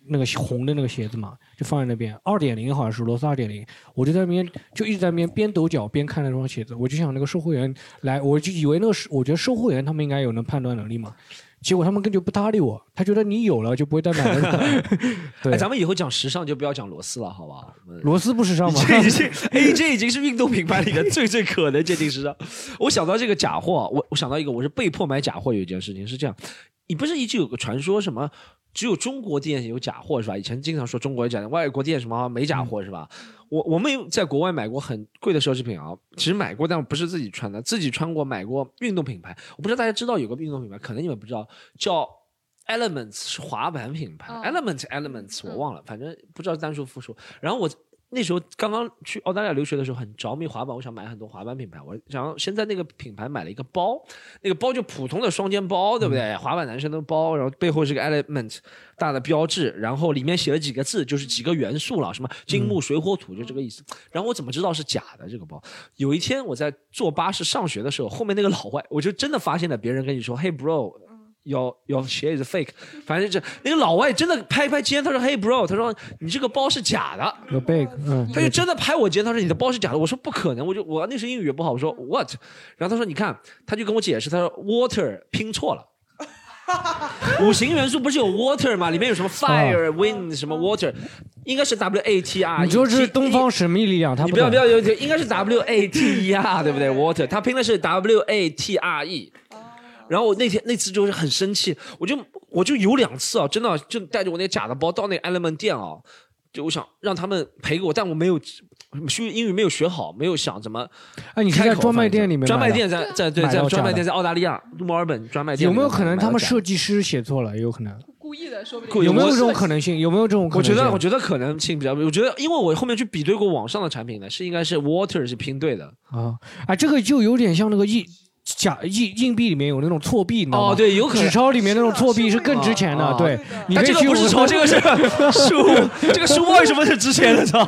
[SPEAKER 2] 那个红的那个鞋子嘛，就放在那边，二点零好像是罗斯二点零，我就在那边就一直在那边边抖脚边看那双鞋子，我就想那个售货员来，我就以为那个是我觉得售货员他们应该有能判断能力嘛，结果他们根本就不搭理我，他觉得你有了就不会再买 了。 对
[SPEAKER 3] 哎，咱们以后讲时尚就不要讲罗斯了，好不嗯好？我们
[SPEAKER 2] 罗斯不时尚吗？
[SPEAKER 3] 这已经 A 这已经是运动品牌里的最最可能接近时尚。我想到这个假货，我我想到一个，我是被迫买假货。有一件事情是这样，你不是一直有个传说什么？只有中国店有假货是吧？以前经常说中国有假，外国店什么没假货是吧？我我们有在国外买过很贵的奢侈品啊，其实买过，但不是自己穿的，自己穿过买过运动品牌。我不知道大家知道有个运动品牌，可能你们不知道，叫 Elements 是滑板品牌、e l e m e n t Elements 我忘了，反正不知道是单数复数。然后我那时候刚刚去澳大利亚留学的时候，很着迷滑板，我想买很多滑板品牌。我然后先在那个品牌买了一个包，那个包就普通的双肩包，对不对？滑板男生的包，然后背后是个 Element 大的标志，然后里面写了几个字，就是几个元素了，什么金木水火土，就这个意思。然后我怎么知道是假的这个包？有一天我在坐巴士上学的时候，后面那个老外，我就真的发现了，别人跟你说，Hey bro，your your shit is fake，反正这那个老外真的拍一拍肩，他说 Hey bro，他说你这个包是假的，
[SPEAKER 2] 有 big，嗯，
[SPEAKER 3] 他就真的拍我肩，他说你的包是假的，我说不可能，我就我那时候英语也不好，我说 what，然后他说你看，他就跟我解释，他说 water 拼错 了。五行元素不是有 water 吗？里面有什么
[SPEAKER 2] 啊
[SPEAKER 3] fire、wind 什么 water，应该是 W A T R。E，
[SPEAKER 2] 你就是东方神秘力量，他
[SPEAKER 3] 你不要不
[SPEAKER 2] 懂
[SPEAKER 3] 要，有应该是 W A T E R 对不对？Water，他拼的是 W A T R E。然后我那天那次就是很生气，我就我就有两次啊，真的就带着我那假的包到那 Element 店啊，就我想让他们赔给我，但我没有学英语没有学好，没有想怎么。
[SPEAKER 2] 哎你是在专卖店里面买的
[SPEAKER 3] 专卖店在在对
[SPEAKER 2] 买到
[SPEAKER 3] 在
[SPEAKER 2] 假的
[SPEAKER 3] 专卖店在澳大利亚墨尔本专卖店
[SPEAKER 2] 有
[SPEAKER 3] 里面
[SPEAKER 2] 没
[SPEAKER 3] 买
[SPEAKER 2] 有
[SPEAKER 3] 到假
[SPEAKER 2] 可
[SPEAKER 3] 的。
[SPEAKER 2] 能他们设计师写错了？也有可 能。
[SPEAKER 5] 故意的，说不
[SPEAKER 3] 故
[SPEAKER 5] 定
[SPEAKER 3] 意
[SPEAKER 2] 有没有
[SPEAKER 3] 我
[SPEAKER 2] 这种可能性？有没有这种可
[SPEAKER 3] 我
[SPEAKER 2] 能
[SPEAKER 3] 觉
[SPEAKER 2] 性？
[SPEAKER 3] 得，我觉得可能性比较，我觉得，因为我后面去比对过网上的产品呢，是应该是 water 是拼对的，
[SPEAKER 2] 啊啊，这个就有点像那个硬假硬硬币里面有那种错币，你知道吗？
[SPEAKER 3] 哦对有可能
[SPEAKER 2] 纸钞里面那种错币是更值钱
[SPEAKER 3] 啊
[SPEAKER 2] 的
[SPEAKER 3] 啊，
[SPEAKER 2] 对。你
[SPEAKER 3] 但
[SPEAKER 2] 可以
[SPEAKER 3] 这个
[SPEAKER 2] 去
[SPEAKER 3] 不是
[SPEAKER 2] 我
[SPEAKER 3] 抄，这 个是书，这个书为什么是值钱的？操！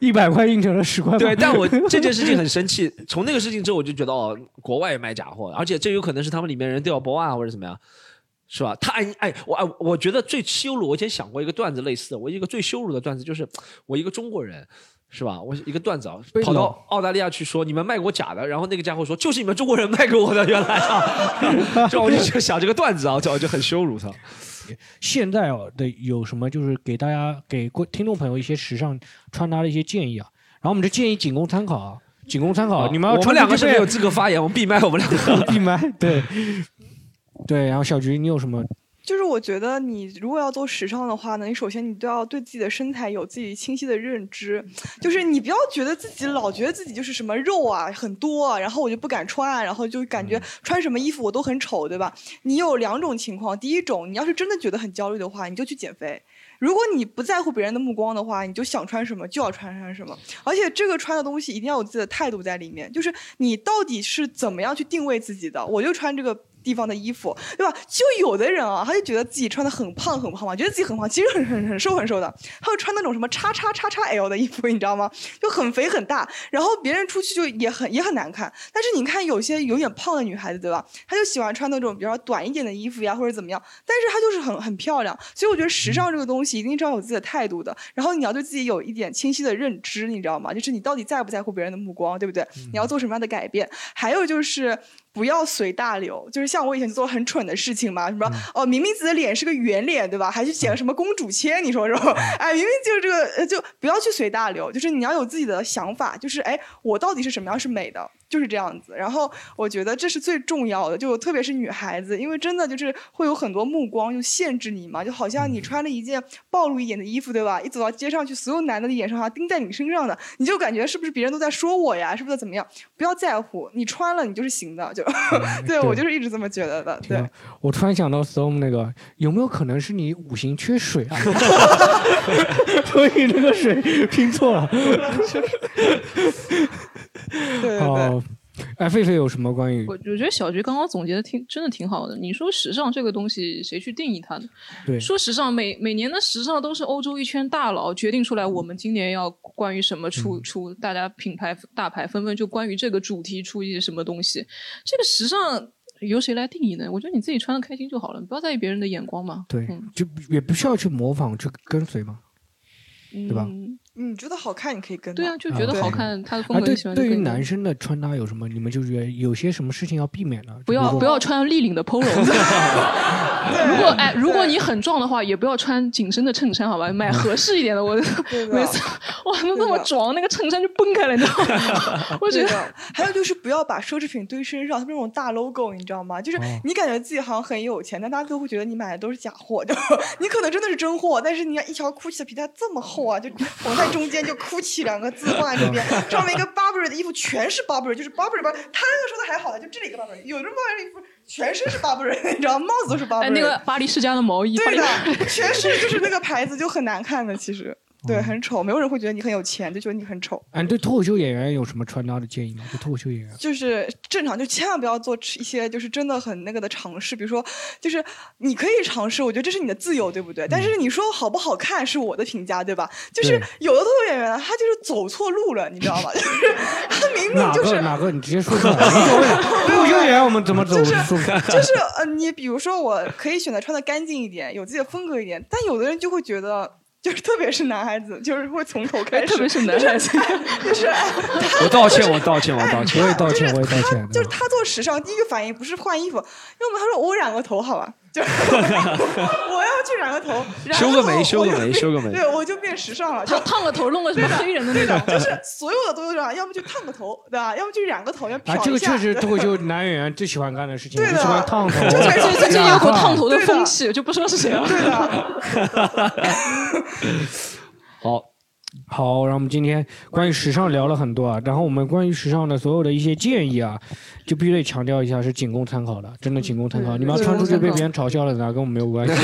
[SPEAKER 2] 一百块印成了十块 吗。
[SPEAKER 3] 对，但 我这件事情很生气。从那个事情之后，我就觉得哦，国外也卖假货，而且这有可能是他们里面人调包啊，或者怎么样，是吧？他哎哎，我哎，我觉得最羞辱，我以前想过一个段子类似的，我一个最羞辱的段子就是我一个中国人。是吧？我一个段子啊，
[SPEAKER 2] 被
[SPEAKER 3] 跑到
[SPEAKER 2] 冷
[SPEAKER 3] 澳大利亚去说你们卖给我假的，然后那个家伙说就是你们中国人卖给我的，原来啊， 就我就就想这个段子啊，就就很羞辱他。
[SPEAKER 2] 现在哦的有什么就是给大家给过听众朋友一些时尚穿搭的一些建议啊，然后我们就建议仅供参考啊，仅供参考啊。你们要
[SPEAKER 3] 我们
[SPEAKER 2] 穿
[SPEAKER 3] 两
[SPEAKER 2] 出
[SPEAKER 3] 个
[SPEAKER 2] 去
[SPEAKER 3] 是没有
[SPEAKER 2] 被
[SPEAKER 3] 资格发言，我们闭麦，我们两个
[SPEAKER 2] 闭麦。 对对，然后小菊，你有什么？
[SPEAKER 4] 就是我觉得你如果要做时尚的话呢，你首先你都要对自己的身材有自己清晰的认知，就是你不要觉得自己老觉得自己就是什么肉啊很多啊，然后我就不敢穿啊，然后就感觉穿什么衣服我都很丑，对吧？你有两种情况，第一种，你要是真的觉得很焦虑的话，你就去减肥。如果你不在乎别人的目光的话，你就想穿什么就要穿穿什么，而且这个穿的东西一定要有自己的态度在里面，就是你到底是怎么样去定位自己的，我就穿这个。地方的衣服，对吧？就有的人啊，他就觉得自己穿的很胖很胖嘛，觉得自己很胖，其实很很很瘦很瘦的，他就穿那种什么叉叉叉叉 L 的衣服，你知道吗？就很肥很大，然后别人出去就也很也很难看。但是你看有些有点胖的女孩子，对吧？她就喜欢穿那种比较短一点的衣服呀，或者怎么样，但是她就是很很漂亮。所以我觉得时尚这个东西一定是要有自己的态度的，然后你要对自己有一点清晰的认知，你知道吗？就是你到底在不在乎别人的目光，对不对？你要做什么样的改变？还有就是。不要随大流，就是像我以前做很蠢的事情嘛，什么、哦，明明自己的脸是个圆脸，对吧？还去剪个什么公主切，你说是吧？哎，明明就是这个，呃就不要去随大流，就是你要有自己的想法，就是哎，我到底是什么样是美的，就是这样子。然后我觉得这是最重要的，就特别是女孩子，因为真的就是会有很多目光就限制你嘛，就好像你穿了一件暴露一点的衣服，对吧？一走到街上去，所有男的的眼神好像盯在你身上的，你就感觉是不是别人都在说我呀，是不是怎么样？不要在乎，你穿了你就是行的，就 对我就是一直这么觉得的，对。
[SPEAKER 2] 我突然想到 Storm 那个，有没有可能是你五行缺水 啊？所以那个水拼错了。
[SPEAKER 4] 对对对。
[SPEAKER 2] 哦，哎，狒狒有什么关于
[SPEAKER 5] 我我觉得小菊刚刚总结的挺真的挺好的。你说时尚这个东西，谁去定义它呢？
[SPEAKER 2] 对
[SPEAKER 5] 说时尚，每每年的时尚都是欧洲一圈大佬决定出来，我们今年要关于什么
[SPEAKER 2] 嗯
[SPEAKER 5] 出、出，大家品牌大牌纷纷就关于这个主题出一些什么东西。这个时尚由谁来定义呢？我觉得你自己穿的开心就好了，你不要在意别人的眼光嘛。
[SPEAKER 2] 对
[SPEAKER 5] 嗯，
[SPEAKER 2] 就也不需要去模仿去跟随嘛。对吧
[SPEAKER 5] 嗯
[SPEAKER 4] 你觉得好看，你可以跟
[SPEAKER 5] 对啊，就 觉得好看，他的风
[SPEAKER 2] 啊，
[SPEAKER 5] 格
[SPEAKER 2] 对
[SPEAKER 5] 你喜，欢就
[SPEAKER 2] 对
[SPEAKER 5] 可
[SPEAKER 2] 于
[SPEAKER 5] 以
[SPEAKER 2] 男生的穿搭有什么？你们就觉得有些什么事情要避免呢？
[SPEAKER 5] 不要不要穿立领的 polo。如果哎，如果你很壮的话，也不要穿紧身的衬衫，好吧？
[SPEAKER 4] 嗯
[SPEAKER 5] 买合适一点的。我每次哇，那那么壮，那个衬衫就崩开了，你知道 吗？我觉
[SPEAKER 4] 对
[SPEAKER 5] 得
[SPEAKER 4] 的还有就是不要把奢侈品堆身上，那种大 logo，你知道吗？就是
[SPEAKER 5] 哦
[SPEAKER 4] 你感觉自己好像很有钱，但大家都会觉得你买的都是假货，就 你可能真的是真货，但是你看一条 GUCCI 的皮带这么厚啊，就缝在中间就 GUCCI 两个字放在这 边，上面一个 Burberry 的衣服全是 Burberry，就是 Burberry 吧，他那个说的还好的，就这里一个 Burberry，有的 Burberry 的衣服全身是 Burberry，你知 道吗帽子都是 Burberry，、
[SPEAKER 5] 哎，那个巴黎世家的毛衣，
[SPEAKER 4] 对
[SPEAKER 5] 巴黎
[SPEAKER 4] 的，全是就是那个牌子就很难看的，其实
[SPEAKER 5] 嗯
[SPEAKER 4] 对很丑，没有人会觉得你很有钱，就觉得你很丑。
[SPEAKER 2] 哎，对脱口秀演员有什么穿搭的建议吗？对脱口秀演员，
[SPEAKER 4] 就是正常，就千万不要做一些就是真的很那个的尝试，比如说，就是你可以尝试，我觉得这是你的自由，对不对？但是
[SPEAKER 5] 嗯
[SPEAKER 4] 你说好不好看是我的评价，对吧？就是
[SPEAKER 2] 对
[SPEAKER 4] 有的脱口秀演员他就是走错路了，你知道吗？就是他明明
[SPEAKER 2] 哪
[SPEAKER 4] 就
[SPEAKER 2] 个
[SPEAKER 4] 是
[SPEAKER 2] 哪个？你直接说出来，无所谓。 脱口秀演员我们怎么走？
[SPEAKER 4] 就
[SPEAKER 2] 我
[SPEAKER 4] 是
[SPEAKER 2] 说不开
[SPEAKER 4] 就是呃，你比如说，我可以选择穿的干净一点，有自己的风格一点，但有的人就会觉得。就是特别是男孩子，就是会从头开始，
[SPEAKER 5] 哎特别是男孩子
[SPEAKER 4] 就是就是哎 他
[SPEAKER 12] 我道歉，我道歉，我道歉，
[SPEAKER 2] 我也道歉，我也道歉。
[SPEAKER 12] 嗯
[SPEAKER 4] 就是他做时尚，第一个反应不是换衣服，要么他说我染个头好吧，就是 我要去染个头，染
[SPEAKER 12] 修
[SPEAKER 4] 个
[SPEAKER 12] 个眉，修个眉，修个眉。
[SPEAKER 4] 对我就变时尚了，就
[SPEAKER 5] 烫烫个头，弄个什么黑人的
[SPEAKER 4] 对
[SPEAKER 5] 那
[SPEAKER 4] 的，
[SPEAKER 5] 种，
[SPEAKER 4] 就是所有的都是这样，要么就烫个头，对吧？要么就染个头，要么漂
[SPEAKER 2] 啊
[SPEAKER 4] 一，下。
[SPEAKER 2] 这个确 实
[SPEAKER 4] 对
[SPEAKER 2] 脱口秀男演员最喜欢干的事情，
[SPEAKER 4] 对
[SPEAKER 2] 就
[SPEAKER 4] 的
[SPEAKER 2] 喜欢烫头。啊
[SPEAKER 5] 最最最近有股烫头的
[SPEAKER 4] 对的
[SPEAKER 5] 风气，就不说是谁啊了。
[SPEAKER 4] 对的，
[SPEAKER 2] 好，好，然后我们今天关于时尚聊了很多啊，然后我们关于时尚的所有的一些建议啊，就必须得强调一下是仅供参考的，真的仅供参考。
[SPEAKER 12] 嗯
[SPEAKER 2] 你们要
[SPEAKER 12] 对
[SPEAKER 2] 穿出去
[SPEAKER 12] 仅供
[SPEAKER 2] 被
[SPEAKER 12] 参考
[SPEAKER 2] 别人嘲笑了呢，跟我们没有关系。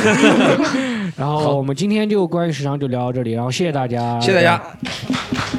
[SPEAKER 2] 然后我们今天就关于时尚就聊到这里，然后谢谢大家，
[SPEAKER 12] 谢谢大家。